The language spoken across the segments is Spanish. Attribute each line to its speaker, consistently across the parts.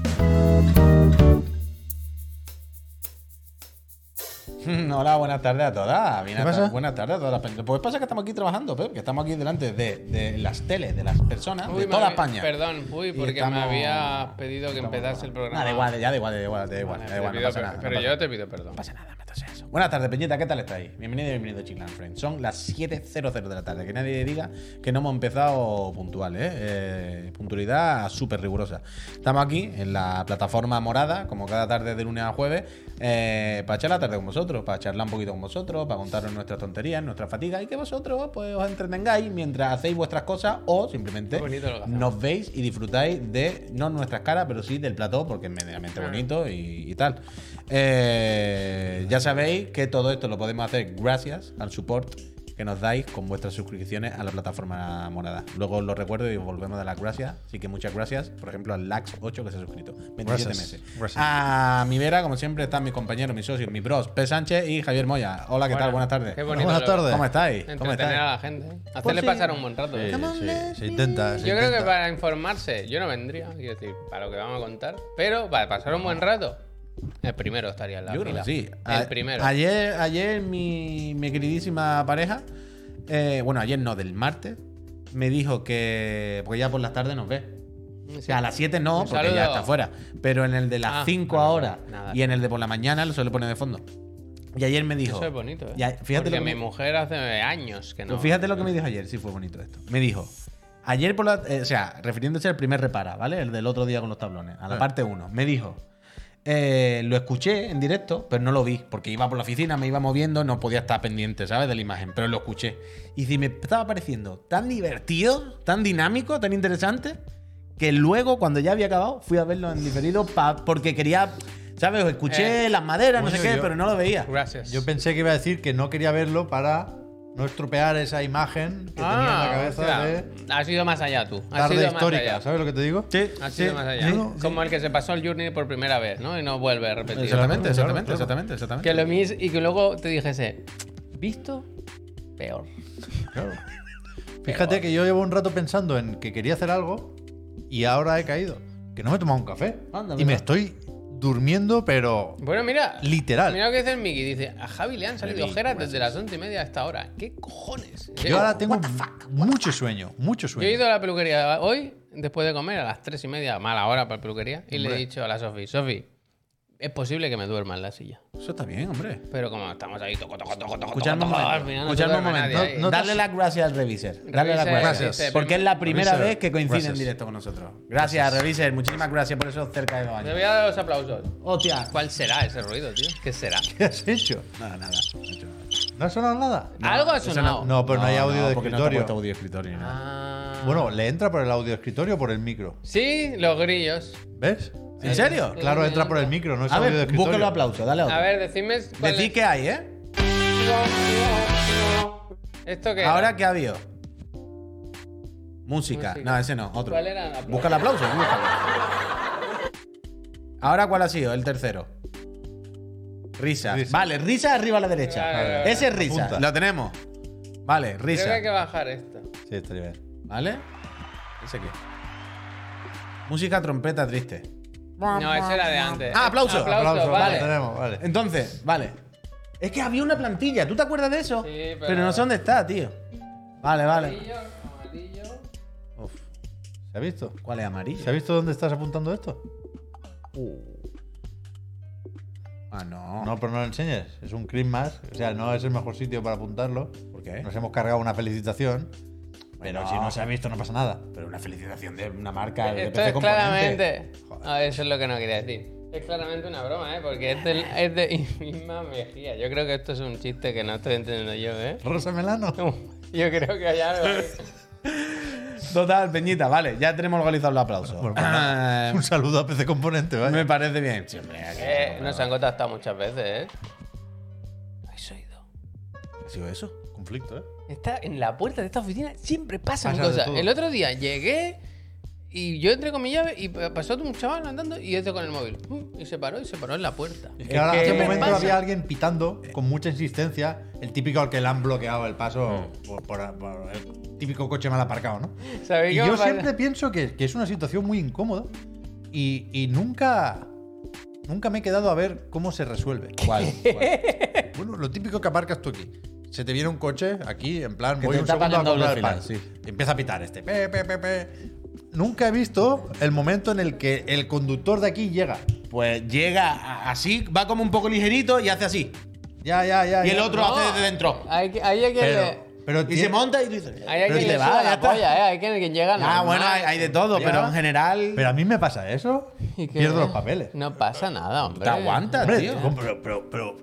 Speaker 1: Hola, buenas tardes a todas. Bien,
Speaker 2: ¿Qué
Speaker 1: a-
Speaker 2: pasa?
Speaker 1: Buenas tardes a todas las personas. Pues pasa que estamos aquí trabajando, Pep, que estamos aquí delante de, de las teles, de las personas,
Speaker 3: Uy,
Speaker 1: de
Speaker 3: me
Speaker 1: toda
Speaker 3: había-
Speaker 1: España.
Speaker 3: Perdón, uy,
Speaker 1: Y
Speaker 3: porque me
Speaker 1: estamos-
Speaker 3: había pedido que empezase el programa.
Speaker 1: Nada, da igual, ya da igual, da igual, da igual,
Speaker 3: Vale,
Speaker 1: da
Speaker 3: te
Speaker 1: igual, no
Speaker 3: pido
Speaker 1: pasa
Speaker 3: per-
Speaker 1: nada. no
Speaker 3: Pero
Speaker 1: pasa
Speaker 3: yo te pido perdón.
Speaker 1: No pasa nada, no pasa eso. Buenas tardes, Peñita, ¿qué tal estáis? Bienvenido y bienvenido a Chiclan Friends. Son las 7.00 de la tarde. Que nadie diga que no hemos empezado puntual, ¿eh? Eh, puntualidad súper rigurosa. Estamos aquí en la plataforma morada, como cada tarde de lunes a jueves, eh, para echar la tarde con vosotros, para charlar un poquito con vosotros, para contaros nuestras tonterías, nuestras fatigas y que vosotros pues, os entretengáis mientras hacéis vuestras cosas o simplemente
Speaker 3: Qué bonito lo que hacemos.
Speaker 1: nos veis y disfrutáis de, no nuestras caras, pero sí del plató, porque es medianamente
Speaker 3: Claro.
Speaker 1: bonito y, y tal. Eh, ya sabéis que todo esto lo podemos hacer gracias al support que nos dais con vuestras suscripciones a la plataforma morada. Luego os lo recuerdo y os volvemos a dar las gracias. Así que muchas gracias, por ejemplo, al Lax8 que se ha suscrito. 27
Speaker 2: Gracias.
Speaker 1: meses.
Speaker 2: Gracias.
Speaker 1: A mi vera, como siempre, están mis compañeros, mis socios, mis bros, P. Sánchez y Javier Moya. Hola, ¿qué
Speaker 3: Bueno,
Speaker 1: tal? Buenas tardes.
Speaker 3: qué bonito
Speaker 2: Buenas
Speaker 3: lo-
Speaker 2: tardes.
Speaker 1: ¿Cómo estáis? ¿Cómo
Speaker 3: Entretener
Speaker 1: estáis?
Speaker 3: a la gente. Hacerle
Speaker 1: Pues sí.
Speaker 3: pasar un buen rato. ¿eh?
Speaker 2: Sí,
Speaker 1: Come on,
Speaker 2: sí,
Speaker 1: let
Speaker 2: se intenta. se
Speaker 3: Yo creo que
Speaker 2: intenta.
Speaker 3: para informarse, yo no vendría, quiero decir, para lo que vamos a contar, pero para pasar un buen rato, el primero estaría en la
Speaker 1: Yo creo que
Speaker 3: fila.
Speaker 1: sí.
Speaker 3: El
Speaker 1: A-
Speaker 3: primero.
Speaker 1: Ayer, ayer mi, mi queridísima pareja, eh, bueno, ayer no, del martes, me dijo que. Porque ya por las tardes nos ve.
Speaker 3: Sí.
Speaker 1: O sea, a las 7 no,
Speaker 3: Un
Speaker 1: porque
Speaker 3: saludo.
Speaker 1: ya está fuera. Pero en el de
Speaker 3: Ah,
Speaker 1: las 5
Speaker 3: vale,
Speaker 1: ahora
Speaker 3: nada.
Speaker 1: y en el de por la mañana lo suele poner de fondo. Y ayer me dijo.
Speaker 3: Eso es bonito, ¿eh?
Speaker 1: Ya, fíjate
Speaker 3: Porque
Speaker 1: lo que
Speaker 3: mi
Speaker 1: me-
Speaker 3: mujer hace años que no.
Speaker 1: pues fíjate lo que me dijo ayer, sí fue bonito esto. Me dijo, ayer por la. eh, o sea, refiriéndose al primer repara, ¿vale? El del otro día con los tablones, a la
Speaker 2: Ah.
Speaker 1: parte 1. Me dijo, eh, lo escuché en directo, pero no lo vi, porque iba por la oficina, me iba moviendo, no podía estar pendiente, ¿sabes? De la imagen, pero lo escuché. Y si me estaba pareciendo tan divertido, tan dinámico, tan interesante, que luego, cuando ya había acabado, fui a verlo en diferido pa- porque quería. ¿Sabes? Os Escuché
Speaker 3: Eh,
Speaker 1: las maderas, no sé
Speaker 2: coño,
Speaker 1: qué,
Speaker 2: yo-
Speaker 1: pero no lo veía.
Speaker 3: Gracias.
Speaker 2: Yo pensé que iba a decir que no quería verlo para no estropear esa imagen que tenía en la
Speaker 3: Ah,
Speaker 2: cabeza
Speaker 3: o sea,
Speaker 2: de
Speaker 3: Has ido más allá tú. Has
Speaker 2: tarde
Speaker 3: ido más
Speaker 2: histórica.
Speaker 3: allá.
Speaker 2: ¿Sabes lo que te digo?
Speaker 1: Sí,
Speaker 3: Ha
Speaker 1: sí,
Speaker 3: sido más allá.
Speaker 1: sí.
Speaker 3: Como el que se pasó el Journey por primera vez, ¿no? Y no vuelve a repetir.
Speaker 1: Exactamente,
Speaker 2: Claro,
Speaker 1: exactamente,
Speaker 2: claro.
Speaker 1: exactamente, exactamente.
Speaker 3: Que lo mis y que luego te dijese, visto, peor.
Speaker 2: Claro. Fíjate que yo llevo un rato pensando en que quería hacer algo y ahora he caído. Que no me he tomado un café.
Speaker 1: Anda,
Speaker 2: y me
Speaker 1: mira.
Speaker 2: estoy durmiendo, pero
Speaker 3: Bueno, mira.
Speaker 2: literal.
Speaker 3: Mira lo que dice el Mickey. Dice, a Javi le han salido
Speaker 1: Mickey,
Speaker 3: ojeras
Speaker 1: gracias.
Speaker 3: desde las once y media hasta ahora. ¿Qué cojones?
Speaker 2: Yo ahora tengo mucho sueño, mucho
Speaker 3: Yo he
Speaker 2: sueño.
Speaker 3: ido a la peluquería hoy, después de comer, a las tres y media, mala hora para la peluquería, y le he
Speaker 2: Hombre.
Speaker 3: dicho a la Sofi, Sofi, es posible que me duerma en la silla.
Speaker 1: Eso está bien, hombre.
Speaker 3: Pero como estamos ahí, toco, toco, toco, toco,
Speaker 1: Escuchadme un
Speaker 3: toco, toco,
Speaker 1: momento.
Speaker 3: al final no
Speaker 1: escuchadme
Speaker 3: se
Speaker 1: un
Speaker 3: duerme
Speaker 1: momento.
Speaker 3: nadie ahí.
Speaker 2: No- no-
Speaker 1: Darle las gracias al Reviser. Darle las
Speaker 3: Reviser,
Speaker 1: gracias.
Speaker 3: Reviser,
Speaker 1: Porque es la primera
Speaker 2: Reviser,
Speaker 1: vez que coinciden
Speaker 2: gracias.
Speaker 1: directo con nosotros. Gracias, Reviser. Muchísimas gracias por esos cerca de dos
Speaker 3: Te
Speaker 1: años.
Speaker 3: voy a dar los aplausos.
Speaker 1: Hostia.
Speaker 3: ¿Cuál será ese ruido, tío? ¿Qué será?
Speaker 2: ¿Qué has hecho?
Speaker 1: Nada, nada. macho.
Speaker 2: ¿No ha sonado nada?
Speaker 3: Algo ha
Speaker 1: eso
Speaker 3: sonado.
Speaker 2: No, pero no, hay audio de
Speaker 1: porque no te ha
Speaker 2: escritorio.
Speaker 1: puesto audio de escritorio. ¿no?
Speaker 3: Ah.
Speaker 2: Bueno, le entra por el audio de escritorio o por el micro.
Speaker 3: Sí, los grillos.
Speaker 2: ¿Ves?
Speaker 1: ¿En serio?
Speaker 3: Eh,
Speaker 2: Claro, entra por el micro, no es
Speaker 1: A
Speaker 2: audio de
Speaker 1: ver,
Speaker 2: escritorio.
Speaker 1: búscalo aplauso, dale
Speaker 3: A
Speaker 1: otro.
Speaker 3: ver, decidme. cuál
Speaker 1: Decid
Speaker 3: es.
Speaker 1: qué hay, ¿eh?
Speaker 3: ¿Esto qué?
Speaker 1: Ahora
Speaker 3: era?
Speaker 1: qué ha habido. Música.
Speaker 3: Música.
Speaker 1: No, ese no, otro.
Speaker 3: ¿Cuál era el aplauso?
Speaker 1: Busca el aplauso, búscalo. Ahora, ¿cuál ha sido? El tercero. Risa.
Speaker 2: Risa.
Speaker 1: Vale, risa arriba a la derecha.
Speaker 3: Vale, vale, vale.
Speaker 1: Ese es risa.
Speaker 2: Apunta.
Speaker 1: Lo tenemos. Vale,
Speaker 3: Creo que
Speaker 1: risa.
Speaker 3: hay que bajar esto.
Speaker 2: Sí, estaría bien.
Speaker 1: ¿Vale? ¿Ese qué? Música trompeta triste.
Speaker 3: No, ese era de antes.
Speaker 1: Ah, aplauso.
Speaker 2: vale.
Speaker 3: Aplauso, vale.
Speaker 2: lo tenemos, vale.
Speaker 1: Entonces, vale. Es que había una plantilla, ¿tú te acuerdas de eso?
Speaker 3: Sí, pero-
Speaker 1: no sé dónde está, tío. Vale, vale.
Speaker 3: Amarillo, amarillo.
Speaker 1: Uf,
Speaker 2: ¿Se ha visto?
Speaker 1: ¿Cuál es amarillo?
Speaker 2: ¿Se ha visto dónde estás apuntando esto?
Speaker 1: Ah, no.
Speaker 2: No, pero no lo enseñes. Es un clip más. O sea, no es el mejor sitio para apuntarlo.
Speaker 1: ¿Por qué?
Speaker 2: Nos hemos cargado una felicitación. Pero
Speaker 1: ¿Eh? Bueno.
Speaker 2: si no se ha visto, no pasa nada.
Speaker 1: Pero una felicitación de una marca de
Speaker 3: Esto
Speaker 1: PC
Speaker 3: es
Speaker 1: Componente.
Speaker 3: claramente. Ah, eso es lo que no quería decir. Es claramente una broma, ¿eh? Porque es, del- es de misma Mejía. Yo creo que esto es un chiste que no estoy entendiendo yo, ¿eh?
Speaker 2: Rosa Melano.
Speaker 3: Yo creo que hay algo. ahí.
Speaker 1: Total, Peñita, vale, ya tenemos organizado el aplauso.
Speaker 2: Bueno, pues nada.
Speaker 1: Ah,
Speaker 2: un saludo a PC Componente, ¿vale?
Speaker 1: me parece bien. pues, eh. Sí, hombre, aquí
Speaker 3: Eh,
Speaker 1: no,
Speaker 3: nos
Speaker 1: pero-
Speaker 3: han contactado muchas veces, ¿eh? ¿Habéis oído?
Speaker 1: ¿Ha sido eso?
Speaker 2: Conflicto, ¿eh?
Speaker 3: Está en la puerta de esta oficina siempre pasan
Speaker 2: Pasa de
Speaker 3: cosas.
Speaker 2: todo.
Speaker 3: El otro día llegué y yo entré con mi llave y pa- pasó un chaval andando y este con el móvil. Mm, Y se paró y se paró en la puerta.
Speaker 2: Es que ahora,
Speaker 1: que-
Speaker 2: hace un
Speaker 1: Siempre
Speaker 2: momento
Speaker 3: pasa.
Speaker 2: había alguien pitando con mucha insistencia. El típico al que le han bloqueado el paso por, por- por el típico coche mal aparcado, ¿no?
Speaker 3: ¿Sabéis
Speaker 2: Y
Speaker 3: qué me
Speaker 2: yo
Speaker 3: pasa?
Speaker 2: siempre pienso que, que es una situación muy incómoda y, y nunca, nunca me he quedado a ver cómo se resuelve.
Speaker 1: ¿Cuál? ¿Cuál?
Speaker 2: Bueno, lo típico que aparcas tú aquí. Se te viene un coche aquí, en plan,
Speaker 1: Que
Speaker 2: voy
Speaker 1: te
Speaker 2: un
Speaker 1: tapan
Speaker 2: segundo a
Speaker 1: en doble
Speaker 2: comprar el pan.
Speaker 1: fila,
Speaker 2: Y Empieza a pitar este. pe, pe, pe, pe. Nunca he visto el momento en el que el conductor de aquí llega.
Speaker 1: Pues llega a- así, va como un poco ligerito y hace así.
Speaker 2: Ya, ya, ya.
Speaker 1: Y el
Speaker 2: ya.
Speaker 1: otro hace desde dentro.
Speaker 3: Hay, que- hay a quien
Speaker 2: Pero,
Speaker 3: le.
Speaker 2: pero
Speaker 1: y
Speaker 2: tiene-
Speaker 1: se monta y dice.
Speaker 3: Hay
Speaker 1: "Pero
Speaker 3: a quien
Speaker 1: si
Speaker 3: le
Speaker 1: te
Speaker 3: suda
Speaker 1: vas, ya
Speaker 3: la
Speaker 1: está".
Speaker 3: polla, ¿eh? Hay quien, quien llega.
Speaker 1: Ah,
Speaker 3: normal.
Speaker 1: bueno, hay, hay de todo,
Speaker 2: Ya.
Speaker 1: pero en general.
Speaker 2: Pero a mí me pasa eso.
Speaker 3: ¿Y qué?
Speaker 2: Pierdo los papeles.
Speaker 3: No pasa nada, hombre.
Speaker 1: te aguantas,
Speaker 2: Hombre,
Speaker 1: tío.
Speaker 2: no, pero, pero, pero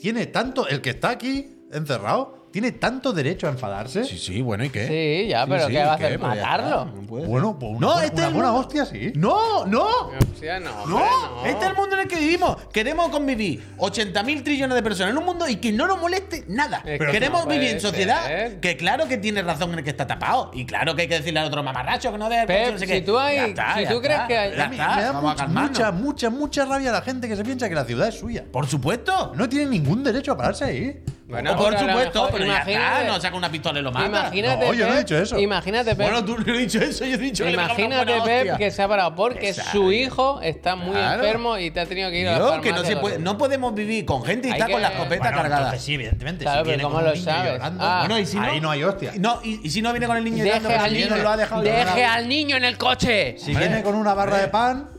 Speaker 2: tiene tanto. El que está aquí encerrado tiene tanto derecho a enfadarse.
Speaker 1: Sí, sí, bueno, ¿y qué?
Speaker 3: Sí, ya, pero ¿qué va a hacer?
Speaker 1: Pues ya está,
Speaker 3: ¿Matarlo?
Speaker 1: no puede ser.
Speaker 2: Bueno, pues una,
Speaker 1: No,
Speaker 2: buena-
Speaker 1: este
Speaker 2: una
Speaker 1: es
Speaker 2: buena
Speaker 1: uno.
Speaker 2: hostia, sí.
Speaker 1: ¡No! ¡No!
Speaker 3: Hostia, no. hombre,
Speaker 1: ¡No! Este es el mundo en el que vivimos. Queremos convivir 80.000 trillones de personas en un mundo y que no nos moleste nada.
Speaker 3: Es que
Speaker 1: Queremos
Speaker 3: no
Speaker 1: vivir
Speaker 3: puede
Speaker 1: en sociedad
Speaker 3: ser.
Speaker 1: que claro que tiene razón en el que está tapado. Y claro que hay que decirle al otro mamarracho que no deje el
Speaker 3: Pep,
Speaker 1: coche, no sé
Speaker 3: si
Speaker 1: qué.
Speaker 3: tú hay-
Speaker 1: Ya está,
Speaker 3: si
Speaker 1: ya
Speaker 3: tú
Speaker 1: está,
Speaker 3: crees que hay-
Speaker 1: Ya
Speaker 3: Me-
Speaker 2: Me,
Speaker 1: está,
Speaker 2: me da
Speaker 1: vamos a
Speaker 2: mucha,
Speaker 1: calmarnos.
Speaker 2: mucha, mucha, mucha rabia la gente que se piensa que la ciudad es suya.
Speaker 1: Por supuesto.
Speaker 2: No tiene ningún derecho a pararse ahí.
Speaker 3: Bueno,
Speaker 1: O por
Speaker 3: pero a lo
Speaker 1: supuesto,
Speaker 3: mejor-
Speaker 1: pero ya está.
Speaker 3: imagínate-
Speaker 1: No saca una pistola y lo mata.
Speaker 3: Imagínate.
Speaker 2: No, yo no he
Speaker 3: Pep,
Speaker 2: dicho eso.
Speaker 3: Imagínate, Pep.
Speaker 1: Bueno, tú no he dicho eso, yo he dicho que le pegaba una
Speaker 3: Imagínate,
Speaker 1: buena
Speaker 3: Pep,
Speaker 1: hostia.
Speaker 3: que se ha parado porque
Speaker 1: Exacto.
Speaker 3: su hijo está muy
Speaker 1: Claro.
Speaker 3: enfermo y te ha tenido que ir a la
Speaker 1: Tío,
Speaker 3: farmacia.
Speaker 1: que no, se puede-
Speaker 3: todo.
Speaker 1: no podemos vivir con gente y
Speaker 3: Hay
Speaker 1: está con
Speaker 3: que-
Speaker 1: la escopeta
Speaker 2: Bueno,
Speaker 1: cargada.
Speaker 2: entonces sí, evidentemente.
Speaker 3: Claro, pero
Speaker 2: viene
Speaker 3: ¿cómo
Speaker 2: con un
Speaker 3: lo
Speaker 2: niño
Speaker 3: sabes? Ah.
Speaker 1: Bueno, y si
Speaker 2: Ahí no hay hostia.
Speaker 1: No, y, y si no viene con el niño llorando, pues
Speaker 3: Deje,
Speaker 1: pero
Speaker 3: al
Speaker 1: el niño
Speaker 3: niño,
Speaker 1: no lo ha dejado
Speaker 3: deje
Speaker 1: llorar,
Speaker 3: al niño en el coche.
Speaker 2: Si viene con una barra de pan,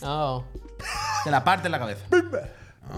Speaker 3: No.
Speaker 1: Te la parte en la cabeza.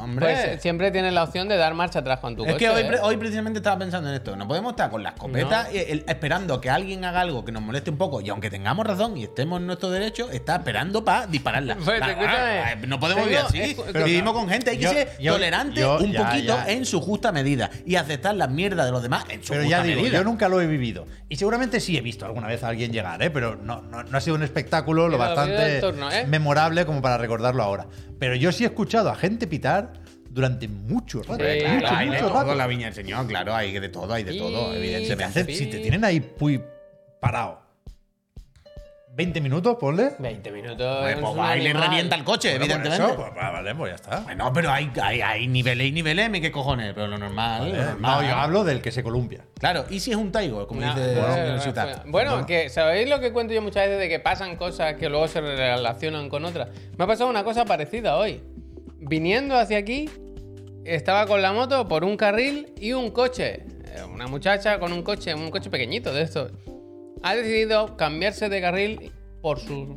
Speaker 1: Hombre.
Speaker 3: Pues eh, siempre tienes la opción de dar marcha atrás con tu
Speaker 1: es
Speaker 3: coche.
Speaker 1: que hoy,
Speaker 3: ¿eh?
Speaker 1: pre- hoy precisamente estaba pensando en esto. No podemos estar con la escopeta eh, el- esperando que alguien haga algo que nos moleste un poco. Y aunque tengamos razón y estemos en nuestro derecho, está esperando para dispararla.
Speaker 3: Pues,
Speaker 1: La-
Speaker 3: escúchame.
Speaker 1: ah, no podemos vivir
Speaker 3: Tengo-
Speaker 1: así.
Speaker 3: escu-
Speaker 1: Pero Vivimos con gente. Hay que
Speaker 2: Yo-
Speaker 1: ser
Speaker 2: yo-
Speaker 1: tolerante
Speaker 2: yo-
Speaker 1: un
Speaker 2: ya,
Speaker 1: poquito
Speaker 2: ya.
Speaker 1: en su justa medida. Y aceptar la mierda de los demás en su
Speaker 2: pero
Speaker 1: justa
Speaker 2: ya digo,
Speaker 1: medida.
Speaker 2: yo nunca lo he vivido. Y seguramente sí he visto alguna vez a alguien llegar, ¿eh? pero no, no, no ha sido un espectáculo lo
Speaker 3: Pero ha habido
Speaker 2: bastante
Speaker 3: entorno, ¿eh?
Speaker 2: memorable como para recordarlo ahora. Pero yo sí he escuchado a gente pitar durante mucho rato.
Speaker 3: Sí,
Speaker 1: Claro,
Speaker 2: mucho,
Speaker 3: claro,
Speaker 1: hay de
Speaker 2: mucho
Speaker 1: todo
Speaker 2: rato.
Speaker 1: la viña del señor, claro, hay de todo, hay de todo,
Speaker 3: Y-
Speaker 2: Me
Speaker 1: evidentemente.
Speaker 2: hace- si te tienen ahí puy, parado 20 minutos, ponle.
Speaker 3: 20 minutos.
Speaker 1: Pues,
Speaker 3: es
Speaker 1: pues
Speaker 3: un
Speaker 1: va y le
Speaker 3: animal.
Speaker 1: revienta el coche,
Speaker 2: Bueno, por
Speaker 1: evidentemente.
Speaker 2: eso, pues, va, vale, pues ya está.
Speaker 1: Bueno, pero hay, hay, hay niveles y niveles, mi qué cojones, pero lo normal.
Speaker 2: Eh,
Speaker 1: lo
Speaker 2: No,
Speaker 1: normal.
Speaker 2: yo hablo del que se columpia.
Speaker 1: Claro, y si es un taigo, como
Speaker 3: No,
Speaker 1: dice
Speaker 3: no,
Speaker 1: el
Speaker 3: no,
Speaker 1: señor
Speaker 3: no,
Speaker 1: Sutar.
Speaker 3: no. Bueno, que sabéis lo que cuento yo muchas veces de que pasan cosas que luego se relacionan con otras. Me ha pasado una cosa parecida hoy. Viniendo hacia aquí, estaba con la moto por un carril y un coche. Eh, Una muchacha con un coche, un coche pequeñito de estos. Ha decidido cambiarse de carril por sus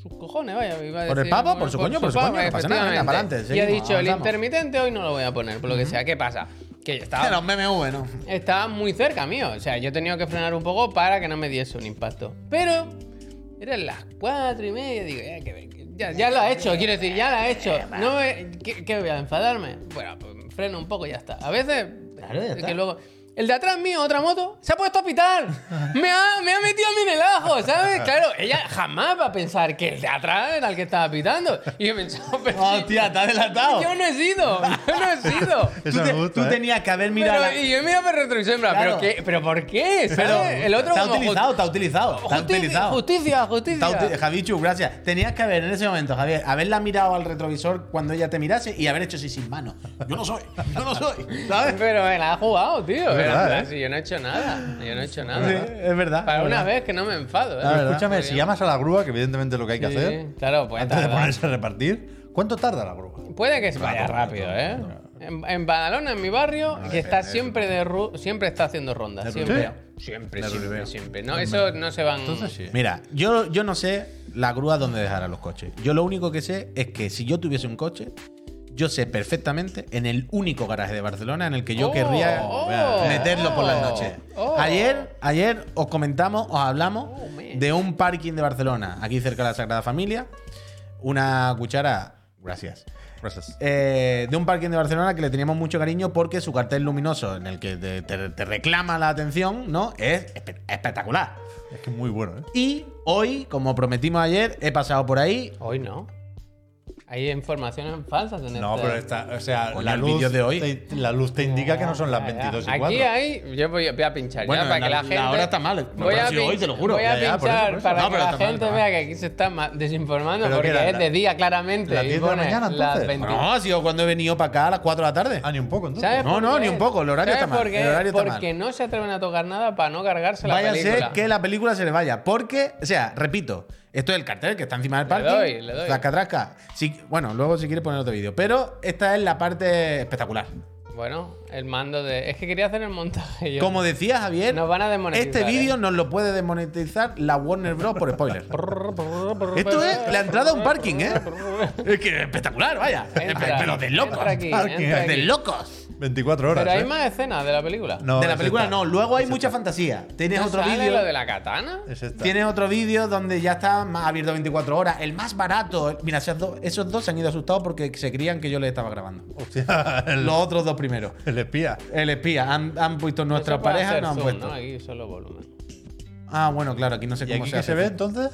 Speaker 3: sus cojones, vaya. iba a
Speaker 1: Por el
Speaker 3: decir,
Speaker 1: pavo, por su coño, por su
Speaker 3: pavo,
Speaker 1: coño, no pasa nada, venga,
Speaker 3: efectivamente.
Speaker 1: pa'lante,
Speaker 3: Y ha
Speaker 1: seguimos,
Speaker 3: dicho, el
Speaker 1: avanzamos".
Speaker 3: intermitente hoy no lo voy a poner, por lo que sea. ¿Qué pasa? Que yo estaba
Speaker 1: De los MMV, ¿no?
Speaker 3: estaba muy cerca mío. O sea, yo he tenido que frenar un poco para que no me diese un impacto. Pero eran las cuatro y media. Digo, eh, que- que- ya, ya lo ha hecho, quiero decir, ya lo ha hecho. No me- ¿qué, qué voy a enfadarme? Bueno, pues freno un poco y ya está. A veces.
Speaker 1: Claro, ya
Speaker 3: que
Speaker 1: está.
Speaker 3: luego- el de atrás mío, otra moto, se ha puesto a pitar. Me ha, me ha metido a mí en el ajo, ¿sabes? Claro, ella jamás va a pensar que el de atrás era el que estaba pitando. Y yo pensaba, pero si-
Speaker 1: Hostia, está delatado.
Speaker 3: yo no he sido, yo no he sido.
Speaker 1: Tú,
Speaker 2: Eso
Speaker 1: te-
Speaker 2: me gusta,
Speaker 1: tú
Speaker 2: ¿eh?
Speaker 1: tenías que haber mirado.
Speaker 3: Pero-
Speaker 1: la-
Speaker 3: y yo mira por retrovisor, en plan,
Speaker 1: Claro.
Speaker 3: ¿pero, qué? ¿pero por qué?
Speaker 1: Claro,
Speaker 3: ¿Sabes? el otro
Speaker 1: te ha
Speaker 3: como,
Speaker 1: utilizado,
Speaker 3: "Ju-
Speaker 1: te ha utilizado, te ha
Speaker 3: justicia,
Speaker 1: utilizado.
Speaker 3: Justicia,
Speaker 1: Está
Speaker 3: justicia.
Speaker 1: uti- Javichu, gracias. Tenías que haber en ese momento, Javier, haberla mirado al retrovisor cuando ella te mirase y haber hecho así sin mano. Yo no soy, yo no soy, ¿sabes?
Speaker 3: Pero me la ha jugado, tío. Pero,
Speaker 2: verdad,
Speaker 3: en plan,
Speaker 2: ¿eh?
Speaker 3: si yo no he hecho nada. Yo no he hecho nada.
Speaker 1: Sí, es verdad.
Speaker 3: Para
Speaker 1: es
Speaker 3: una
Speaker 1: verdad.
Speaker 3: vez que no me enfado, ¿eh?
Speaker 2: Pero
Speaker 1: verdad.
Speaker 2: escúchame, si llamas a la grúa, que evidentemente es lo que hay que
Speaker 3: Sí,
Speaker 2: hacer,
Speaker 3: Claro, pues
Speaker 2: antes de
Speaker 3: tarda.
Speaker 2: ponerse a repartir, ¿cuánto tarda la grúa?
Speaker 3: Puede que se vaya
Speaker 2: Rato,
Speaker 3: rápido,
Speaker 2: rato,
Speaker 3: ¿eh? En, en Badalona, en mi barrio, que está siempre de ru- siempre está haciendo rondas. Siempre. Siempre,
Speaker 1: De
Speaker 3: siempre,
Speaker 1: ruleo.
Speaker 3: siempre. No, eso no se van.
Speaker 2: Entonces sí.
Speaker 1: Mira, yo, yo no sé la grúa dónde dejar a los coches. Yo lo único que sé es que si yo tuviese un coche, yo sé perfectamente en el único garaje de Barcelona en el que yo
Speaker 3: Oh,
Speaker 1: querría
Speaker 3: oh,
Speaker 1: meterlo por las noches.
Speaker 3: oh.
Speaker 1: Ayer, ayer os comentamos, os hablamos
Speaker 3: Oh, man.
Speaker 1: de un parking de Barcelona, aquí cerca de la Sagrada Familia. Una cuchara. Gracias.
Speaker 2: Gracias.
Speaker 1: Eh, de un parking de Barcelona que le teníamos mucho cariño porque su cartel luminoso en el que te, te- te reclama la atención, ¿no? Es espe- espectacular.
Speaker 2: Es que es muy bueno, ¿eh?
Speaker 1: Y hoy, como prometimos ayer, he pasado por ahí.
Speaker 3: Hoy no. Hay informaciones falsas en
Speaker 2: No,
Speaker 3: este-
Speaker 2: pero está, o sea,
Speaker 1: Coño,
Speaker 2: la
Speaker 1: el
Speaker 2: luz,
Speaker 1: vídeo de hoy.
Speaker 2: Te, la luz te indica que no son las
Speaker 3: Ya, ya.
Speaker 2: 22 y 4.
Speaker 3: Aquí hay. Yo voy, voy a pinchar
Speaker 1: Bueno,
Speaker 3: ya para
Speaker 1: la-
Speaker 3: que la
Speaker 1: la
Speaker 3: gente.
Speaker 1: hora está mal. No,
Speaker 3: voy
Speaker 1: pero
Speaker 3: a
Speaker 1: ha sido
Speaker 3: pin-
Speaker 1: hoy, te lo juro.
Speaker 3: Voy a
Speaker 2: Ya, ya, por eso,
Speaker 3: pinchar
Speaker 2: por eso.
Speaker 3: para
Speaker 1: No,
Speaker 3: que
Speaker 1: pero
Speaker 3: la
Speaker 1: está mal,
Speaker 3: gente
Speaker 1: está mal.
Speaker 3: vea que aquí se está ma- desinformando
Speaker 2: ¿Pero qué
Speaker 3: porque
Speaker 2: era?
Speaker 3: es de día claramente.
Speaker 2: ¿Las
Speaker 3: y
Speaker 2: 10 de la
Speaker 3: pone
Speaker 2: mañana,
Speaker 3: las
Speaker 2: entonces?
Speaker 3: 20.
Speaker 1: No, ha sido cuando he venido para acá a las 4 de la tarde.
Speaker 2: Ah, ni un poco, entonces.
Speaker 3: ¿Sabes
Speaker 1: No,
Speaker 3: por
Speaker 1: no,
Speaker 3: qué?
Speaker 1: ni un poco, el horario
Speaker 3: ¿Sabes
Speaker 1: está mal,
Speaker 3: por qué?
Speaker 1: el horario está mal.
Speaker 3: porque no se atreven a tocar nada para no cargarse la
Speaker 1: Vaya a
Speaker 3: película.
Speaker 1: ser que la película se le vaya. Porque, o sea, repito, Esto es el cartel que está encima del
Speaker 3: Le
Speaker 1: parking.
Speaker 3: doy, le doy.
Speaker 1: Trasca, trasca. Sí, bueno, luego si quieres poner otro vídeo. Pero esta es la parte espectacular.
Speaker 3: Bueno, el mando de. Es que quería hacer el montaje yo.
Speaker 1: Como decía Javier,
Speaker 3: Nos van a desmonetizar,
Speaker 1: este vídeo
Speaker 3: ¿eh?
Speaker 1: nos lo puede desmonetizar la Warner Bros. por spoiler. Esto es la entrada a un parking, ¿eh? Es que es espectacular, vaya.
Speaker 3: Entra,
Speaker 1: pero de locos.
Speaker 3: entra aquí,
Speaker 1: Parking,
Speaker 3: entra
Speaker 1: de
Speaker 3: aquí.
Speaker 1: locos.
Speaker 2: 24 horas.
Speaker 3: Pero hay
Speaker 2: ¿eh?
Speaker 3: más escenas de la película.
Speaker 2: No,
Speaker 1: de la
Speaker 2: es
Speaker 1: película
Speaker 2: esta.
Speaker 1: no, luego hay mucha fantasía. Tienes
Speaker 3: ¿No
Speaker 1: otro
Speaker 3: sale
Speaker 1: vídeo.
Speaker 3: lo de la katana?
Speaker 2: Es esta.
Speaker 1: Tiene otro vídeo donde ya está más abierto 24 horas. El más barato. Mira, esos dos, esos dos se han ido asustados porque se creían que yo les estaba grabando.
Speaker 2: Hostia, el,
Speaker 1: Los otros dos primeros.
Speaker 2: el espía.
Speaker 1: El espía. Han, han puesto nuestra
Speaker 3: Eso puede
Speaker 1: pareja,
Speaker 3: hacer
Speaker 1: no han
Speaker 3: zoom,
Speaker 1: puesto.
Speaker 3: ¿no? Aquí solo volumen.
Speaker 1: Ah, bueno, claro, aquí no sé
Speaker 2: ¿Y
Speaker 1: cómo
Speaker 2: aquí
Speaker 1: se
Speaker 2: qué
Speaker 1: hace.
Speaker 2: se ve entonces?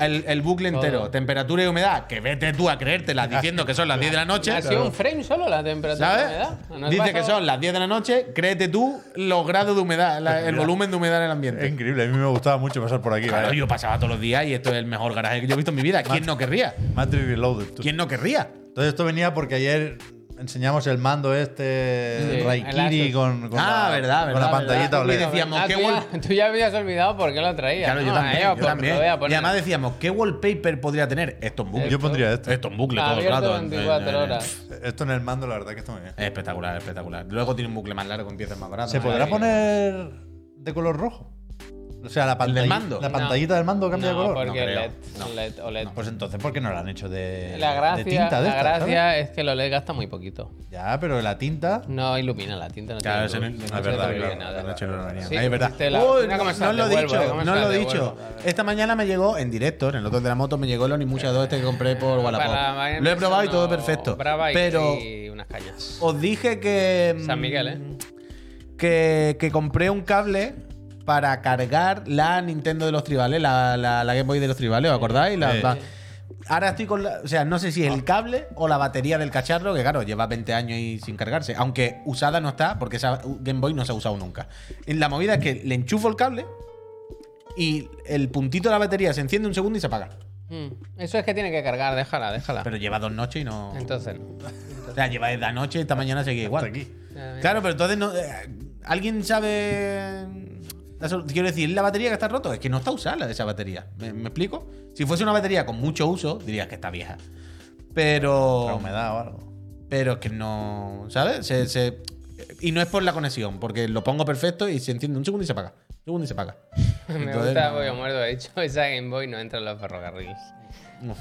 Speaker 1: El, el bucle entero.
Speaker 3: Todo.
Speaker 1: Temperatura y humedad. Que vete tú a creértela diciendo que son las 10 de la noche.
Speaker 3: Ha sido un frame solo la temperatura.
Speaker 1: ¿Sabes?
Speaker 3: ¿verdad? Nos
Speaker 1: Dice
Speaker 3: pasa-
Speaker 1: que son las 10 de la noche, créete tú los grados de humedad, la- el
Speaker 2: Mira.
Speaker 1: volumen de humedad en el
Speaker 2: Es
Speaker 1: ambiente.
Speaker 2: increíble, a mí me gustaba mucho pasar por aquí.
Speaker 1: Claro,
Speaker 2: ¿vale?
Speaker 1: yo pasaba todos los días y esto es el mejor garaje que yo he visto en mi vida. ¿Quién no querría?
Speaker 2: Matrix Reloaded. tú.
Speaker 1: ¿Quién no querría?
Speaker 2: Entonces esto venía porque ayer enseñamos el mando este
Speaker 3: Sí, el
Speaker 2: Raikiri
Speaker 3: Asus.
Speaker 2: con, con
Speaker 1: Ah,
Speaker 2: la,
Speaker 1: verdad,
Speaker 2: con
Speaker 1: verdad,
Speaker 2: la pantallita
Speaker 1: verdad.
Speaker 2: OLED.
Speaker 1: Y decíamos,
Speaker 3: Ah,
Speaker 1: qué
Speaker 3: tú, ya,
Speaker 1: buen-
Speaker 3: tú ya habías olvidado por qué lo traía.
Speaker 1: Claro, yo
Speaker 3: ¿no?
Speaker 1: también.
Speaker 3: Ah,
Speaker 1: yo
Speaker 3: pues te
Speaker 1: también.
Speaker 3: Lo voy a poner.
Speaker 1: Y además decíamos, ¿qué wallpaper podría tener? Esto en bucle.
Speaker 2: Yo pondría esto.
Speaker 1: Esto en bucle todo el
Speaker 3: Abierto
Speaker 1: rato. Eh,
Speaker 3: 24 horas.
Speaker 2: Esto en el mando, la verdad que está muy bien.
Speaker 1: Espectacular, espectacular. Luego tiene un bucle más largo, empieza más barato.
Speaker 2: ¿Se
Speaker 1: más
Speaker 2: podrá
Speaker 1: largo.
Speaker 2: poner de color rojo? O sea, la, pantalla,
Speaker 1: del mando?
Speaker 2: la pantallita del mando cambia
Speaker 3: no,
Speaker 2: de color.
Speaker 3: Porque
Speaker 1: No creo.
Speaker 3: LED,
Speaker 1: No.
Speaker 3: LED, OLED.
Speaker 2: No, Pues entonces, ¿por qué no la han hecho de,
Speaker 3: la
Speaker 2: de
Speaker 3: gracia,
Speaker 2: tinta de
Speaker 3: la
Speaker 2: esta?
Speaker 3: gracia es que el OLED gasta muy poquito.
Speaker 2: Ya, pero la tinta.
Speaker 3: No ilumina la tinta, no
Speaker 1: Claro, eso
Speaker 3: tiene
Speaker 1: no-
Speaker 3: luz,
Speaker 1: es
Speaker 3: no se
Speaker 1: verdad,
Speaker 3: ve
Speaker 1: claro,
Speaker 3: nada.
Speaker 1: la noche no lo venía.
Speaker 3: Sí,
Speaker 1: Es verdad.
Speaker 3: pusiste la-
Speaker 1: Uy,
Speaker 3: mira cómo se
Speaker 1: no
Speaker 3: la
Speaker 1: lo he
Speaker 3: devuelvo, eh,
Speaker 1: dicho,
Speaker 3: cómo se
Speaker 1: no
Speaker 3: la
Speaker 1: lo he
Speaker 3: devuelvo.
Speaker 1: dicho. Esta mañana me llegó en directo, en el otro de la moto, me llegó el Onimusha 2 este que compré por
Speaker 3: Para
Speaker 1: Wallapop. Lo he probado y todo
Speaker 3: no,
Speaker 1: perfecto.
Speaker 3: Brava y,
Speaker 1: Pero
Speaker 3: y unas cañas.
Speaker 1: os dije que. mm,
Speaker 3: San Miguel, ¿eh?
Speaker 1: Que, que compré un cable para cargar la Nintendo de los tribales, la, la, la Game Boy de los tribales, ¿os acordáis? La-
Speaker 2: Sí.
Speaker 1: la- Ahora estoy con la. O sea, no sé si es el cable o la batería del cacharro, que claro, lleva 20 años y sin cargarse. Aunque usada no está, porque esa Game Boy no se ha usado nunca. Y La movida es que le enchufo el cable y el puntito de la batería se enciende un segundo y se apaga.
Speaker 3: Mm, Eso es que tiene que cargar, déjala, déjala.
Speaker 1: Pero lleva dos noches y no.
Speaker 3: Entonces no.
Speaker 1: O sea, lleva desde anoche, esta mañana seguía igual.
Speaker 2: Hasta aquí.
Speaker 1: Claro, pero entonces no. eh, ¿Alguien sabe.? la solu- Quiero decir, la batería que está rota es que no está usada esa batería. ¿Me, me explico? Si fuese una batería con mucho uso, dirías que está vieja.
Speaker 2: La
Speaker 1: Pero.
Speaker 2: humedad o algo.
Speaker 1: Pero es que no. ¿Sabes? Se- se- y no es por la conexión, porque lo pongo perfecto y se enciende un segundo y se apaga. Un segundo y se apaga.
Speaker 3: Me
Speaker 1: Entonces,
Speaker 3: gusta,
Speaker 1: no.
Speaker 3: porque muerto, he dicho, esa Game Boy no entra en los ferrocarriles.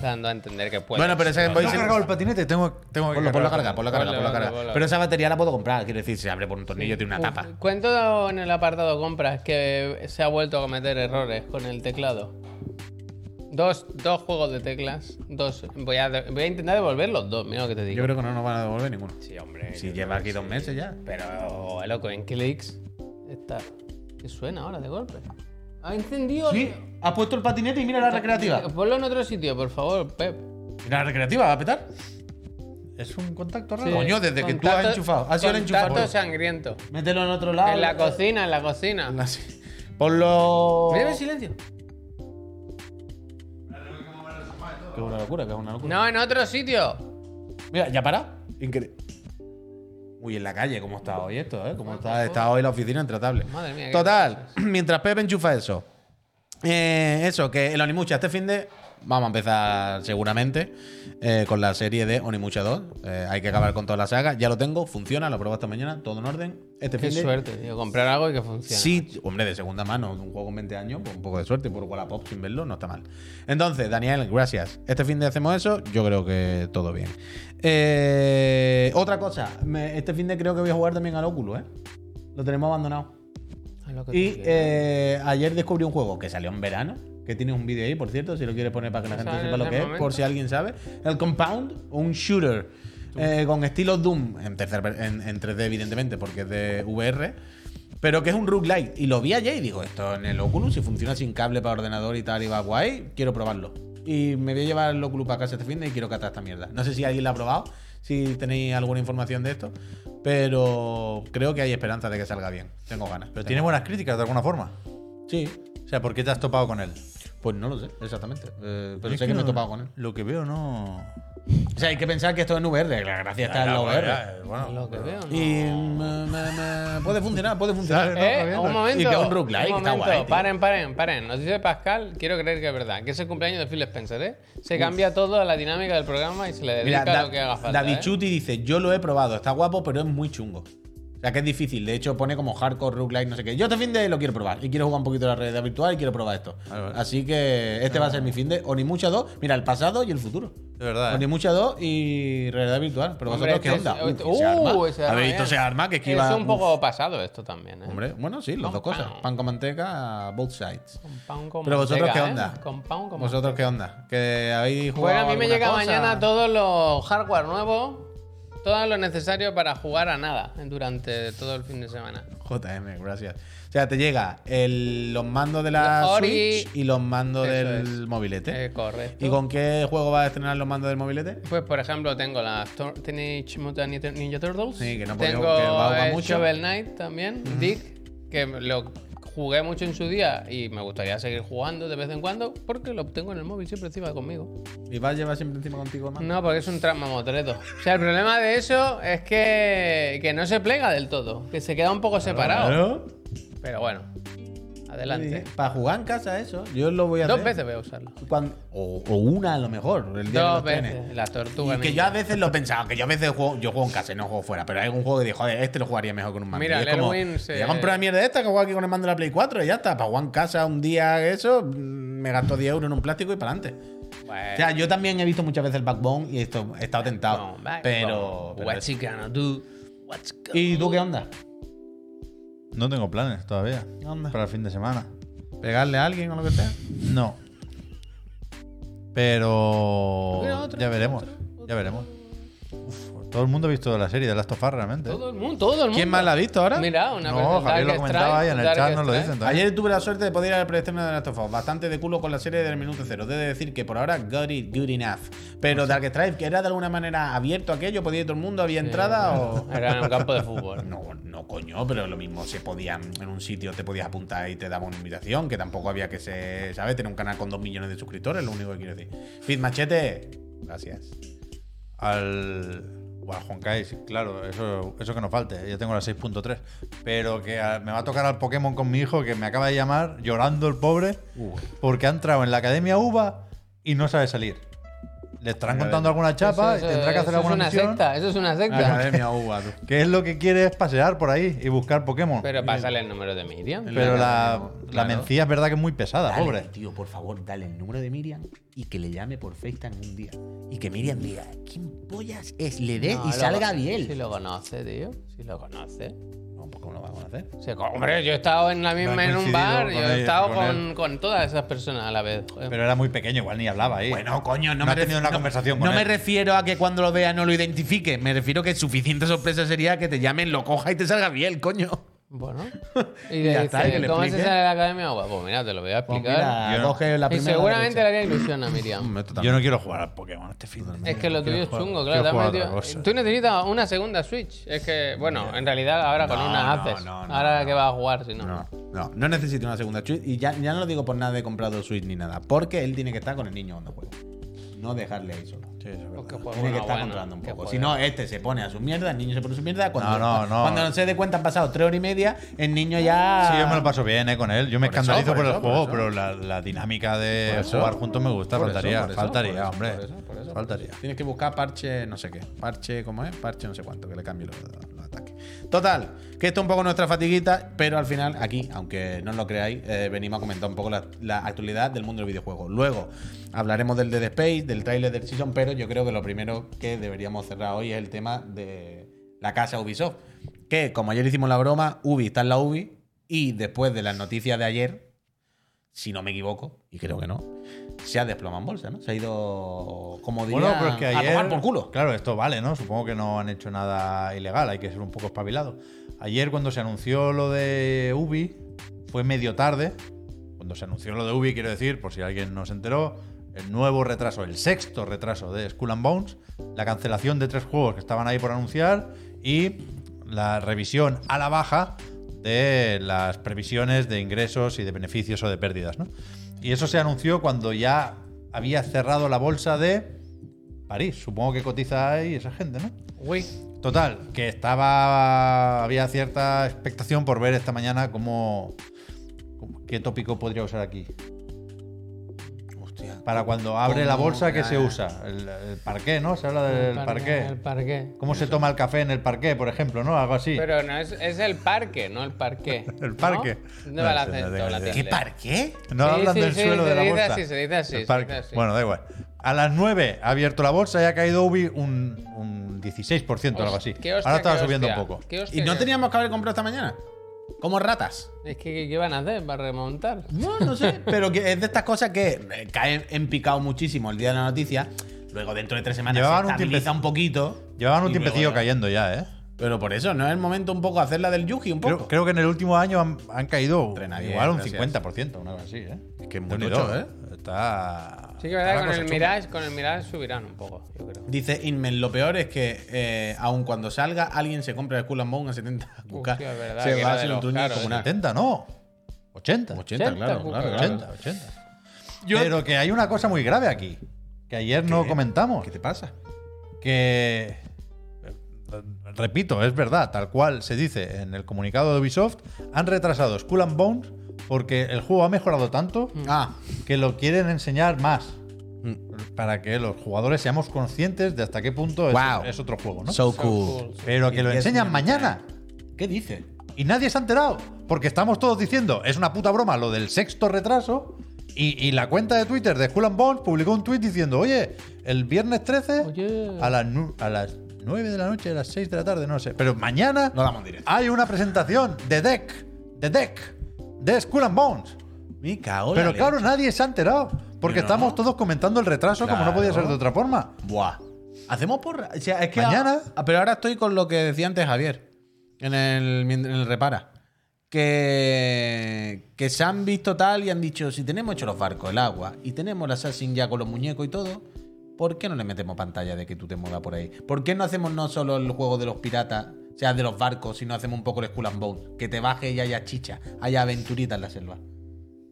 Speaker 3: Dando a entender que puede.
Speaker 1: Bueno, pero esa Game Boy
Speaker 2: No he
Speaker 1: se-
Speaker 2: cargado el patinete, tengo, tengo que
Speaker 1: Ponlo, ponlo a cargar,
Speaker 2: cargarlo.
Speaker 1: ponlo a cargar,
Speaker 3: Ponlo,
Speaker 1: ponlo a
Speaker 3: ponlo,
Speaker 1: cargar.
Speaker 3: ponlo.
Speaker 1: Pero esa batería la puedo comprar, quiero decir, se abre por un tornillo, tiene una tapa.
Speaker 3: Cuento en el apartado compras que se ha vuelto a cometer errores con el teclado. Dos, dos juegos de teclas. Dos. Voy a, voy a intentar devolver los dos, mira lo que te digo.
Speaker 1: Yo creo que no nos van a devolver ninguno.
Speaker 3: Sí, hombre.
Speaker 1: Si
Speaker 3: yo
Speaker 1: lleva
Speaker 3: creo
Speaker 1: aquí
Speaker 3: que
Speaker 1: dos
Speaker 3: sí.
Speaker 1: meses ya.
Speaker 3: Pero, loco, en clics está. ¿Qué suena ahora de golpe? ¿Ha encendido?
Speaker 1: Sí, has puesto el patinete y mira la recreativa.
Speaker 3: Ponlo en otro sitio, por favor, Pep.
Speaker 1: Mira la recreativa, va a petar.
Speaker 2: Es un contacto raro.
Speaker 3: Sí.
Speaker 1: Coño, desde que tú has enchufado, has sido el
Speaker 3: contacto
Speaker 1: enchufador.
Speaker 3: sangriento.
Speaker 1: Mételo en otro lado.
Speaker 3: en la cocina, en la cocina.
Speaker 1: En la- Ponlo.
Speaker 3: Mira el silencio.
Speaker 1: Que es una locura, que es una locura.
Speaker 3: No, en otro sitio.
Speaker 1: Mira, ya para. Increíble. Uy, en la calle, ¿cómo está hoy esto? Eh? ¿Cómo está, está hoy la oficina intratable?
Speaker 3: pues, Madre mía, qué
Speaker 1: Total, mientras Pepe enchufa eso. Eh, eso, que el Onimucha este fin de. Vamos a empezar seguramente eh, con la serie de Onimucha 2. Eh, hay que acabar con toda la saga. Ya lo tengo, funciona, lo pruebo esta mañana, todo en orden. Este
Speaker 3: Qué
Speaker 1: fin de-
Speaker 3: suerte, tío. Comprar algo y que funcione.
Speaker 1: Sí, hombre, de segunda mano, un juego con 20 años, pues un poco de suerte, por Wallapop sin verlo, no está mal. Entonces, Daniel, gracias. Este fin de hacemos eso, yo creo que todo bien. Eh, otra cosa, me- este fin de creo que voy a jugar también al Oculus, ¿eh? Lo tenemos abandonado.
Speaker 3: Haz lo que tú
Speaker 1: Y
Speaker 3: quieras.
Speaker 1: eh, ayer descubrí un juego que salió en verano, que tiene un vídeo ahí, por cierto, si lo quieres poner para que la
Speaker 3: No
Speaker 1: gente
Speaker 3: sale
Speaker 1: sepa lo
Speaker 3: en
Speaker 1: que
Speaker 3: el
Speaker 1: es, por
Speaker 3: momento.
Speaker 1: si alguien sabe. El Compound, un shooter eh, con estilo Doom, en, tercer per- en, en 3D evidentemente, porque es de VR, pero que es un roguelite. Y lo vi ayer y digo, esto en el Oculus, si funciona sin cable para ordenador y tal y va guay, quiero probarlo. Y me voy a llevar el Oculus para casa este fin de y quiero catar esta mierda. No sé si alguien la ha probado, si tenéis alguna información de esto, pero creo que hay esperanza de que salga bien. Tengo ganas.
Speaker 2: Pero
Speaker 1: Tengo
Speaker 2: tiene buenas críticas de alguna forma.
Speaker 1: Sí,
Speaker 2: O sea, ¿por qué te has topado con él?
Speaker 1: pues no lo sé, exactamente. Eh, pero
Speaker 2: Es
Speaker 1: sé que me he
Speaker 2: no-
Speaker 1: topado con él.
Speaker 2: Lo que veo no. Ah,
Speaker 1: O sea, hay que pensar que esto es en VR, la gracia está en la VR.
Speaker 3: Es
Speaker 2: Bueno,
Speaker 3: lo que veo, ¿no?
Speaker 1: Y mm, mm, mm, puede funcionar, puede funcionar.
Speaker 2: Dale,
Speaker 1: Eh,
Speaker 2: no,
Speaker 3: Eh,
Speaker 2: está bien,
Speaker 3: un
Speaker 2: no.
Speaker 3: momento.
Speaker 1: Y que un roguelike,
Speaker 3: un
Speaker 1: está
Speaker 3: momento.
Speaker 1: guay, tío.
Speaker 3: paren, paren, paren. Nos dice Pascal, quiero creer que es verdad, que es el cumpleaños de Phil Spencer, ¿eh? Se cambia todo a la dinámica del programa y se le dedica
Speaker 1: Mira, Da-
Speaker 3: lo que haga falta.
Speaker 1: David
Speaker 3: ¿eh?
Speaker 1: Chuti dice, yo lo he probado, está guapo, pero es muy chungo. O sea que es difícil, de hecho pone como hardcore, roguelike, no sé qué. Yo este fin de lo quiero probar y quiero jugar un poquito a la realidad virtual y quiero probar esto. Así que este va a ser mi fin de Onimucha 2, mira, el pasado y el futuro.
Speaker 2: De verdad, eh.
Speaker 1: Onimucha 2 y realidad virtual. Pero
Speaker 3: Hombre,
Speaker 1: vosotros, ¿qué
Speaker 3: este
Speaker 1: onda?
Speaker 3: es-
Speaker 1: Uf, ese
Speaker 3: uh,
Speaker 1: arma.
Speaker 3: ese arma
Speaker 1: Habéis visto
Speaker 3: es-
Speaker 1: ese arma que esquiva.
Speaker 3: Es un
Speaker 1: Uf.
Speaker 3: poco pasado esto también, ¿eh?
Speaker 1: Hombre, bueno, sí, las dos
Speaker 3: Pan,
Speaker 1: cosas.
Speaker 3: pan.
Speaker 1: Pan con manteca, both sides.
Speaker 3: Con pan, con
Speaker 1: Pero vosotros,
Speaker 3: manteca,
Speaker 1: ¿qué onda?
Speaker 3: ¿eh? Con pan, con
Speaker 1: ¿Vosotros qué onda? ¿Que habéis jugado
Speaker 3: Bueno, a mí me
Speaker 1: alguna
Speaker 3: llega
Speaker 1: cosa?
Speaker 3: mañana todos los hardware nuevos, todo lo necesario para jugar a nada durante todo el fin de semana.
Speaker 1: JM, gracias. O sea, te llega el- los mandos de la
Speaker 3: Los Ori.
Speaker 1: Switch y los mandos
Speaker 3: Eso
Speaker 1: del
Speaker 3: es.
Speaker 1: mobilete.
Speaker 3: Eh, correcto.
Speaker 1: ¿Y con qué juego vas a estrenar los mandos del mobilete?
Speaker 3: Pues por ejemplo tengo las Tor- Teenage Mutant Ninja- Ninja Turtles.
Speaker 1: Sí, que no podía-
Speaker 3: tengo
Speaker 1: que va a jugar
Speaker 3: el
Speaker 1: mucho.
Speaker 3: Shovel Knight también, Dick, que lo jugué mucho en su día y me gustaría seguir jugando de vez en cuando porque lo tengo en el móvil siempre encima conmigo.
Speaker 1: ¿Y vas a llevar siempre encima contigo el mando?
Speaker 3: No, porque es un motreto. O sea, el problema de eso es que, que no se plega del todo, que se queda un poco separado.
Speaker 1: Claro.
Speaker 3: Pero bueno, adelante.
Speaker 1: Sí, Para jugar en casa, eso. Yo lo voy a
Speaker 3: Dos
Speaker 1: hacer.
Speaker 3: veces voy a usarlo.
Speaker 1: Cuando- o, o una a lo mejor, el día que
Speaker 3: Dos
Speaker 1: los
Speaker 3: veces.
Speaker 1: trenes.
Speaker 3: La tortuga.
Speaker 1: Y que
Speaker 3: ninja.
Speaker 1: yo a veces lo pensaba, que yo a veces juego, yo juego en casa y no juego fuera, pero hay algún juego que digo, joder, este lo jugaría mejor con un mando.
Speaker 3: Mira, eh,
Speaker 1: y es
Speaker 3: el
Speaker 1: como,
Speaker 3: Erwin
Speaker 1: voy
Speaker 3: se-
Speaker 1: a comprar la mierda esta que juego aquí con el mando de la Play 4 y ya está. Para jugar en casa un día eso, mm, me gasto 10 euros en un plástico y para adelante.
Speaker 3: Bueno.
Speaker 1: O sea, yo también he visto muchas veces el backbone y esto, he estado tentado.
Speaker 3: No, va-
Speaker 1: pero. pero
Speaker 3: What you gonna do? What you gonna
Speaker 1: ¿Y tú qué onda?
Speaker 2: No tengo planes todavía.
Speaker 1: Anda.
Speaker 2: Para el fin de semana.
Speaker 1: ¿Pegarle a alguien o lo que sea?
Speaker 2: No. Pero.
Speaker 3: Mira, otro,
Speaker 2: ya
Speaker 3: otro,
Speaker 2: veremos.
Speaker 3: otro,
Speaker 2: Ya veremos. Uf, todo el mundo ha visto la serie de Last of Us realmente. ¿eh?
Speaker 3: Todo el mundo, todo el mundo.
Speaker 1: ¿Quién más la ha visto ahora?
Speaker 3: Mira, una
Speaker 2: no, Javier lo
Speaker 3: Dark
Speaker 2: comentaba ahí
Speaker 3: Strike,
Speaker 2: en el
Speaker 3: Dark
Speaker 2: chat, nos lo
Speaker 3: Strike.
Speaker 2: dicen también.
Speaker 1: Ayer tuve la suerte de poder ir al preestreno de Last of Us. Bastante de culo con la serie del minuto cero. De decir que por ahora got it good enough. Pero Dark Strife, que era de alguna manera abierto a aquello, podía ir todo el mundo, había entrada o.
Speaker 3: Era en un campo de fútbol.
Speaker 1: No, no, coño, pero lo mismo se podía. En un sitio te podías apuntar y te daban una invitación, que tampoco había que se. ¿Sabes? Tener un canal con dos millones de suscriptores, lo único que quiero decir. Fit Machete, gracias.
Speaker 2: al, o al Honkai, sí, claro, eso, eso que no falte. Yo tengo la 6.3. Pero que a- me va a tocar al Pokémon con mi hijo que me acaba de llamar llorando el pobre
Speaker 1: Uh.
Speaker 2: porque ha entrado en la Academia UVA y no sabe salir. Le estarán contando alguna chapa
Speaker 3: Eso-
Speaker 2: y tendrá que hacer
Speaker 3: eso es
Speaker 2: alguna
Speaker 3: una
Speaker 2: misión.
Speaker 3: secta, eso es una secta.
Speaker 1: Academia UBA, tú.
Speaker 2: Que es lo que quiere es pasear por ahí y buscar Pokémon. Pero,
Speaker 3: Pero pásale el número de Miriam.
Speaker 2: la, la
Speaker 3: claro.
Speaker 2: mencía es verdad que es muy pesada,
Speaker 1: Dale,
Speaker 2: pobre.
Speaker 1: Tío, por favor, dale el número de Miriam y que le llame por FaceTime un día. Y que Miriam diga, ¿quién pollas es? Le dé
Speaker 3: No,
Speaker 1: y
Speaker 3: lo-
Speaker 1: salga bien.
Speaker 3: Si lo conoce, tío. Si lo conoce.
Speaker 1: No, pues ¿cómo lo va a conocer?
Speaker 3: Se- hombre, yo he estado en la
Speaker 2: No
Speaker 3: misma
Speaker 2: he
Speaker 3: en un
Speaker 2: coincidido
Speaker 3: bar,
Speaker 2: con
Speaker 3: yo
Speaker 2: ella,
Speaker 3: he estado
Speaker 2: con
Speaker 3: con,
Speaker 2: él.
Speaker 3: con todas esas personas a la vez. joder.
Speaker 2: Pero era muy pequeño, igual ni hablaba ahí.
Speaker 1: Bueno, coño, no,
Speaker 2: No
Speaker 1: me
Speaker 2: ha tenido
Speaker 1: ref-
Speaker 2: una
Speaker 1: no-
Speaker 2: conversación
Speaker 1: No
Speaker 2: con
Speaker 1: me
Speaker 2: él.
Speaker 1: refiero a que cuando lo vea no lo identifique. Me refiero que suficiente sorpresa sería que te llamen, lo coja y te salga bien, coño.
Speaker 3: bueno. Y
Speaker 1: Ya
Speaker 3: le
Speaker 1: está, que
Speaker 3: dice,
Speaker 1: le
Speaker 3: ¿cómo se
Speaker 1: explique.
Speaker 3: sale de la academia? Guau, Pues mira, te lo voy a explicar.
Speaker 2: yo no-
Speaker 1: coge la
Speaker 3: y
Speaker 1: primera.
Speaker 3: seguramente le haría ilusión a Miriam.
Speaker 2: Yo no quiero jugar al Pokémon este fin. de
Speaker 3: Es que lo tuyo
Speaker 2: Quiero
Speaker 3: es
Speaker 2: jugar-
Speaker 3: chungo,
Speaker 2: quiero
Speaker 3: claro. te has
Speaker 2: jugar a
Speaker 3: metido-
Speaker 2: otra cosa.
Speaker 3: Tú necesitas una segunda Switch. Es que, bueno, en realidad ahora con
Speaker 1: No,
Speaker 3: una
Speaker 1: no,
Speaker 3: haces.
Speaker 1: no, no,
Speaker 3: ahora
Speaker 1: no.
Speaker 3: que vas a jugar, si no.
Speaker 1: No, no, no necesito una segunda Switch. Y ya, ya no lo digo por nada de comprado Switch ni nada. Porque él tiene que estar con el niño cuando juega. No dejarle ahí solo.
Speaker 2: Sí, eso es verdad.
Speaker 3: Pues que juega
Speaker 1: Tiene que
Speaker 3: una
Speaker 1: estar
Speaker 3: buena,
Speaker 1: controlando un
Speaker 3: que
Speaker 1: poco.
Speaker 3: juega.
Speaker 1: Si no, este se pone a su mierda, el niño se pone a su mierda. Cuando,
Speaker 2: No, no, no.
Speaker 1: cuando se dé cuenta han pasado tres horas y media, el niño ya.
Speaker 2: Sí, yo me lo paso bien eh, con él. Yo me
Speaker 1: Por eso,
Speaker 2: escandalizo
Speaker 1: por
Speaker 2: por,
Speaker 1: eso,
Speaker 2: el
Speaker 1: por
Speaker 2: juego,
Speaker 1: eso.
Speaker 2: pero la, la dinámica de
Speaker 1: Por eso.
Speaker 2: jugar juntos me gusta.
Speaker 1: Por eso,
Speaker 2: faltaría,
Speaker 1: por eso,
Speaker 2: faltaría,
Speaker 1: por eso,
Speaker 2: hombre.
Speaker 1: por eso, por eso, por
Speaker 2: faltaría.
Speaker 1: eso. Tienes que buscar parche, no sé qué. Parche, ¿cómo es? Parche, no sé cuánto, que le cambie los, los ataques. Total, que esto es un poco nuestra fatiguita, pero al final, aquí, aunque no os lo creáis, eh, venimos a comentar un poco la, la actualidad del mundo del videojuego. Luego hablaremos del Dead Space, del tráiler del Season, pero yo creo que lo primero que deberíamos cerrar hoy es el tema de la casa Ubisoft. Que, como ayer hicimos la broma, Ubi está en la Ubi y después de las noticias de ayer, si no me equivoco, y creo que no, se ha desplomado en bolsa, ¿no? Se ha ido, como diría,
Speaker 2: Bueno, pero es que
Speaker 1: a
Speaker 2: ayer.
Speaker 1: tomar por culo.
Speaker 2: Claro, esto vale, ¿no? Supongo que no han hecho nada ilegal, hay que ser un poco espabilado. Ayer, cuando se anunció lo de Ubi, fue medio tarde. Cuando se anunció lo de Ubi, quiero decir, por si alguien no se enteró, el nuevo retraso, el sexto retraso de Skull and Bones, la cancelación de tres juegos que estaban ahí por anunciar y la revisión a la baja de las previsiones de ingresos y de beneficios o de pérdidas, ¿no? Y eso se anunció cuando ya había cerrado la bolsa de París. Supongo que cotiza ahí esa gente, ¿no?
Speaker 3: Uy.
Speaker 2: Total, que estaba. Había cierta expectación por ver esta mañana cómo. cómo- qué tópico podría usar aquí.
Speaker 1: Hostia.
Speaker 2: Para cuando abre la
Speaker 1: ¿Cómo?
Speaker 2: bolsa, ¿qué
Speaker 1: Ya,
Speaker 2: se
Speaker 1: ya.
Speaker 2: usa? El, el parqué, ¿no? Se habla del
Speaker 3: El
Speaker 2: parqué.
Speaker 3: parqué.
Speaker 2: ¿Cómo se toma el café en el parqué, por ejemplo, ¿no? Algo así.
Speaker 3: Pero no es, es el parque, no el parque.
Speaker 2: El parque.
Speaker 3: ¿No?
Speaker 2: No,
Speaker 3: ¿Dónde va el
Speaker 2: no tengo
Speaker 3: acento
Speaker 2: ni idea.
Speaker 1: ¿Qué
Speaker 3: lateral?
Speaker 1: parqué?
Speaker 2: No
Speaker 3: Sí,
Speaker 2: hablan
Speaker 3: sí,
Speaker 2: del
Speaker 3: sí,
Speaker 2: suelo
Speaker 3: se
Speaker 2: de la
Speaker 3: dice
Speaker 2: bolsa.
Speaker 3: así, se dice así,
Speaker 2: El
Speaker 3: se
Speaker 2: parque.
Speaker 3: dice así.
Speaker 2: Bueno, da igual. A las 9 ha abierto la bolsa y ha caído Ubi un, un 16% o algo así.
Speaker 3: Qué hostia,
Speaker 2: Ahora estaba
Speaker 3: qué
Speaker 2: subiendo un
Speaker 3: hostia.
Speaker 2: poco.
Speaker 3: Qué
Speaker 1: ¿Y
Speaker 3: hostia,
Speaker 1: no
Speaker 3: qué-
Speaker 1: teníamos que haber comprado esta mañana? Como ratas.
Speaker 3: Es que, ¿qué- ¿qué van a hacer? ¿Va a remontar?
Speaker 1: No, no sé. Pero que es de estas cosas que eh, caen en picado muchísimo el día de la noticia. Luego, dentro de tres semanas,
Speaker 2: Llevaban
Speaker 1: se
Speaker 2: un
Speaker 1: estabiliza
Speaker 2: tiempe-
Speaker 1: un poquito.
Speaker 2: Llevaban un
Speaker 1: y luego
Speaker 2: tiempecillo
Speaker 1: ya.
Speaker 2: cayendo ya, ¿eh?
Speaker 1: Pero por eso, ¿no es el momento un poco hacer la del Yuji? Un poco.
Speaker 2: Creo, creo que en el último año han, han caído
Speaker 1: Entrena bien,
Speaker 2: igual un
Speaker 1: gracias.
Speaker 2: 50%, una cosa así, ¿eh?
Speaker 1: Es que es
Speaker 2: Está
Speaker 1: muy
Speaker 2: unido,
Speaker 1: tocho, ¿eh?
Speaker 2: Está.
Speaker 3: Sí, que
Speaker 2: está la
Speaker 3: verdad, con
Speaker 2: cosa
Speaker 3: el,
Speaker 2: chunga.
Speaker 3: Mirage, con el Mirage subirán un poco, yo creo.
Speaker 1: Dice Inmen, lo peor es que eh, aun cuando salga, alguien se compra el Skull and Bone a 70 QK.
Speaker 3: Hostia, es verdad,
Speaker 1: se
Speaker 3: que
Speaker 1: va
Speaker 3: era
Speaker 1: a
Speaker 3: de
Speaker 1: hacer un
Speaker 3: los
Speaker 1: truño
Speaker 3: caros,
Speaker 1: comunal.
Speaker 2: 70, no.
Speaker 1: 80,
Speaker 2: 80.
Speaker 3: 80,
Speaker 1: claro, claro,
Speaker 3: cuca.
Speaker 1: claro.
Speaker 2: 80, 80. Pero que hay una cosa muy grave aquí. Que ayer no
Speaker 1: ¿Qué?
Speaker 2: comentamos.
Speaker 1: ¿Qué te pasa?
Speaker 2: que repito, es verdad, tal cual se dice en el comunicado de Ubisoft, han retrasado Skull and Bones porque el juego ha mejorado tanto
Speaker 3: Mm.
Speaker 1: Ah,
Speaker 2: que lo quieren enseñar más.
Speaker 1: Mm.
Speaker 2: Para que los jugadores seamos conscientes de hasta qué punto es,
Speaker 1: Wow.
Speaker 2: es otro juego, ¿no?
Speaker 1: so,
Speaker 3: So
Speaker 1: cool.
Speaker 3: cool, sí.
Speaker 2: Pero que lo
Speaker 1: Yes,
Speaker 2: enseñan
Speaker 1: man.
Speaker 2: mañana.
Speaker 1: ¿Qué dice?
Speaker 2: Y nadie se ha enterado. Porque estamos todos diciendo, es una puta broma lo del sexto retraso. Y, y la cuenta de Twitter de Skull and Bones publicó un tweet diciendo, oye, el viernes 13
Speaker 3: Oye.
Speaker 2: a las, nu- a las 9 de la noche, a las 6 de la tarde, no sé. Pero mañana
Speaker 1: No damos directo.
Speaker 2: hay una presentación de Deck, de Deck, de Skull and Bones.
Speaker 1: Me cago en la
Speaker 2: Pero
Speaker 1: leche.
Speaker 2: claro, nadie se ha enterado. Porque
Speaker 1: No.
Speaker 2: estamos todos comentando el retraso como no podía
Speaker 1: Claro.
Speaker 2: ser de otra forma.
Speaker 1: Buah. Hacemos porra. O sea, es que
Speaker 2: Mañana.
Speaker 1: ah, pero ahora estoy con lo que decía antes Javier. En el, en el repara. Que, que se han visto tal y han dicho: si tenemos hecho los barcos, el agua, y tenemos el Assassin ya con los muñecos y todo, ¿por qué no le metemos pantalla de que tú te mudas por ahí? ¿Por qué no hacemos no solo el juego de los piratas, o sea, de los barcos, sino hacemos un poco el Skull and Bones? Que te baje y haya chicha, haya aventurita en la selva.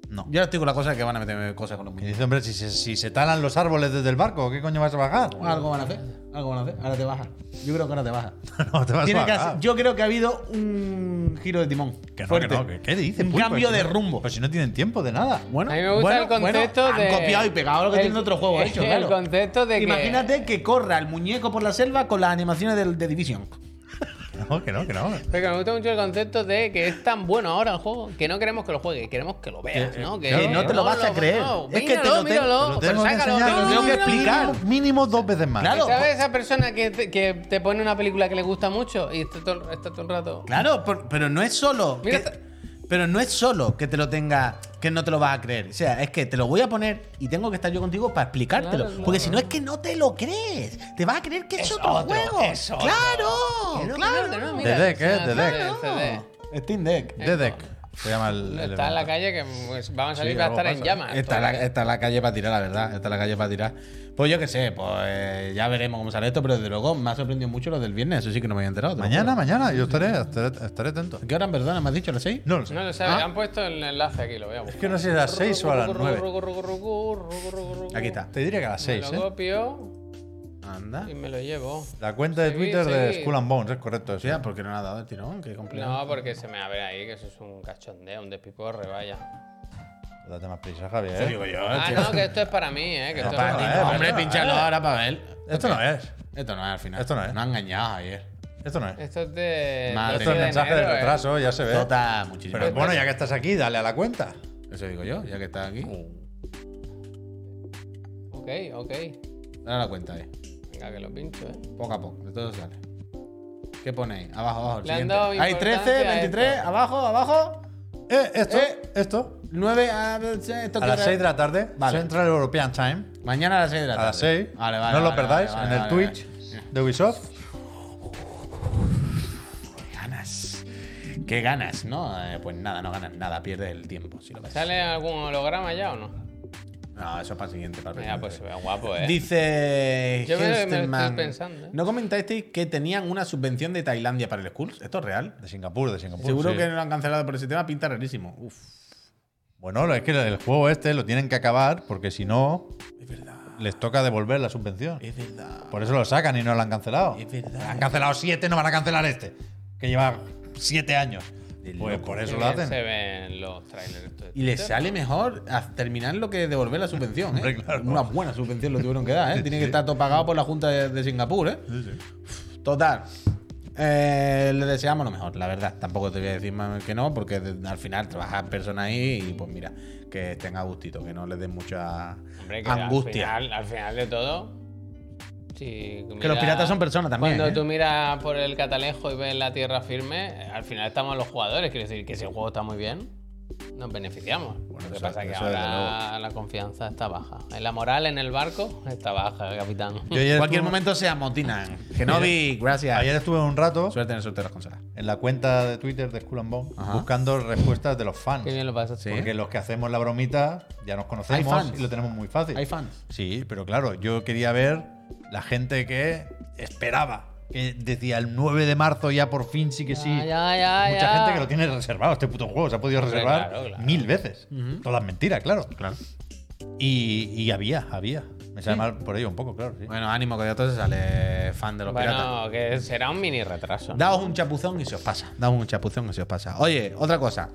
Speaker 2: No.
Speaker 1: Yo ahora estoy con la cosa de que van a meter cosas con los
Speaker 2: Y
Speaker 1: muñecos.
Speaker 2: dice, hombre, si se, si se talan los árboles desde el barco, ¿qué coño vas a bajar?
Speaker 1: Algo van a hacer, algo van a hacer. Ahora te baja. Yo creo que ahora te baja.
Speaker 2: No, te vas
Speaker 1: Tiene
Speaker 2: a
Speaker 1: que
Speaker 2: bajar.
Speaker 1: hacer- yo creo que ha habido un giro de timón.
Speaker 2: Que no,
Speaker 1: fuerte.
Speaker 2: que no, que- ¿Qué dices?
Speaker 1: Un
Speaker 2: Pulpo?
Speaker 1: cambio
Speaker 2: Si
Speaker 1: de
Speaker 2: no-
Speaker 1: rumbo.
Speaker 2: Pues si no tienen tiempo de nada.
Speaker 1: bueno,
Speaker 3: A mí me gusta el concepto
Speaker 1: han
Speaker 3: de-
Speaker 1: copiado y pegado lo que
Speaker 3: el-
Speaker 1: tiene otro juego hecho.
Speaker 3: el
Speaker 1: claro.
Speaker 3: concepto de que-
Speaker 1: Imagínate que... corra el muñeco por la selva con las animaciones del- de, Division.
Speaker 2: No, que no, que no.
Speaker 3: Pero que me gusta mucho el concepto de que es tan bueno ahora el juego que no queremos que lo juegue, queremos que lo veas,
Speaker 2: Que-
Speaker 3: ¿no?
Speaker 2: que no te
Speaker 1: lo vas a creer.
Speaker 3: es
Speaker 1: Es que
Speaker 3: que
Speaker 1: te lo te-
Speaker 3: míralo,
Speaker 2: Te lo
Speaker 3: pero
Speaker 2: tengo que
Speaker 3: sácalo.
Speaker 2: enseñar, te
Speaker 3: no,
Speaker 2: lo tengo que
Speaker 3: míralo,
Speaker 2: explicar
Speaker 3: míralo.
Speaker 2: mínimo, dos veces más.
Speaker 1: Claro.
Speaker 3: ¿Sabes esa persona que te, que te pone una película que le gusta mucho y está todo, está todo el rato?
Speaker 1: Claro, por- pero no es solo.
Speaker 3: Mira
Speaker 1: que-
Speaker 3: esta-
Speaker 1: pero no es solo que te lo tenga, que no te lo vas a creer. O sea, es que te lo voy a poner y tengo que estar yo contigo para explicártelo.
Speaker 3: Claro, claro.
Speaker 1: Porque si no es que no te lo crees. Te vas a creer que es,
Speaker 3: Es
Speaker 1: otro,
Speaker 3: otro,
Speaker 1: juego.
Speaker 3: es otro. Que
Speaker 1: Claro,
Speaker 3: no,
Speaker 1: claro.
Speaker 3: que no, que no,
Speaker 2: De
Speaker 3: mira,
Speaker 2: deck, ¿eh?
Speaker 3: sí,
Speaker 2: De
Speaker 3: sí,
Speaker 2: deck.
Speaker 3: sí, sí.
Speaker 1: Steam Deck.
Speaker 2: The Deck. Se llama el. el
Speaker 3: Está en la
Speaker 2: evento.
Speaker 3: calle que pues, vamos a salir
Speaker 2: Sí,
Speaker 3: va a
Speaker 2: algo
Speaker 3: estar en
Speaker 2: pasa.
Speaker 3: llamas.
Speaker 1: Está la,
Speaker 3: todavía.
Speaker 1: está la calle para tirar, la verdad. Está la calle para tirar. Pues yo qué sé, pues eh, ya veremos cómo sale esto, pero desde luego me ha sorprendido mucho lo del viernes. Eso sí que no me había enterado. te lo
Speaker 2: Mañana,
Speaker 1: juro.
Speaker 2: mañana, yo estaré, estaré, estaré atento.
Speaker 1: ¿A ¿Qué hora en verdad? ¿Me has dicho a las 6?
Speaker 2: No lo sé. Ah,
Speaker 3: No lo sabes, han puesto el enlace aquí, lo voy a buscar.
Speaker 2: Es que no sé si a las 6 o a las 9.
Speaker 1: Aquí está.
Speaker 2: Te diría que a las 6,
Speaker 3: Me lo
Speaker 2: ¿eh?
Speaker 3: copio
Speaker 1: Anda.
Speaker 3: y me lo llevo.
Speaker 2: La cuenta de
Speaker 3: Sí,
Speaker 2: Twitter
Speaker 3: sí.
Speaker 2: de Skull and Bones, es correcto. Sí.
Speaker 1: Hostia, ¿por qué no le ha dado el tirón? Qué complicado.
Speaker 3: No, porque se me abre ahí, que eso es un cachondeo, un despiporre, vaya.
Speaker 2: Date más prisa, Javier. ¿eh?
Speaker 1: yo,
Speaker 3: Ah, no, que esto es para mí, ¿eh? Que esto
Speaker 2: para
Speaker 3: no-
Speaker 2: ti,
Speaker 3: no,
Speaker 2: no,
Speaker 3: no,
Speaker 1: Hombre,
Speaker 2: esto
Speaker 1: pinchalo
Speaker 2: es.
Speaker 1: ahora para ver.
Speaker 2: Esto no es.
Speaker 1: Esto no es al final.
Speaker 2: Esto no es.
Speaker 1: No ha engañado ayer.
Speaker 2: Esto no es.
Speaker 3: Esto es de.
Speaker 1: Madre
Speaker 2: Esto es
Speaker 1: de
Speaker 2: mensaje de
Speaker 3: enero, eh.
Speaker 2: retraso, ya se ve.
Speaker 1: Tota, muchísimo.
Speaker 2: Pero bueno, ya que estás aquí, dale a la cuenta.
Speaker 1: Eso digo yo, ya que estás aquí.
Speaker 3: Ok, ok.
Speaker 1: Dale la cuenta ahí.
Speaker 3: Venga, que lo pincho, ¿eh?
Speaker 1: Poco a poco, de todo sale. ¿Qué ponéis? Abajo, abajo. el
Speaker 3: Le han
Speaker 1: siguiente.
Speaker 3: dado
Speaker 1: Hay 13,
Speaker 3: importancia a
Speaker 1: 23, abajo, abajo.
Speaker 2: Eh, esto,
Speaker 1: Eh.
Speaker 2: esto.
Speaker 1: 9 a, esto
Speaker 2: A las 6 de la tarde,
Speaker 1: Vale.
Speaker 2: Central European Time.
Speaker 1: Mañana a las 6 de la tarde.
Speaker 2: A las 6.
Speaker 1: Vale, vale,
Speaker 2: no lo
Speaker 1: vale,
Speaker 2: perdáis
Speaker 1: vale,
Speaker 2: en el
Speaker 1: vale,
Speaker 2: Twitch de Ubisoft.
Speaker 1: vale. Qué ganas. Qué ganas, ¿no? Eh, pues nada, no ganas nada, pierdes el tiempo. Si lo ves.
Speaker 3: ¿Sale algún holograma ya o no?
Speaker 1: No, eso es para el siguiente. Para el
Speaker 3: Mira,
Speaker 1: siguiente.
Speaker 3: pues se ve guapo, ¿eh?
Speaker 1: Dice
Speaker 3: Yo me- me lo estoy
Speaker 1: Hilstenman,
Speaker 3: pensando, ¿eh?
Speaker 1: ¿No comentasteis que tenían una subvención de Tailandia para el Skulls? ¿Esto es real?
Speaker 2: De Singapur, de Singapur.
Speaker 1: Seguro
Speaker 2: sí.
Speaker 1: que no lo han cancelado por ese tema, pinta rarísimo. Uf,
Speaker 2: Bueno, es que el juego este lo tienen que acabar porque si no,
Speaker 1: es verdad.
Speaker 2: les toca devolver la subvención.
Speaker 1: Es verdad.
Speaker 2: Por eso lo sacan y no lo han cancelado.
Speaker 1: Es verdad.
Speaker 2: Han cancelado siete, no van a cancelar este. Que lleva siete años.
Speaker 1: De
Speaker 2: Pues
Speaker 1: loco.
Speaker 2: por
Speaker 3: Qué
Speaker 2: eso lo
Speaker 3: bien Se
Speaker 2: hacen.
Speaker 3: ven los trailers. estos de
Speaker 1: Y les
Speaker 3: Twitter.
Speaker 1: sale mejor a terminar lo que devolver la subvención, ¿eh?
Speaker 2: Hombre, claro.
Speaker 1: Una buena subvención lo tuvieron que dar, ¿eh? Tiene que estar todo pagado por la Junta de, de Singapur, ¿eh? Total. Eh, le deseamos lo mejor, la verdad. Tampoco te voy a decir más que no, porque de- al final trabajan personas ahí y pues mira, que estén a gustito, que no les den mucha
Speaker 3: Hombre, que
Speaker 1: angustia.
Speaker 3: Al final, al final de todo. sí,
Speaker 1: Que los piratas son personas también,
Speaker 3: Cuando
Speaker 1: ¿eh?
Speaker 3: tú miras por el catalejo y ves la tierra firme, eh, al final estamos los jugadores. Quiero decir que si el juego está muy bien, nos beneficiamos.
Speaker 2: Bueno,
Speaker 3: Lo que
Speaker 2: eso-
Speaker 3: pasa es que
Speaker 2: eso desde
Speaker 3: ahora la confianza está baja. La moral en el barco está baja, capitán.
Speaker 2: Yo ayer
Speaker 1: En cualquier
Speaker 2: estuve-
Speaker 1: momento se amotinan. Kenobi, gracias.
Speaker 2: Ayer estuve un rato
Speaker 1: Suerte en el sorteo de las consolas.
Speaker 2: en la cuenta de Twitter de Skull and Bone
Speaker 1: Ajá.
Speaker 2: buscando respuestas de los fans.
Speaker 3: Qué bien lo pasaste.
Speaker 1: Sí.
Speaker 2: Porque los que hacemos la bromita ya nos
Speaker 1: Hay
Speaker 2: conocemos
Speaker 1: fans.
Speaker 2: y lo tenemos muy fácil.
Speaker 1: Hay fans.
Speaker 2: Sí, pero claro, yo quería ver la gente que esperaba. Que decía el 9 de marzo ya por fin sí que sí.
Speaker 3: Ya, ya, ya,
Speaker 2: Mucha
Speaker 3: ya.
Speaker 2: gente que lo tiene reservado. Este puto juego se ha podido
Speaker 3: ah. Hombre,
Speaker 2: reservar
Speaker 3: claro, claro.
Speaker 2: mil veces. Todas las mentiras, claro.
Speaker 1: Claro.
Speaker 2: Y, y había, había. Me sale mal por ello un poco, claro. sí.
Speaker 1: Bueno, ánimo, que de otros se sale fan de los piratas.
Speaker 3: Bueno, que será un mini retraso.
Speaker 1: Daos un chapuzón y se os pasa. Daos un chapuzón y se os pasa. Oye, otra cosa.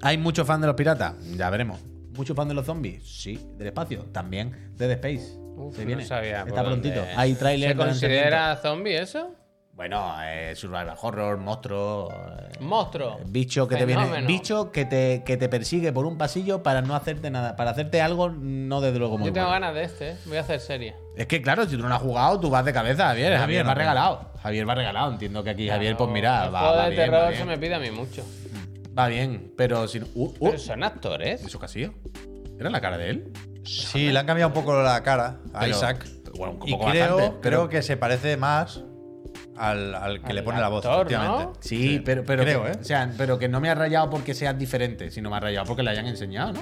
Speaker 1: ¿Hay muchos fans de los piratas? Ya veremos. ¿Muchos fans de los zombies? Sí. ¿Del espacio? También. ¿De The Space?
Speaker 3: Uf,
Speaker 1: Se
Speaker 3: no
Speaker 1: viene.
Speaker 3: sabía por
Speaker 1: Está
Speaker 3: dónde.
Speaker 1: prontito. Hay trailer.
Speaker 3: ¿Se
Speaker 1: de lanzamiento.
Speaker 3: considera zombie eso?
Speaker 1: Bueno, eh, survival horror, monstruo. eh,
Speaker 3: Monstruo.
Speaker 1: Bicho que te viene,
Speaker 3: Fenómeno.
Speaker 1: bicho que te, que te persigue por un pasillo para no hacerte nada, para hacerte algo no desde luego muy
Speaker 3: Yo tengo
Speaker 1: bueno.
Speaker 3: ganas de este, ¿eh? voy a hacer serie.
Speaker 1: Es que claro, si tú no lo has jugado, tú vas de cabeza, Javier.
Speaker 2: No,
Speaker 1: Javier
Speaker 2: no,
Speaker 1: va
Speaker 2: no.
Speaker 1: regalado. Javier va regalado. Entiendo que aquí Javier, pues mira,
Speaker 3: El
Speaker 1: va,
Speaker 3: juego
Speaker 1: va
Speaker 3: de
Speaker 1: bien, va
Speaker 3: terror
Speaker 1: bien.
Speaker 3: se me pide a mí mucho.
Speaker 1: Va bien, pero si no. Uh, uh,
Speaker 3: Pero son actores.
Speaker 1: ¿Eso qué ha sido? ¿Era la cara de él?
Speaker 2: Sí, le han cambiado un poco la cara a
Speaker 1: Pero-
Speaker 2: Isaac.
Speaker 1: bueno, un
Speaker 2: y
Speaker 1: poco
Speaker 2: creo,
Speaker 1: bastante, pero-
Speaker 2: creo que se parece más al, al que le
Speaker 3: Al
Speaker 2: pone la voz,
Speaker 3: actor, ¿no?
Speaker 2: efectivamente.
Speaker 1: Sí, pero, pero
Speaker 2: creo,
Speaker 1: que,
Speaker 2: ¿eh?
Speaker 1: o sea, pero que no me ha rayado porque seas diferente, sino me ha rayado porque le hayan enseñado, ¿no?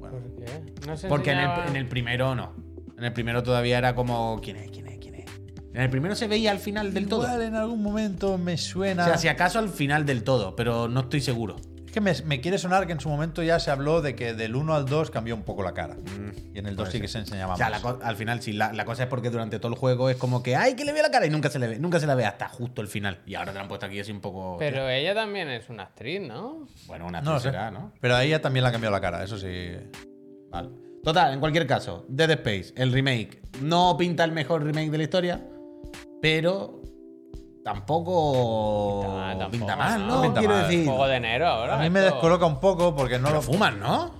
Speaker 3: ¿Por qué? No se
Speaker 1: Porque en el,
Speaker 3: enseñaba-
Speaker 1: en el primero no. En el primero todavía era como quién es, quién es, quién es. En el primero se veía al final del todo.
Speaker 2: Igual en algún momento me
Speaker 1: O
Speaker 2: suena.
Speaker 1: sea, si acaso al final del todo, pero no estoy seguro.
Speaker 2: Es que me, me quiere sonar que en su momento ya se habló de que del 1 al 2 cambió un poco la cara.
Speaker 1: Mm,
Speaker 2: y en el 2 sí que se enseñaba
Speaker 1: O sea, la
Speaker 2: más.
Speaker 1: co- al final sí, la, la cosa es porque durante todo el juego es como que ¡ay, que le veo la cara! Y nunca se le ve, nunca se la ve hasta justo el final. Y ahora te la han puesto aquí así un poco.
Speaker 3: Pero ella también es una actriz, ¿no?
Speaker 1: Bueno, una
Speaker 2: No lo sé.
Speaker 1: tercera, ¿no?
Speaker 2: Pero a ella también le ha cambiado la cara, eso sí.
Speaker 1: Vale. Total, en cualquier caso, Dead Space, el remake, no pinta el mejor remake de la historia, pero tampoco Oh, pinta,
Speaker 3: Ah, tampoco,
Speaker 1: mal, ¿no?
Speaker 2: Pinta
Speaker 1: Quiero
Speaker 2: mal.
Speaker 1: decir,
Speaker 3: Juego de enero ahora.
Speaker 2: A mí me
Speaker 3: esto.
Speaker 2: descoloca un poco porque no
Speaker 1: no
Speaker 2: lo,
Speaker 1: lo fuman, ¿no?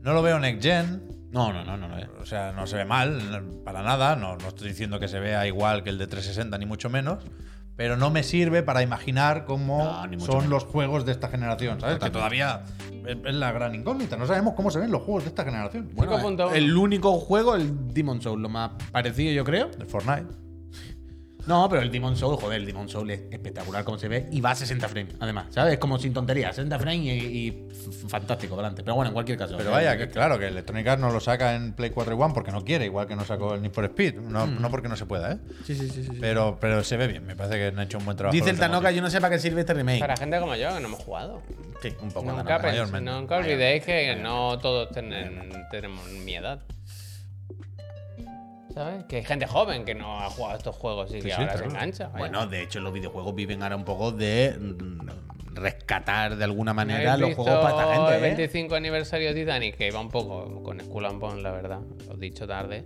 Speaker 2: no lo veo next gen.
Speaker 1: No, no, no, eh. no. no.
Speaker 2: O sea, no se ve mal, no- para nada. No, no estoy diciendo que se vea igual que el de 360, ni mucho menos. Pero no me sirve para imaginar cómo
Speaker 1: No, ni mucho
Speaker 2: son
Speaker 1: menos.
Speaker 2: los juegos de esta generación, ¿sabes? Que todavía es, es la gran incógnita. No sabemos cómo se ven los juegos de esta generación.
Speaker 1: Bueno,
Speaker 3: 5.1.
Speaker 1: el único juego, el Demon Soul, lo más parecido, yo creo.
Speaker 2: El Fortnite.
Speaker 1: No, pero el Demon Soul, joder, el Demon Soul es espectacular como se ve y va a 60 frames, además, ¿sabes? Es Como sin tontería, 60 frames y, y f- fantástico delante. Pero bueno, en cualquier caso.
Speaker 2: Pero
Speaker 1: eh,
Speaker 2: vaya, que claro, que Electronic Arts no lo saca en Play 4 y One porque no quiere, igual que no sacó el Need for Speed. No,
Speaker 1: Hmm.
Speaker 2: no porque no se pueda, ¿eh? Sí, sí, sí. Pero, pero se ve bien, me parece que han hecho un buen trabajo.
Speaker 1: Dice
Speaker 2: los
Speaker 1: el Tanoka,
Speaker 2: demonios.
Speaker 1: yo no sé para qué sirve este remake.
Speaker 3: Para gente como yo que no hemos jugado.
Speaker 1: Sí, un poco.
Speaker 3: Nunca,
Speaker 1: Tanoka.
Speaker 3: pens-
Speaker 2: mayormente.
Speaker 3: nunca olvidéis que no todos tenen- tenemos mi edad. ¿Sabes? Que hay gente joven que no ha jugado a estos juegos y que
Speaker 2: sí,
Speaker 3: ahora
Speaker 2: claro.
Speaker 3: se engancha. vaya.
Speaker 1: Bueno, de hecho, los videojuegos viven ahora un poco de mm, rescatar de alguna manera
Speaker 3: ¿No
Speaker 1: los
Speaker 3: habéis
Speaker 1: juegos para esta
Speaker 3: visto
Speaker 1: gente.
Speaker 3: El
Speaker 1: ¿eh?
Speaker 3: 25 aniversario de Titanic, que iba un poco con Skull and Bones, la verdad. Lo he dicho tarde.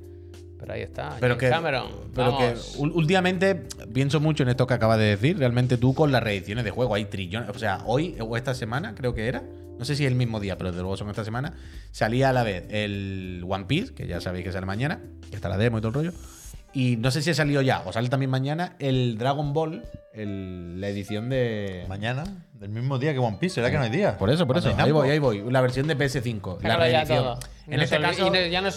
Speaker 3: Pero ahí está.
Speaker 1: Pero
Speaker 3: James
Speaker 1: que,
Speaker 3: Cameron.
Speaker 1: pero que
Speaker 3: vamos.
Speaker 1: ul- últimamente pienso mucho en esto que acabas de decir. Realmente tú con las reediciones de juego hay trillones. O sea, hoy o esta semana creo que era. No sé si el mismo día, pero desde luego son esta semana. Salía a la vez el One Piece, que ya sabéis que sale mañana, que está la demo y todo el rollo. Y no sé si ha salido ya o sale también mañana el Dragon Ball, el- la edición de.
Speaker 2: Mañana, del mismo día que One Piece, ¿será que no hay día?
Speaker 1: Por eso, por
Speaker 2: Bandai
Speaker 1: eso. Ahí
Speaker 2: Namco.
Speaker 1: voy, ahí voy. La versión de PS5. La
Speaker 3: Sácalo ya
Speaker 1: reedición.
Speaker 3: todo. Y
Speaker 1: En
Speaker 3: nos
Speaker 1: este
Speaker 3: olvi-
Speaker 1: caso.
Speaker 3: y no- ya nos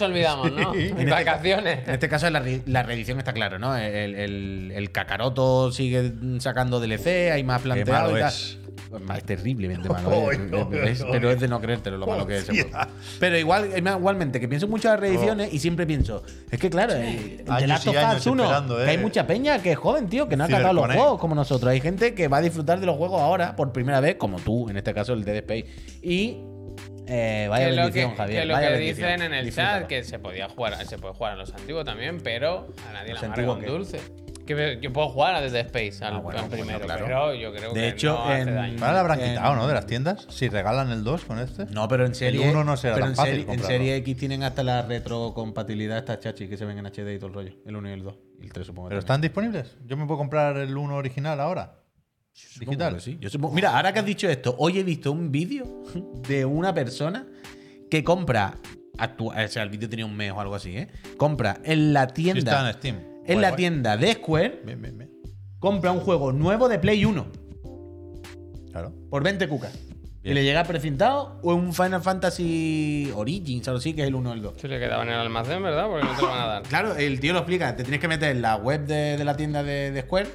Speaker 3: olvidamos, ¿no?
Speaker 1: este
Speaker 3: Vacaciones.
Speaker 1: En este caso, la, re- la reedición está claro, ¿no? El, el- el cacaroto sigue sacando DLC, hay más planteado
Speaker 2: malo
Speaker 1: y tal.
Speaker 2: es.
Speaker 1: Ma- Es terriblemente malo. ¿eh?
Speaker 2: Oy,
Speaker 1: Es-
Speaker 2: oy,
Speaker 1: es-
Speaker 2: oy.
Speaker 1: pero es de no creértelo lo malo que es. ese
Speaker 2: Hostia.
Speaker 1: juego. Pero igual, igualmente, que pienso mucho en las reediciones y siempre pienso, es que claro, el el The
Speaker 2: Años
Speaker 1: Last
Speaker 2: y
Speaker 1: of
Speaker 2: años
Speaker 1: Us 1,
Speaker 2: esperando,
Speaker 1: que
Speaker 2: ¿eh?
Speaker 1: hay mucha peña que es joven, tío, que no ha
Speaker 2: Cyberconnect.
Speaker 1: catado los juegos como nosotros. Hay gente que va a disfrutar de los juegos ahora por primera vez, como tú, en este caso el Dead Space. Y Eh, vaya
Speaker 3: Que lo
Speaker 1: bendición,
Speaker 3: que,
Speaker 1: Javier.
Speaker 3: que lo
Speaker 1: vaya
Speaker 3: que
Speaker 1: bendición.
Speaker 3: dicen en el
Speaker 1: Disfrútalo.
Speaker 3: chat que se podía jugar, se puede jugar a los antiguos también, pero a nadie
Speaker 1: ¿Los
Speaker 3: le amarga
Speaker 1: antiguos
Speaker 3: un
Speaker 1: qué?
Speaker 3: dulce. Que yo puedo jugar a desde Space al,
Speaker 1: Ah, bueno,
Speaker 3: al primero,
Speaker 1: bueno, claro.
Speaker 3: pero yo creo
Speaker 1: De
Speaker 3: que
Speaker 1: hecho,
Speaker 3: no hace
Speaker 1: en-
Speaker 3: daño.
Speaker 2: Ahora lo habrán
Speaker 1: En-
Speaker 2: quitado, ¿no? De las tiendas. Si regalan el 2 con este.
Speaker 1: No, pero en serie.
Speaker 2: uno no será
Speaker 1: pero
Speaker 2: tan
Speaker 1: en
Speaker 2: fácil
Speaker 1: serie, en
Speaker 2: comprarlo.
Speaker 1: serie X tienen hasta la retrocompatibilidad estas chachis que se ven en HD y todo el rollo. El 1 y el 2. Y el 3 supongo. que
Speaker 2: ¿Pero
Speaker 1: también.
Speaker 2: están disponibles? ¿Yo me puedo comprar el 1 original ahora?
Speaker 1: Supongo
Speaker 2: digital.
Speaker 1: que sí. Yo supongo- Mira, ahora que has dicho esto, hoy he visto un vídeo de una persona que compra. actua- o sea, el vídeo tenía un mes o algo así, ¿eh? Compra en la
Speaker 2: Sí, está
Speaker 1: tienda.
Speaker 2: en ¿eh? Steam.
Speaker 1: En
Speaker 2: Guay,
Speaker 1: la
Speaker 2: guay.
Speaker 1: tienda de Square,
Speaker 2: Bien, bien, bien.
Speaker 1: compra un juego nuevo de Play 1
Speaker 2: Claro.
Speaker 1: por 20 cucas. Y
Speaker 2: Bien.
Speaker 1: le llega precintado o un Final Fantasy Origins, algo así, que es el 1 o el 2.
Speaker 3: Sí, le quedaba en el almacén, ¿verdad? Porque no te lo van a dar.
Speaker 1: Claro, el tío lo explica. Te tienes que meter en la web de, de la tienda de, de Square.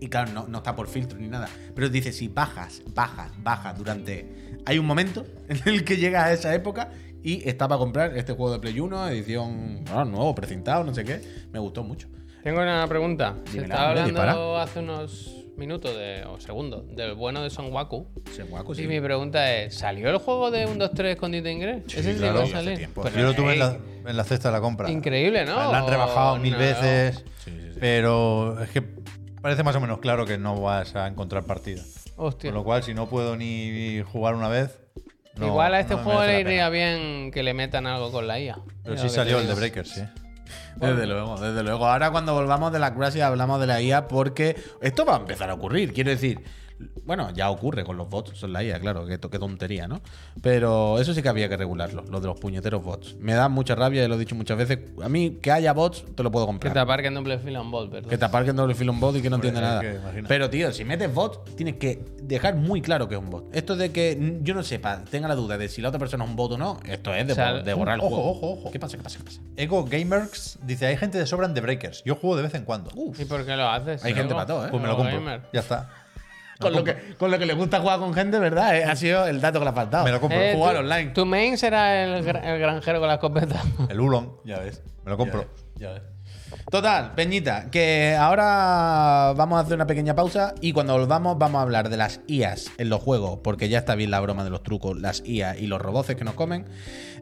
Speaker 1: Y claro, no, no está por filtro ni nada. Pero dice, si bajas, bajas, bajas durante... Hay un momento en el que llegas a esa época y está para comprar este juego de Play 1, edición ah, nuevo, precintado, no sé qué. Me gustó mucho.
Speaker 3: Tengo una pregunta. Se
Speaker 1: Dímela,
Speaker 3: estaba
Speaker 1: hombre,
Speaker 3: hablando
Speaker 1: dispara.
Speaker 3: hace unos minutos de- o segundos del bueno de Son Waku.
Speaker 1: Ese guaco, sí.
Speaker 3: Y mi pregunta es: ¿salió el juego de 1, 2, 3 escondido inglés? Ese sí
Speaker 2: claro.
Speaker 3: va a
Speaker 2: Sí, hace
Speaker 3: salir.
Speaker 1: tiempo.
Speaker 3: Pero,
Speaker 2: Yo lo tuve en la,
Speaker 3: ey,
Speaker 2: en la cesta de la compra.
Speaker 3: Increíble, ¿no?
Speaker 2: La han rebajado
Speaker 3: No.
Speaker 2: mil veces.
Speaker 1: Sí, sí, sí.
Speaker 2: Pero es que parece más o menos claro que no vas a encontrar partida.
Speaker 3: Hostia.
Speaker 2: Con lo cual, si no puedo ni jugar una vez. no-
Speaker 3: Igual a este
Speaker 2: no me
Speaker 3: juego
Speaker 2: merece
Speaker 3: le
Speaker 2: la pena.
Speaker 3: iría bien que le metan algo con la IA.
Speaker 2: Pero
Speaker 3: Es
Speaker 2: sí
Speaker 3: lo que
Speaker 2: salió
Speaker 3: te
Speaker 2: el de
Speaker 3: digo.
Speaker 2: Breakers, sí.
Speaker 1: Desde luego, desde luego. Ahora cuando volvamos de las gracias hablamos de la IA porque esto va a empezar a ocurrir. Quiero decir, bueno, ya ocurre con los bots, son la IA, claro, que to- qué tontería, ¿no? Pero eso sí que había que regularlo, lo de los puñeteros bots. Me da mucha rabia, ya lo he dicho muchas veces. A mí, que haya bots, te lo puedo
Speaker 3: Que
Speaker 1: comprar.
Speaker 3: te aparquen doble fila en Bolt, ¿verdad?
Speaker 1: Que te aparquen doble filo un bot y que no
Speaker 2: Hombre,
Speaker 1: entiende
Speaker 2: es
Speaker 1: nada.
Speaker 2: que imagina.
Speaker 1: Pero, tío, si metes bot, tienes que dejar muy claro que es un bot. Esto de que mm, yo no sepa, tenga la duda de si la otra persona es un bot o no, esto es de,
Speaker 3: O sea,
Speaker 1: bo- de borrar el
Speaker 2: ojo,
Speaker 1: juego.
Speaker 2: ojo, ojo.
Speaker 1: ¿Qué pasa? ¿Qué pasa? ¿Qué pasa?
Speaker 2: Ego Gamers dice: Hay gente de sobra en The Breakers. Yo juego de vez en cuando.
Speaker 1: Uf.
Speaker 3: ¿Y por qué lo haces?
Speaker 1: Hay gente
Speaker 3: luego?
Speaker 1: para todo, ¿eh?
Speaker 2: pues me lo compro.
Speaker 3: Gamer.
Speaker 2: Ya está.
Speaker 1: Con
Speaker 2: Ah,
Speaker 1: lo, que, con lo que le gusta jugar con gente, ¿verdad? Eh, Ha sido el dato que le ha faltado.
Speaker 2: pues. Me lo compro.
Speaker 3: Eh,
Speaker 1: jugar
Speaker 3: tu-
Speaker 1: online.
Speaker 3: Tu main será el, gra- el granjero con la escopeta.
Speaker 2: El Ulon. Ya ves. Me lo compro.
Speaker 1: Ya ves. Total, Peñita, que ahora vamos a hacer una pequeña pausa y cuando volvamos vamos a hablar de las IAs en los juegos, porque ya está bien la broma de los trucos, las IAs y los roboces que nos comen.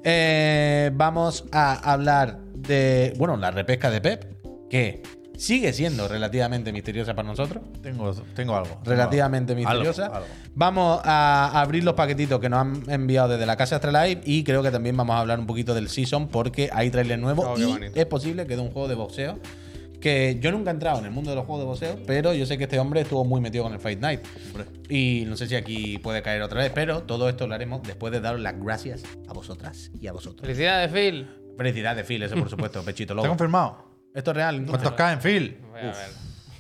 Speaker 1: Eh, vamos a hablar de, bueno, la repesca de Pep, que sigue siendo relativamente misteriosa para nosotros.
Speaker 2: Tengo, tengo algo. tengo
Speaker 1: relativamente
Speaker 2: algo.
Speaker 1: misteriosa.
Speaker 2: Algo, algo.
Speaker 1: Vamos a abrir los paquetitos que nos han enviado desde la casa Astralife y creo que también vamos a hablar un poquito del Season porque hay trailer nuevo
Speaker 3: Oh, qué
Speaker 1: y
Speaker 3: bonito.
Speaker 1: es posible que de un juego de boxeo que yo nunca he entrado en el mundo de los juegos de boxeo, pero yo sé que este hombre estuvo muy metido con el Fight Night. Y no sé si aquí puede caer otra vez, pero todo esto lo haremos después de daros las gracias a vosotras y a vosotros.
Speaker 3: Felicidades, Phil.
Speaker 1: Felicidades, Phil, eso por supuesto, pechito
Speaker 2: ¿Está
Speaker 1: lobo.
Speaker 2: confirmado?
Speaker 1: Esto es real.
Speaker 2: ¿Cuántos caen, Phil?
Speaker 3: Voy a ver.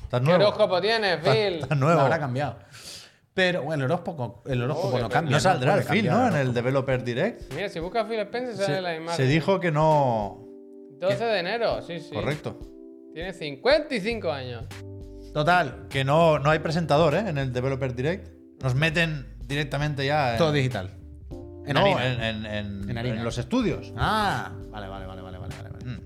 Speaker 2: ¿Estás
Speaker 3: ¿Qué
Speaker 2: nuevo?
Speaker 3: horóscopo tienes, Phil?
Speaker 2: Estás
Speaker 1: Lo
Speaker 2: nuevo.
Speaker 1: habrá cambiado. Pero bueno, el horóscopo, el horóscopo no cambia.
Speaker 2: No saldrá
Speaker 1: Puede
Speaker 2: el Phil,
Speaker 1: cambiar
Speaker 2: ¿no?
Speaker 1: el
Speaker 2: En el Developer Direct.
Speaker 3: Mira, si buscas Phil Spencer sale la
Speaker 2: Se,
Speaker 3: imagen.
Speaker 2: se dijo que no.
Speaker 3: 12 de enero, sí, sí.
Speaker 2: Correcto.
Speaker 3: Tiene 55 años.
Speaker 1: Total,
Speaker 2: Que no, no hay presentador, ¿eh? En el Developer Direct. Nos meten directamente ya. En,
Speaker 1: todo digital. En
Speaker 2: no, eh.
Speaker 1: harina.
Speaker 2: en- en- en-
Speaker 1: En harina.
Speaker 2: en los estudios.
Speaker 1: Ah, vale, vale, vale, vale, vale, vale, vale.
Speaker 2: Mm.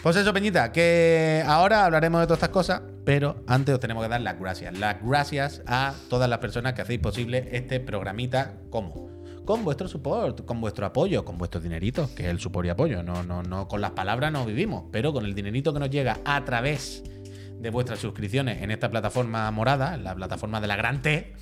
Speaker 1: Pues eso, Peñita, que ahora hablaremos de todas estas cosas, pero antes os tenemos que dar las gracias. Las gracias a todas las personas que hacéis posible este programita como con vuestro support, con vuestro apoyo, con vuestros dineritos, que es el support y apoyo. No, no, no, con las palabras no vivimos, pero con el dinerito que nos llega a través de vuestras suscripciones en esta plataforma morada, en la plataforma de la gran T,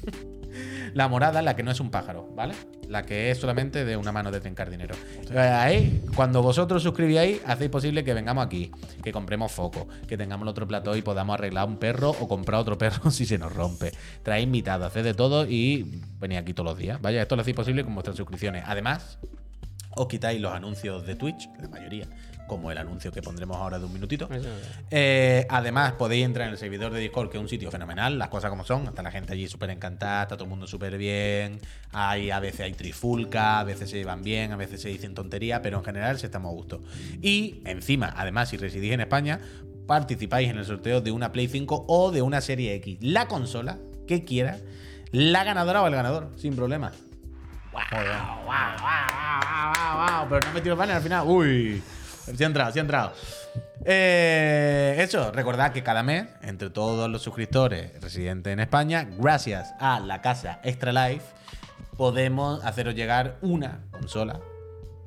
Speaker 1: La morada, la que no es un pájaro, ¿vale? La que es solamente de una mano de trincar dinero. Eh, Ahí, cuando vosotros suscribíais, hacéis posible que vengamos aquí, que compremos foco, que tengamos el otro plató y podamos arreglar un perro o comprar otro perro si se nos rompe. Traéis invitados, hacéis de todo y venís aquí todos los días. Vaya, esto lo hacéis posible con vuestras suscripciones. Además, os quitáis los anuncios de Twitch, la mayoría, como el anuncio que pondremos ahora de un minutito.
Speaker 3: Eso es.
Speaker 1: Eh, además, podéis entrar en el servidor de Discord, que es un sitio fenomenal, las cosas como son. Está la gente allí súper encantada, está todo el mundo súper bien. Hay, a veces hay trifulca, a veces se llevan bien, a veces se dicen tonterías, pero en general se estamos a gusto. Y encima, además, si residís en España, participáis en el sorteo de una Play 5 o de una Serie X. La consola que quiera, la ganadora o el ganador, sin problema. ¡Wow! ¡Wow! ¡Wow! ¡Wow! ¡Wow! ¡Wow! Pero no he metido el banner al final. ¡Uy! Sí ha entrado, sí ha entrado. Eh, eso, recordad que cada mes, entre todos los suscriptores residentes en España, gracias a la casa Extra Life, podemos haceros llegar una consola.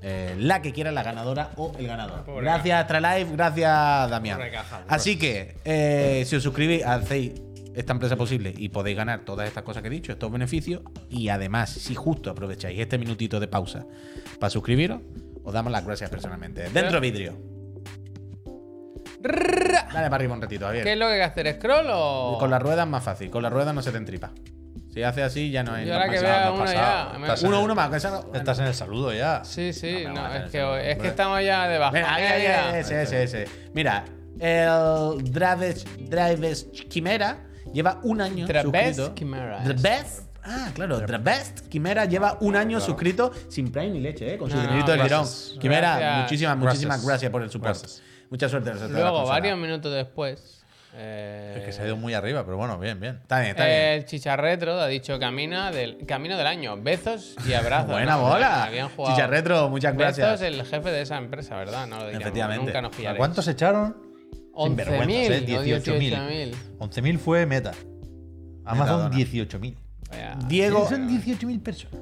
Speaker 1: eh, la que quiera la ganadora o el ganador.
Speaker 3: Pobre
Speaker 1: gracias Astralife, gracias Damián.
Speaker 3: Pobre caja, duro.
Speaker 1: Así que eh, si os suscribís, hacéis esta empresa posible y podéis ganar todas estas cosas que he dicho, estos beneficios. Y además, si justo aprovecháis este minutito de pausa para suscribiros, os damos las gracias personalmente. Dentro vidrio. Dale para arriba un ratito, Javier.
Speaker 3: ¿Qué es lo que hay que hacer? ¿Scroll o.?
Speaker 1: Con las ruedas es más fácil, con las ruedas no se te entripa. Si hace así, ya no hay.
Speaker 3: Yo ahora
Speaker 1: no
Speaker 3: que
Speaker 1: pasa
Speaker 3: vea
Speaker 1: nada.
Speaker 3: uno ya.
Speaker 2: pasado.
Speaker 3: me-
Speaker 2: Estás-
Speaker 1: Uno, uno más. que esa no-
Speaker 2: Estás en el saludo ya.
Speaker 3: Sí, sí,
Speaker 1: No,
Speaker 3: no,
Speaker 1: me va a
Speaker 3: es,
Speaker 1: tener salud,
Speaker 3: que, es que
Speaker 1: hombre.
Speaker 3: estamos ya de baja.
Speaker 1: Mira, ahí,
Speaker 3: Mira,
Speaker 1: ahí,
Speaker 3: mira.
Speaker 1: ahí, ese, ese, ese. Mira, el Draves, Draves Quimera lleva un año
Speaker 3: Draves
Speaker 1: suscrito.
Speaker 3: Quimera,
Speaker 1: The
Speaker 3: es.
Speaker 1: Best. Ah, claro, The Best Quimera lleva un año suscrito sin Prime ni leche, ¿eh? con su
Speaker 3: No, no,
Speaker 1: dinerito de Lerón.
Speaker 3: gracias.
Speaker 1: Quimera,
Speaker 3: Gracias.
Speaker 1: muchísimas, muchísimas
Speaker 2: Gracias.
Speaker 1: gracias por el soporte.
Speaker 2: Gracias.
Speaker 1: Mucha suerte. en el resto de la
Speaker 3: Luego,
Speaker 1: consola.
Speaker 3: varios minutos después. eh,
Speaker 2: Es que se ha ido muy arriba, pero bueno, bien, bien.
Speaker 1: Está bien, está bien.
Speaker 3: El chicharretro ha dicho camina del, camino del año. Besos y abrazos.
Speaker 1: Buena
Speaker 3: ¿no?
Speaker 1: bola.
Speaker 3: Bien jugado.
Speaker 1: Chicharretro, muchas
Speaker 3: Besos,
Speaker 1: gracias.
Speaker 3: el jefe de esa empresa, ¿verdad? No lo diríamos,
Speaker 1: Efectivamente.
Speaker 3: Nunca nos
Speaker 2: ¿A
Speaker 3: pillaréis.
Speaker 2: cuántos echaron?
Speaker 3: 11.000
Speaker 2: Sinvergüenzas, eh,
Speaker 3: o
Speaker 2: 18.000.
Speaker 3: 18.000.
Speaker 2: 11.000 fue meta. Amazon
Speaker 1: Metadona.
Speaker 2: 18.000.
Speaker 3: Vaya.
Speaker 1: Diego.
Speaker 2: Son 18.000 personas.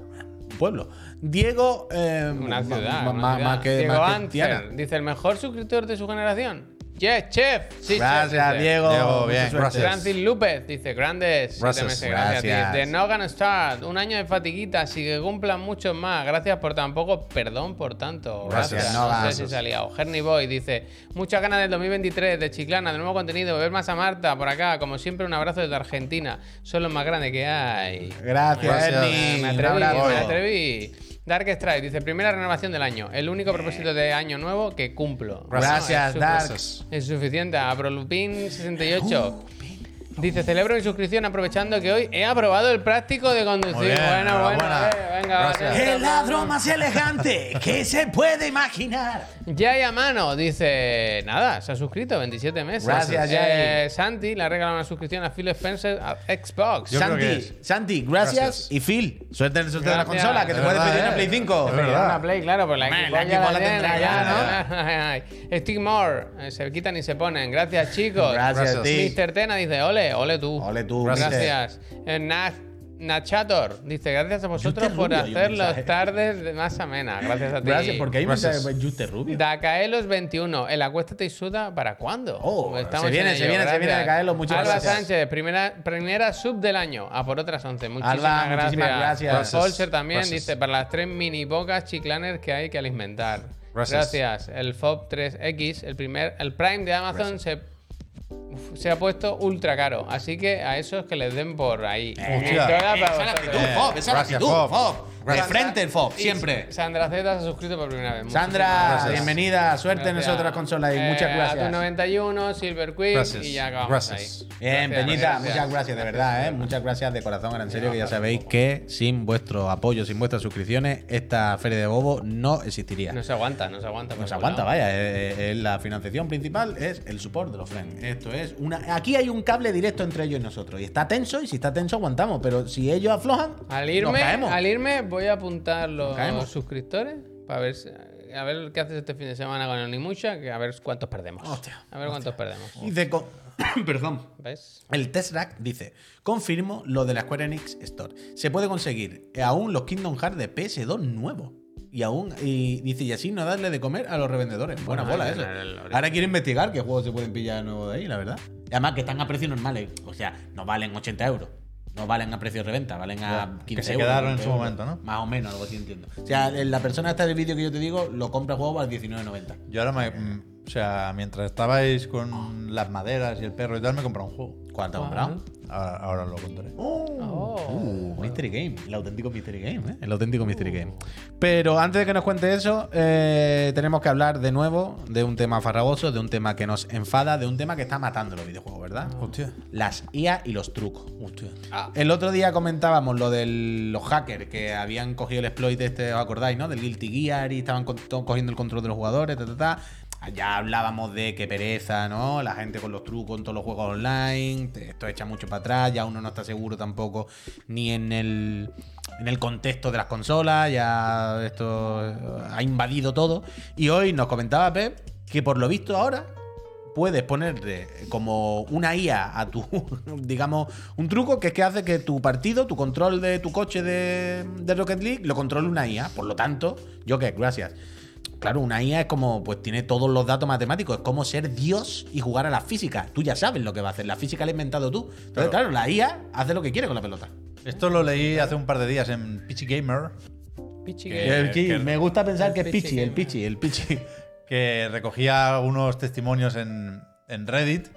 Speaker 1: pueblo. Diego. eh,
Speaker 3: Una
Speaker 1: ma-
Speaker 3: ciudad.
Speaker 1: ma-
Speaker 3: una
Speaker 1: ma-
Speaker 3: ciudad.
Speaker 1: Más que,
Speaker 3: Diego
Speaker 1: más que
Speaker 3: Anser
Speaker 1: Tiana.
Speaker 3: dice: el mejor suscriptor de su generación. Yes, chef. Sí, chef,
Speaker 1: Gracias,
Speaker 3: dice.
Speaker 1: Diego.
Speaker 2: Diego,
Speaker 1: Mucha
Speaker 2: bien,
Speaker 1: suerte.
Speaker 2: gracias.
Speaker 3: Francis López dice, grandes.
Speaker 2: Gracias,
Speaker 3: siete meses, gracias, a ti.
Speaker 1: gracias.
Speaker 3: De No Gonna Start, un año de fatiguita, así que cumplan muchos más. Gracias por tan poco, perdón por tanto.
Speaker 1: Gracias,
Speaker 3: Gracias.
Speaker 1: no
Speaker 3: No, sé
Speaker 1: ganas.
Speaker 3: si se ha liado. Herny Boy dice, muchas ganas del 2023, de Chiclana, de nuevo contenido, ver más a Marta por acá. Como siempre, un abrazo desde Argentina. Son los más grandes que hay.
Speaker 1: Gracias,
Speaker 2: Gracias.
Speaker 1: Ernie.
Speaker 3: Me
Speaker 1: Un
Speaker 3: atreví,
Speaker 1: abrazo.
Speaker 3: me atreví. Dark Strike dice, primera renovación del año, el único propósito de año nuevo que cumplo.
Speaker 1: Gracias,
Speaker 3: No,
Speaker 1: Dark.
Speaker 3: es suficiente. Es suficiente. Abrolupin68
Speaker 2: Uh.
Speaker 3: dice, celebro mi suscripción aprovechando que hoy he aprobado el práctico de conducir.
Speaker 2: Muy bien,
Speaker 3: bueno, bueno,
Speaker 2: enhorabuena.
Speaker 3: eh, venga,
Speaker 2: Gracias.
Speaker 3: vale.
Speaker 1: El ladrón más elegante que se puede imaginar.
Speaker 3: Yay a mano dice, nada, se ha suscrito, 27 meses.
Speaker 1: Gracias,
Speaker 3: Eh,
Speaker 1: Yay.
Speaker 3: Santi le ha regalado una suscripción a Phil Spencer a Xbox.
Speaker 2: Yo creo que
Speaker 1: Santi, Santi, gracias.
Speaker 2: Gracias.
Speaker 1: Y Phil, suerte en el sorteo de la
Speaker 3: Gracias.
Speaker 1: consola, que te
Speaker 2: Es
Speaker 1: puedes
Speaker 2: verdad,
Speaker 1: pedir una
Speaker 2: eh.
Speaker 1: Play
Speaker 2: Es
Speaker 1: 5.
Speaker 2: verdad.
Speaker 3: Pero una Play, claro, pues la
Speaker 1: Hombre,
Speaker 3: Xbox
Speaker 1: la
Speaker 3: ya
Speaker 1: Xbox
Speaker 3: la
Speaker 1: la
Speaker 3: tiene,
Speaker 1: tendrá
Speaker 3: ya, ¿no? Stick More, eh, se quitan y se ponen. Gracias, chicos.
Speaker 1: Gracias, a ti.
Speaker 3: Mr. Tena dice, ole, ole tú.
Speaker 1: Ole tú,
Speaker 3: Gracias. Eh, Na- Nachator dice, gracias a vosotros
Speaker 1: Yo te
Speaker 3: por
Speaker 1: rubio, hay un
Speaker 3: hacer
Speaker 1: mensaje.
Speaker 3: las tardes de- más amenas. Gracias a ti.
Speaker 1: Gracias, porque hay
Speaker 2: Gracias.
Speaker 1: mucha Juste Rubio.
Speaker 3: Dacaelos21, el acuéstate y suda, ¿para cuándo?
Speaker 1: Oh, se viene,
Speaker 3: en
Speaker 1: se viene, se
Speaker 3: gracias.
Speaker 1: viene Dacaelos, muchas
Speaker 3: Alba
Speaker 1: gracias.
Speaker 3: Sánchez, primera, primera sub del año, a por otras 11. Muchísimas
Speaker 1: Alba,
Speaker 3: gracias.
Speaker 1: muchísimas gracias.
Speaker 2: Gracias.
Speaker 3: Folser también
Speaker 2: Gracias.
Speaker 3: dice, para las tres mini bocas chiclaners que hay que alimentar.
Speaker 2: Gracias.
Speaker 3: El FOB 3X, el, primer, el Prime de Amazon se, uf, se ha puesto ultra caro, así que a esos que les den por ahí.
Speaker 2: Hostia.
Speaker 3: Yo era para
Speaker 1: Esa es la
Speaker 3: vosotros.
Speaker 1: actitud,
Speaker 2: Eh,
Speaker 1: Fob, esa es la
Speaker 2: gracias,
Speaker 1: actitud,
Speaker 2: Fob.
Speaker 1: Fob. De
Speaker 2: Gracias.
Speaker 1: frente el Fob,
Speaker 3: Y
Speaker 1: siempre.
Speaker 3: Sandra Z se ha suscrito por primera vez.
Speaker 1: Sandra,
Speaker 2: Gracias.
Speaker 1: bienvenida, suerte en
Speaker 3: Gracias.
Speaker 1: nosotros las consolas y
Speaker 3: Eh,
Speaker 1: muchas
Speaker 3: A tu
Speaker 1: gracias.
Speaker 3: 91, Silver Quick
Speaker 2: Gracias.
Speaker 3: y ya acabamos
Speaker 2: Gracias.
Speaker 3: ahí.
Speaker 1: Bien,
Speaker 3: Gracias,
Speaker 1: Peñita, muchas gracias, de verdad, ¿eh? Muchas gracias de corazón, en serio, que ya sabéis que sin vuestro apoyo, sin vuestras suscripciones, esta Feria de Bobo no existiría.
Speaker 3: No se aguanta, no se aguanta. por
Speaker 1: Nos
Speaker 3: ningún
Speaker 1: Pues aguanta,
Speaker 3: lado.
Speaker 1: vaya. eh, eh, la financiación principal es el support de los friends. Esto es una. Aquí hay un cable directo entre ellos y nosotros. Y está tenso, y si está tenso, aguantamos. Pero si ellos aflojan,
Speaker 3: Al
Speaker 1: nos
Speaker 3: irme,
Speaker 1: caemos.
Speaker 3: al irme voy a apuntar los
Speaker 1: caemos.
Speaker 3: suscriptores para ver si- a ver qué haces este fin de semana con el Nimucha, que a ver cuántos perdemos.
Speaker 1: Hostia,
Speaker 3: a ver cuántos perdemos.
Speaker 1: Dice con- Perdón.
Speaker 3: ¿Ves?
Speaker 1: El Test Rack dice: Confirmo lo de la Square Enix Store. Se puede conseguir aún los Kingdom Hearts de PS2 nuevos. Y aún, y dice, y así no darle de comer a los revendedores. Buena
Speaker 3: Bueno,
Speaker 1: bola
Speaker 3: el-
Speaker 1: eso.
Speaker 3: el- el-
Speaker 1: Ahora quiero investigar qué juegos se pueden pillar nuevos de ahí, la verdad. Y además que están a precios normales. O sea, no valen 80 euros. No valen a precio de reventa, valen a
Speaker 2: Ya,
Speaker 1: 15
Speaker 2: que se
Speaker 1: euros,
Speaker 2: quedaron en
Speaker 1: 20
Speaker 2: su
Speaker 1: euros.
Speaker 2: momento, ¿no?
Speaker 1: Más o menos, algo así entiendo. O sea, la persona esta del vídeo que yo te digo lo compra el juego al 19.90.
Speaker 2: Yo ahora me. mm, O sea, mientras estabais con las maderas y el perro y tal, me he comprado un juego.
Speaker 1: ¿Cuánto ha comprado?
Speaker 2: Ahora, ahora os lo contaré.
Speaker 1: Uh, Mystery Game, el auténtico Mystery Game, ¿eh? el auténtico Mystery Game. Pero antes de que nos cuente eso, eh, tenemos que hablar de nuevo de un tema farragoso, de un tema que nos enfada, de un tema que está matando los videojuegos, ¿verdad?
Speaker 2: Hostia.
Speaker 1: Las IA y los trucos.
Speaker 2: Hostia.
Speaker 3: Ah,
Speaker 1: El otro día comentábamos lo de los hackers que habían cogido el exploit este, ¿os acordáis, no? Del Guilty Gear y estaban con- to- cogiendo el control de los jugadores, ta, ta, ta. Ya hablábamos de que pereza, ¿no? La gente con los trucos en todos los juegos online, te- esto echa mucho para atrás, ya uno no está seguro tampoco ni en el, en el contexto de las consolas, ya esto eh, ha invadido todo. Y hoy nos comentaba Pep que por lo visto ahora puedes ponerle como una IA a tu, digamos, un truco que es que hace que tu partido, tu control de tu coche de, de Rocket League, lo controle una IA. Por lo tanto, yo qué, gracias. Claro, una IA es como, pues tiene todos los datos matemáticos, es como ser Dios y jugar a la física. Tú ya sabes lo que va a hacer, la física la has inventado tú. Entonces,
Speaker 2: Claro.
Speaker 1: claro, la IA hace lo que quiere con la pelota.
Speaker 2: Esto lo leí hace un par de días en Pitch Gamer,
Speaker 3: Pichi.
Speaker 2: Que-
Speaker 1: El Ki-
Speaker 2: que-
Speaker 1: me gusta pensar
Speaker 3: el
Speaker 1: Eh, que es
Speaker 3: Pichi
Speaker 1: Pichi, el
Speaker 3: Gamer.
Speaker 1: Pichi, el Pichi.
Speaker 2: que recogía unos testimonios en, en Reddit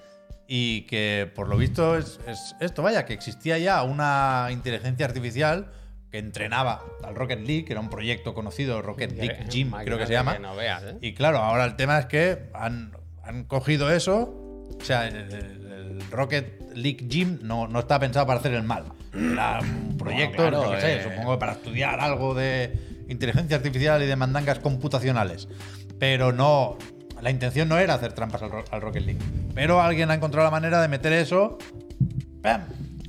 Speaker 2: y que por lo visto es, es esto, vaya, que existía ya una inteligencia artificial que entrenaba al Rocket League, que era un proyecto conocido, Rocket League Gym, creo que se llama.
Speaker 3: No veas, ¿eh?
Speaker 2: Y claro, ahora el tema es que han, han cogido eso. O sea, el, el- el Rocket League Gym no, no está pensado para hacer el mal. Era un proyecto,
Speaker 1: Bueno, claro,
Speaker 2: yo qué sé,
Speaker 1: eh.
Speaker 2: supongo que para estudiar algo de inteligencia artificial y de mandangas computacionales. Pero no. La intención no era hacer trampas al, Ro- al Rocket League. Pero alguien ha encontrado la manera de meter eso. ¡pam!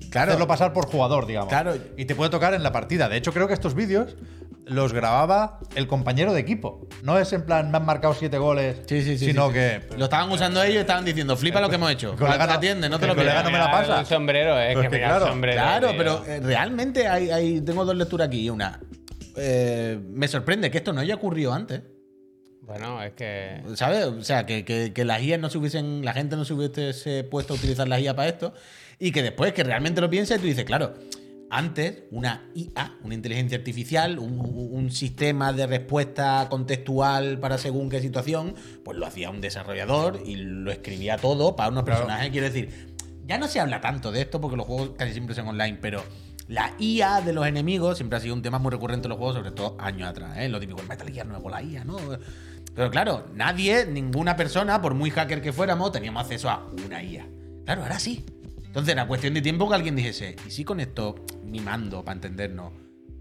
Speaker 1: Claro.
Speaker 2: Hacerlo pasar por jugador, digamos.
Speaker 1: Claro.
Speaker 2: Y te puede tocar en la partida. De hecho, creo que estos vídeos los grababa el compañero de equipo. No es en plan, me han marcado siete goles,
Speaker 1: Sí, sí, sí,
Speaker 2: sino
Speaker 1: sí, sí.
Speaker 2: que...
Speaker 1: Lo estaban usando ellos y estaban diciendo, flipa lo que hemos hecho.
Speaker 2: El colega
Speaker 1: Falta
Speaker 2: no-
Speaker 1: atiende, no te
Speaker 2: el
Speaker 1: lo
Speaker 2: colega
Speaker 1: pierdas.
Speaker 2: no me la
Speaker 3: Mira,
Speaker 2: pasa.
Speaker 3: El sombrero, eh,
Speaker 2: Pero
Speaker 3: que
Speaker 2: es que
Speaker 3: mira el
Speaker 2: claro,
Speaker 3: sombrero,
Speaker 1: Claro,
Speaker 3: tío.
Speaker 1: pero eh, realmente hay, hay- tengo dos lecturas aquí. Una, eh, me sorprende que esto no haya ocurrido antes.
Speaker 3: Bueno, es que.
Speaker 1: ¿Sabes? O sea, que, que- que las IA no se hubiesen, la gente no se hubiese puesto a utilizar las IA para esto. Y que después que realmente lo piensas y tú dices, claro, antes una IA, una inteligencia artificial, un, un sistema de respuesta contextual para según qué situación, pues lo hacía un desarrollador y lo escribía todo para unos
Speaker 2: Claro.
Speaker 1: personajes. Quiero decir, ya no se habla tanto de esto porque los juegos casi siempre son online, pero la IA de los enemigos siempre ha sido un tema muy recurrente en los juegos, sobre todo años atrás. ¿eh? Lo típico, el Metal Gear nuevo, la IA, ¿no? Pero claro, nadie, ninguna persona, por muy hacker que fuéramos, teníamos acceso a una IA. Claro, ahora sí. Entonces era cuestión de tiempo que alguien dijese, ¿y si con esto mimando, para entendernos,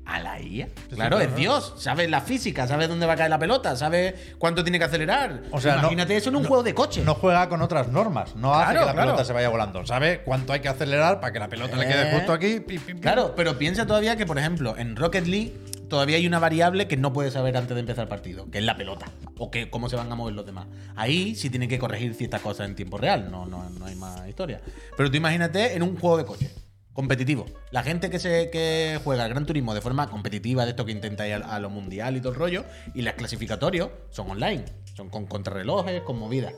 Speaker 1: a la IA?
Speaker 2: sí,
Speaker 1: Claro,
Speaker 2: claro,
Speaker 1: es
Speaker 2: claro.
Speaker 1: Dios, sabe la física, sabe dónde va a caer la pelota, sabe cuánto tiene que acelerar.
Speaker 2: O sea, no-
Speaker 1: Imagínate eso en un juego de coche.
Speaker 2: No juega con otras normas, no hace
Speaker 1: Claro,
Speaker 2: que la
Speaker 1: claro.
Speaker 2: pelota se vaya volando. Sabe cuánto hay que acelerar para que la pelota le
Speaker 1: Eh.
Speaker 2: quede justo aquí. pim, pim, pim.
Speaker 1: Claro, pero piensa todavía que, por ejemplo, en Rocket League todavía hay una variable que no puedes saber antes de empezar el partido, que es la pelota, o que cómo se van a mover los demás. Ahí sí tienen que corregir ciertas cosas en tiempo real, no, no, no hay más historia. Pero tú imagínate en un juego de coche, competitivo. La gente que, se, que juega al Gran Turismo de forma competitiva, de esto que intenta ir a, a lo mundial y todo el rollo, y las clasificatorios son online, son con contrarrelojes, con movidas.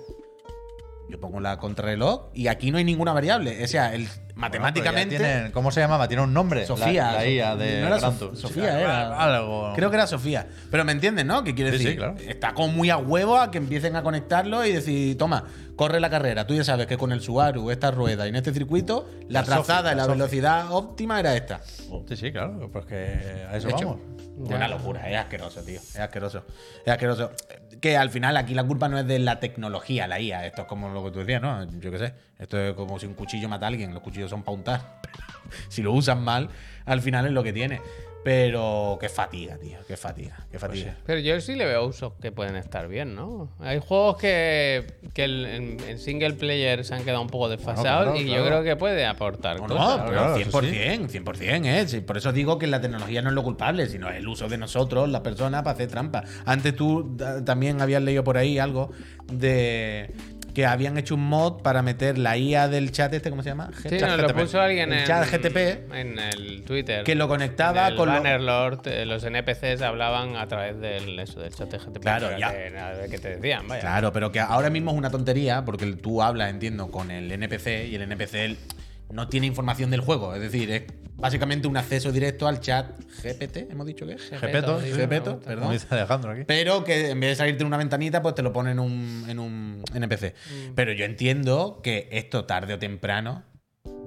Speaker 1: Yo pongo la contrarreloj y aquí no hay ninguna variable. O sea, el,
Speaker 2: Bueno, pero pues ya
Speaker 1: matemáticamente...
Speaker 2: tienen- ¿Cómo se llamaba? Tiene un nombre. la-
Speaker 1: Sofía.
Speaker 2: La, IA de
Speaker 1: No era
Speaker 2: Gran
Speaker 1: Sof-
Speaker 2: Tour.
Speaker 1: Sofía,
Speaker 2: Sí,
Speaker 1: era.
Speaker 2: Algo.
Speaker 1: Creo que era Sofía. Pero me entiendes, ¿no? Que quiere
Speaker 2: Sí,
Speaker 1: decir,
Speaker 2: sí, claro.
Speaker 1: está como muy a huevo a que empiecen a conectarlo y decir, toma, corre la carrera. Tú ya sabes que con el Subaru, esta rueda y en este circuito, la,
Speaker 2: La
Speaker 1: trazada
Speaker 2: Sofi,
Speaker 1: y
Speaker 2: la
Speaker 1: la
Speaker 2: Sofi.
Speaker 1: velocidad óptima era esta.
Speaker 2: Sí, sí, claro. Pues que a eso
Speaker 1: De hecho,
Speaker 2: vamos.
Speaker 1: Fue Una locura, es asqueroso, tío. Es asqueroso. Es asqueroso. Que al final aquí la culpa no es de la tecnología, la IA. Esto es como lo que tú decías, ¿no? Yo qué sé. Esto es como si un cuchillo mata a alguien. Los cuchillos son para untar. si lo usan mal, al final es lo que tiene. Pero qué fatiga, tío. Qué fatiga. Qué fatiga.
Speaker 3: Pero yo sí le veo usos que pueden estar bien, ¿no? Hay juegos que, que el- en, en single player se han quedado un poco desfasados
Speaker 2: claro,
Speaker 3: y
Speaker 2: claro.
Speaker 3: yo creo que puede aportar
Speaker 1: No,
Speaker 3: cosas.
Speaker 1: no,
Speaker 2: claro,
Speaker 1: pero
Speaker 2: eso
Speaker 1: 100%, 100%, ¿eh? Sí, Por eso digo que la tecnología no es lo culpable, sino el uso de nosotros, las personas, para hacer trampa. Antes tú da- también habías leído por ahí algo de que habían hecho un mod para meter la IA del chat este, ¿cómo se llama?
Speaker 3: Sí,
Speaker 1: Chat
Speaker 3: nos lo
Speaker 1: GTP.
Speaker 3: puso alguien
Speaker 1: El
Speaker 3: en,
Speaker 1: chat GTP
Speaker 3: en el Twitter.
Speaker 1: que lo conectaba
Speaker 3: En el
Speaker 1: con lo-
Speaker 3: Bannerlord, eh, los NPCs hablaban a través del, eso, del chat de GTP.
Speaker 1: Claro,
Speaker 3: que
Speaker 1: ya.
Speaker 3: era de- Que te decían, vaya.
Speaker 1: Claro, pero que ahora mismo es una tontería porque el- tú hablas, entiendo, con el NPC y el NPC el- no tiene información del juego. Es decir, es básicamente un acceso directo al chat GPT, hemos dicho que es.
Speaker 2: Gepeto,
Speaker 3: sí,
Speaker 1: Gepeto,
Speaker 3: me gusta.
Speaker 1: perdón.
Speaker 2: Como dice Alejandro aquí.
Speaker 1: Pero que en vez de salirte en una ventanita, pues te lo pone en un, en un NPC.
Speaker 3: Mm.
Speaker 1: Pero yo entiendo que esto tarde o temprano,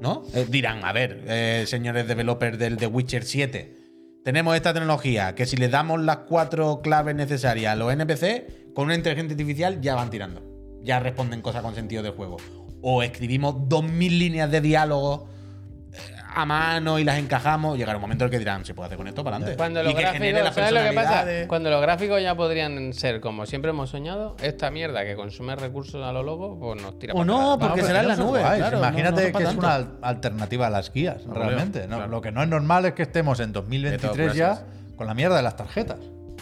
Speaker 1: ¿no? Eh, dirán, a ver, eh, señores developers del The Witcher 7, tenemos esta tecnología que si le damos las cuatro claves necesarias a los NPC, con una inteligencia artificial ya van tirando. Ya responden cosas con sentido del juego. O escribimos 2000 líneas de diálogo eh, a mano y las encajamos, llegará un momento en el que dirán, se puede hacer con esto para adelante.
Speaker 3: Cuando
Speaker 1: Y
Speaker 3: los
Speaker 1: que genere
Speaker 3: gráficos,
Speaker 1: las
Speaker 3: ¿sabes lo que pasa?
Speaker 1: personalidades.
Speaker 3: Cuando los gráficos ya podrían ser como siempre hemos soñado, esta mierda que consume recursos a lo loco, pues nos tira
Speaker 1: O
Speaker 3: para
Speaker 1: no,
Speaker 3: atrás.
Speaker 1: porque será en la
Speaker 2: no son
Speaker 1: nube,
Speaker 2: guays.
Speaker 1: claro, no-
Speaker 2: Imagínate
Speaker 1: no son
Speaker 2: que
Speaker 1: para
Speaker 2: es
Speaker 1: tanto.
Speaker 2: una al- alternativa a las guías,
Speaker 1: Volvemos,
Speaker 2: realmente. No,
Speaker 1: claro.
Speaker 2: Lo que no es normal es que estemos en 2023
Speaker 1: Beto,
Speaker 2: ya
Speaker 1: gracias.
Speaker 2: con la mierda de las tarjetas.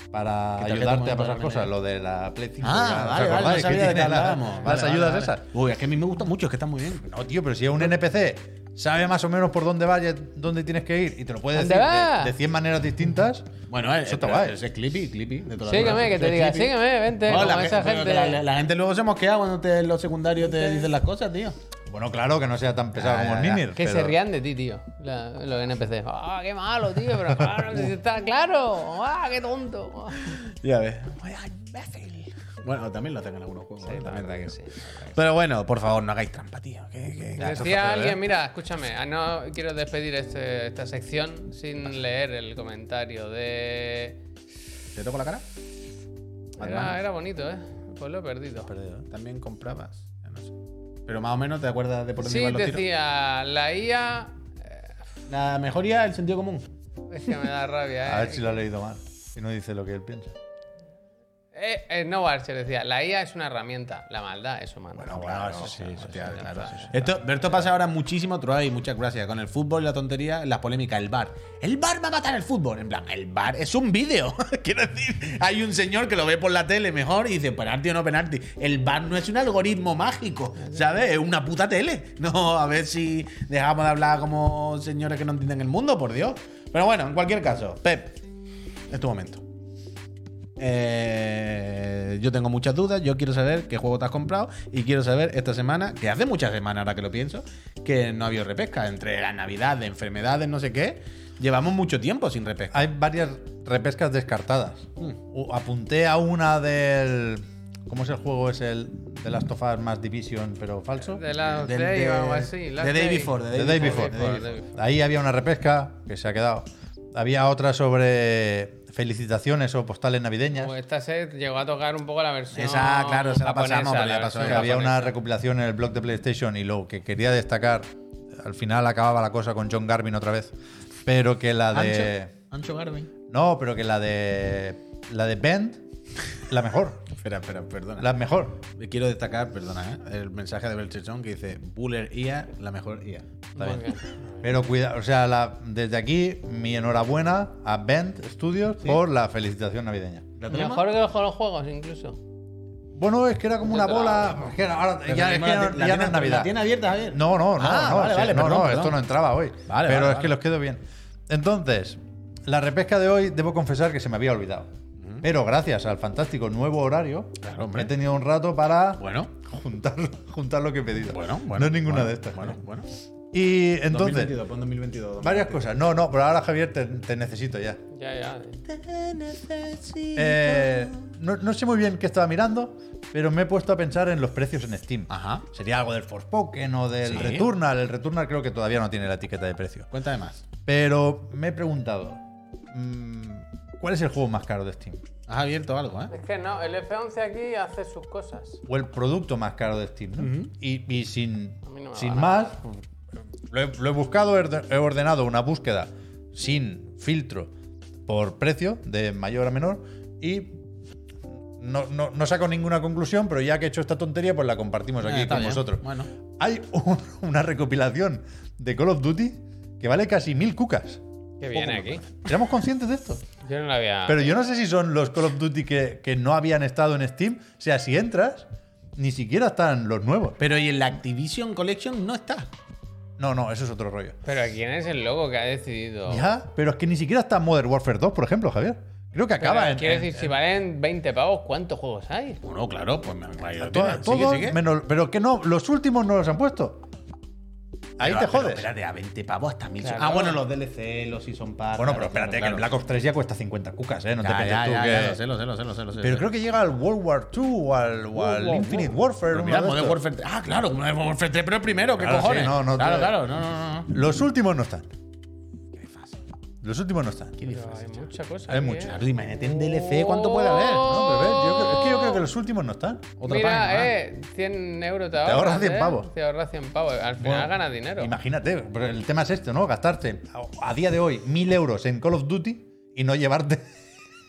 Speaker 2: para
Speaker 1: ¿Qué tarjeta
Speaker 2: ayudarte a
Speaker 1: monitor
Speaker 2: pasar
Speaker 1: de
Speaker 2: cosas,
Speaker 1: memoria?
Speaker 2: lo de la Play 5.
Speaker 1: Ah,
Speaker 2: ¿os
Speaker 1: vale, vale, no
Speaker 2: acordáis?
Speaker 1: sabía de qué
Speaker 2: tiene la-
Speaker 1: hablábamos.
Speaker 2: Las
Speaker 1: Vale,
Speaker 2: ayudas
Speaker 1: vale, vale.
Speaker 2: esas.
Speaker 1: Uy, es que a mí me gusta mucho, es que está muy bien.
Speaker 2: No, tío, pero si es un NPC, sabe más o menos por dónde vayas, dónde tienes que ir y te lo puede
Speaker 3: ¿Dónde
Speaker 2: decir
Speaker 3: va?
Speaker 2: de, de 100 maneras distintas.
Speaker 1: Bueno, eh,
Speaker 2: Eso está
Speaker 1: pero
Speaker 2: guay.
Speaker 1: Ese es Clippy, Clippy. De toda la
Speaker 3: Sígueme,
Speaker 1: vida.
Speaker 3: que te
Speaker 1: Ese
Speaker 3: diga,
Speaker 1: Clippy.
Speaker 3: sígueme, vente,
Speaker 1: No,
Speaker 3: como
Speaker 1: la,
Speaker 3: esa
Speaker 1: pero
Speaker 3: gente.
Speaker 1: La, la- la gente luego se mosquea cuando te- los secundarios te dicen las cosas, tío.
Speaker 2: Bueno, claro que no sea tan pesado
Speaker 1: Ya, Ah,
Speaker 2: como
Speaker 1: ya,
Speaker 2: el
Speaker 1: ya.
Speaker 2: Mimir.
Speaker 3: Que se
Speaker 2: pero-
Speaker 3: rían de ti, tío. la- los NPC. ¡Ah, qué malo, tío! Pero claro, si está claro. ¡Ah, qué tonto!
Speaker 1: Ya ves. Bueno, también lo hacen en algunos juegos. ¿eh? También
Speaker 3: verdad
Speaker 1: te
Speaker 3: que
Speaker 1: digo.
Speaker 3: Pues, sí,
Speaker 1: Pero bueno, por favor, no hagáis trampa, tío. Que- que-
Speaker 3: Le Decía alguien, mira, escúchame, ah, no quiero despedir este- esta sección sin leer el comentario de.
Speaker 1: ¿Te toco la cara?
Speaker 3: Era, era bonito, ¿eh? Pues lo he perdido.
Speaker 1: También comprabas. Ya no sé. Pero más o menos te acuerdas de por dónde
Speaker 3: Sí,
Speaker 1: iban los tiros.
Speaker 3: decía, la IA. eh,
Speaker 1: La mejoría el sentido común.
Speaker 3: Es que me da
Speaker 2: A
Speaker 3: rabia, ¿eh?
Speaker 2: ver si lo ha leído mal y no dice lo que él piensa.
Speaker 3: Eh, eh, no, Archer decía, la IA es una herramienta, la maldad es humana.
Speaker 1: eso sí, Esto, pero esto pasa ahora muchísimo, Troy, muchas gracias. Con el fútbol, la tontería, la polémica, el bar. El bar va a matar el fútbol. En plan, el bar es un vídeo. Quiero decir, hay un señor que lo ve por la tele mejor y dice, penalti o no penalti. El bar no es un algoritmo mágico, ¿sabes? Es una puta tele. No, a ver si dejamos de hablar como señores que no entienden el mundo, por Dios. Pero bueno, en cualquier caso, Pep, es tu momento. Eh, yo tengo muchas dudas. Yo quiero saber qué juego te has comprado y quiero saber esta semana, que hace muchas semanas ahora que lo pienso, que no ha habido repesca. Entre la Navidad, de enfermedades, no sé qué, llevamos mucho tiempo sin repesca.
Speaker 2: Hay varias repescas descartadas. U- Apunté a una del. ¿Cómo es el juego? Es el de Last of Us más Division, pero falso.
Speaker 3: De la
Speaker 1: Del-
Speaker 3: Day
Speaker 1: de-
Speaker 3: o algo así. Last
Speaker 1: de Day Before, de
Speaker 2: The Day Before.
Speaker 3: The Day
Speaker 2: The Day
Speaker 3: Before, The Day
Speaker 2: Before. Ahí había una repesca que se ha quedado. Había otra sobre felicitaciones o postales navideñas.
Speaker 3: Pues esta set llegó a tocar un poco la versión.
Speaker 1: Esa, claro, esa la
Speaker 3: japonesa,
Speaker 1: pasamos, pero ya pasó,
Speaker 3: versión
Speaker 2: que había
Speaker 3: japonesa.
Speaker 2: una recopilación en el blog de PlayStation y lo que quería destacar, al final acababa la cosa con John Garvin otra vez, pero que la de...
Speaker 1: Ancho Garvin.
Speaker 2: No, pero que la de... La de Bend, la mejor.
Speaker 1: Espera, espera, perdona.
Speaker 2: La mejor.
Speaker 1: Quiero destacar, perdona, ¿eh? el mensaje de Belchechón que dice: Buller IA, la mejor IA.
Speaker 2: Está
Speaker 3: Muy
Speaker 2: bien.
Speaker 3: bien.
Speaker 2: Pero cuidado, o sea, la- desde aquí mi enhorabuena a Bend Studios por la felicitación navideña.
Speaker 1: ¿La tenemos?
Speaker 3: Mejor que los los juegos, incluso.
Speaker 2: Bueno, es que era como una bola. es que era- ahora-
Speaker 1: Pero
Speaker 2: ya, es
Speaker 1: tenemos
Speaker 2: que
Speaker 1: la-
Speaker 2: ya
Speaker 1: la
Speaker 2: no
Speaker 1: tiene-
Speaker 2: es Navidad.
Speaker 1: ¿La tiene abierta, Javier?
Speaker 2: No, no, no,
Speaker 1: Ah,
Speaker 2: no,
Speaker 1: vale,
Speaker 2: sí,
Speaker 1: vale,
Speaker 2: no,
Speaker 1: perdón,
Speaker 2: no,
Speaker 1: perdón.
Speaker 2: esto no entraba hoy.
Speaker 1: Vale,
Speaker 2: pero
Speaker 1: vale,
Speaker 2: es
Speaker 1: vale.
Speaker 2: que los quedo bien. Entonces, la repesca de hoy debo confesar que se me había olvidado. Pero gracias al fantástico nuevo horario,
Speaker 1: Claro, hombre.
Speaker 2: he tenido un rato para
Speaker 1: Bueno,
Speaker 2: juntar, juntar lo que he pedido.
Speaker 1: bueno, bueno.
Speaker 2: no es ninguna
Speaker 1: bueno,
Speaker 2: de estas.
Speaker 1: Bueno, bueno.
Speaker 2: Y entonces,
Speaker 1: 2022, pon 2022.
Speaker 2: varias cosas. No, no, pero ahora Javier te, te necesito ya.
Speaker 3: Ya, ya.
Speaker 2: Eh, no, no sé muy bien qué estaba mirando, pero me he puesto a pensar en los precios en Steam. Ah,
Speaker 1: Ajá.
Speaker 2: Sería algo del Forspoken o del
Speaker 1: Sí.
Speaker 2: Returnal. El Returnal creo que todavía no tiene la etiqueta de precio.
Speaker 1: Cuéntame más.
Speaker 2: Pero me he preguntado, mm, ¿cuál es el juego más caro de Steam?
Speaker 1: Has abierto algo, ¿eh?
Speaker 3: Es que no, el F11 aquí hace sus cosas.
Speaker 2: O el producto más caro de Steam, ¿no? Y, y sin,
Speaker 3: A mí no me
Speaker 2: sin
Speaker 3: da
Speaker 2: más, lo he, lo he buscado, he orde- he ordenado una búsqueda sin filtro por precio, de mayor a menor, y no, no- no saco ninguna conclusión, pero ya que he hecho esta tontería, pues la compartimos
Speaker 1: Eh,
Speaker 2: aquí
Speaker 1: está
Speaker 2: con
Speaker 1: bien.
Speaker 2: vosotros.
Speaker 1: Bueno.
Speaker 2: Hay un- una recopilación de Call of Duty que vale casi mil cucas.
Speaker 3: Que viene aquí.
Speaker 2: ¿Éramos conscientes de esto?
Speaker 3: Yo no lo había.
Speaker 2: Pero yo no sé si son los Call of Duty que, que no habían estado en Steam. O sea, si entras, ni siquiera están los nuevos.
Speaker 1: Pero y en la Activision Collection no está.
Speaker 2: No, no, eso es otro rollo.
Speaker 3: Pero ¿quién es el loco que ha decidido?
Speaker 1: Oh.
Speaker 2: Ya, pero es que ni siquiera está Modern Warfare 2, por ejemplo, Javier. Creo que
Speaker 3: Pero
Speaker 2: acaba en.
Speaker 3: Quiero
Speaker 2: en-
Speaker 3: decir, si valen 20 pavos, ¿cuántos juegos hay?
Speaker 1: Bueno, claro, pues me ahí lo
Speaker 2: todo-
Speaker 1: tienes.
Speaker 2: todo menos- pero que no, los últimos no los han puesto. Ahí
Speaker 1: Pero-
Speaker 2: te
Speaker 1: pero
Speaker 2: jodes.
Speaker 1: Espérate, a 20 pavos hasta 1000.
Speaker 3: Claro.
Speaker 1: Ah, bueno, los DLC, los Season Pass.
Speaker 2: bueno, pero
Speaker 1: claro,
Speaker 2: espérate,
Speaker 1: claro,
Speaker 2: que el Black
Speaker 1: claro.
Speaker 2: Ops 3 ya cuesta 50 cucas, ¿eh? No te
Speaker 1: Ya,
Speaker 2: pienses
Speaker 1: ya,
Speaker 2: tú
Speaker 1: ya,
Speaker 2: que.
Speaker 1: ya, lo sé, lo sé, lo sé, lo sé, lo sé.
Speaker 2: pero creo que llega al World War II o al, o al
Speaker 3: World War
Speaker 2: Infinite
Speaker 3: II.
Speaker 2: Warfare.
Speaker 1: Pero
Speaker 2: uno
Speaker 1: mira,
Speaker 2: de
Speaker 1: Modern
Speaker 2: estos.
Speaker 1: Warfare 3. Ah, claro, Modern Warfare 3, pero el primero, ¿qué
Speaker 2: Claro, sí,
Speaker 1: cojones?
Speaker 2: no, no,
Speaker 1: claro,
Speaker 2: te-
Speaker 1: claro, no, no, no.
Speaker 2: Los últimos no están. Los últimos no están.
Speaker 3: Pero hay mucha cosa.
Speaker 2: Hay
Speaker 3: aquí,
Speaker 2: mucho.
Speaker 3: ¿eh?
Speaker 1: Claro, imagínate en DLC, ¿cuánto puede haber?
Speaker 2: No, pero ves, yo creo- es que yo creo que los últimos no están.
Speaker 1: Otra
Speaker 3: Mira,
Speaker 1: página más.
Speaker 3: eh, 100 euros te
Speaker 2: ahorras
Speaker 3: ahorras.
Speaker 2: 100
Speaker 3: ¿eh?
Speaker 2: pavos.
Speaker 3: Te ahorras 100 pavos. Al final
Speaker 2: Bueno,
Speaker 3: ganas dinero.
Speaker 2: Imagínate, pero el tema es este, ¿no? Gastarte a, a día de hoy mil euros en Call of Duty y no llevarte el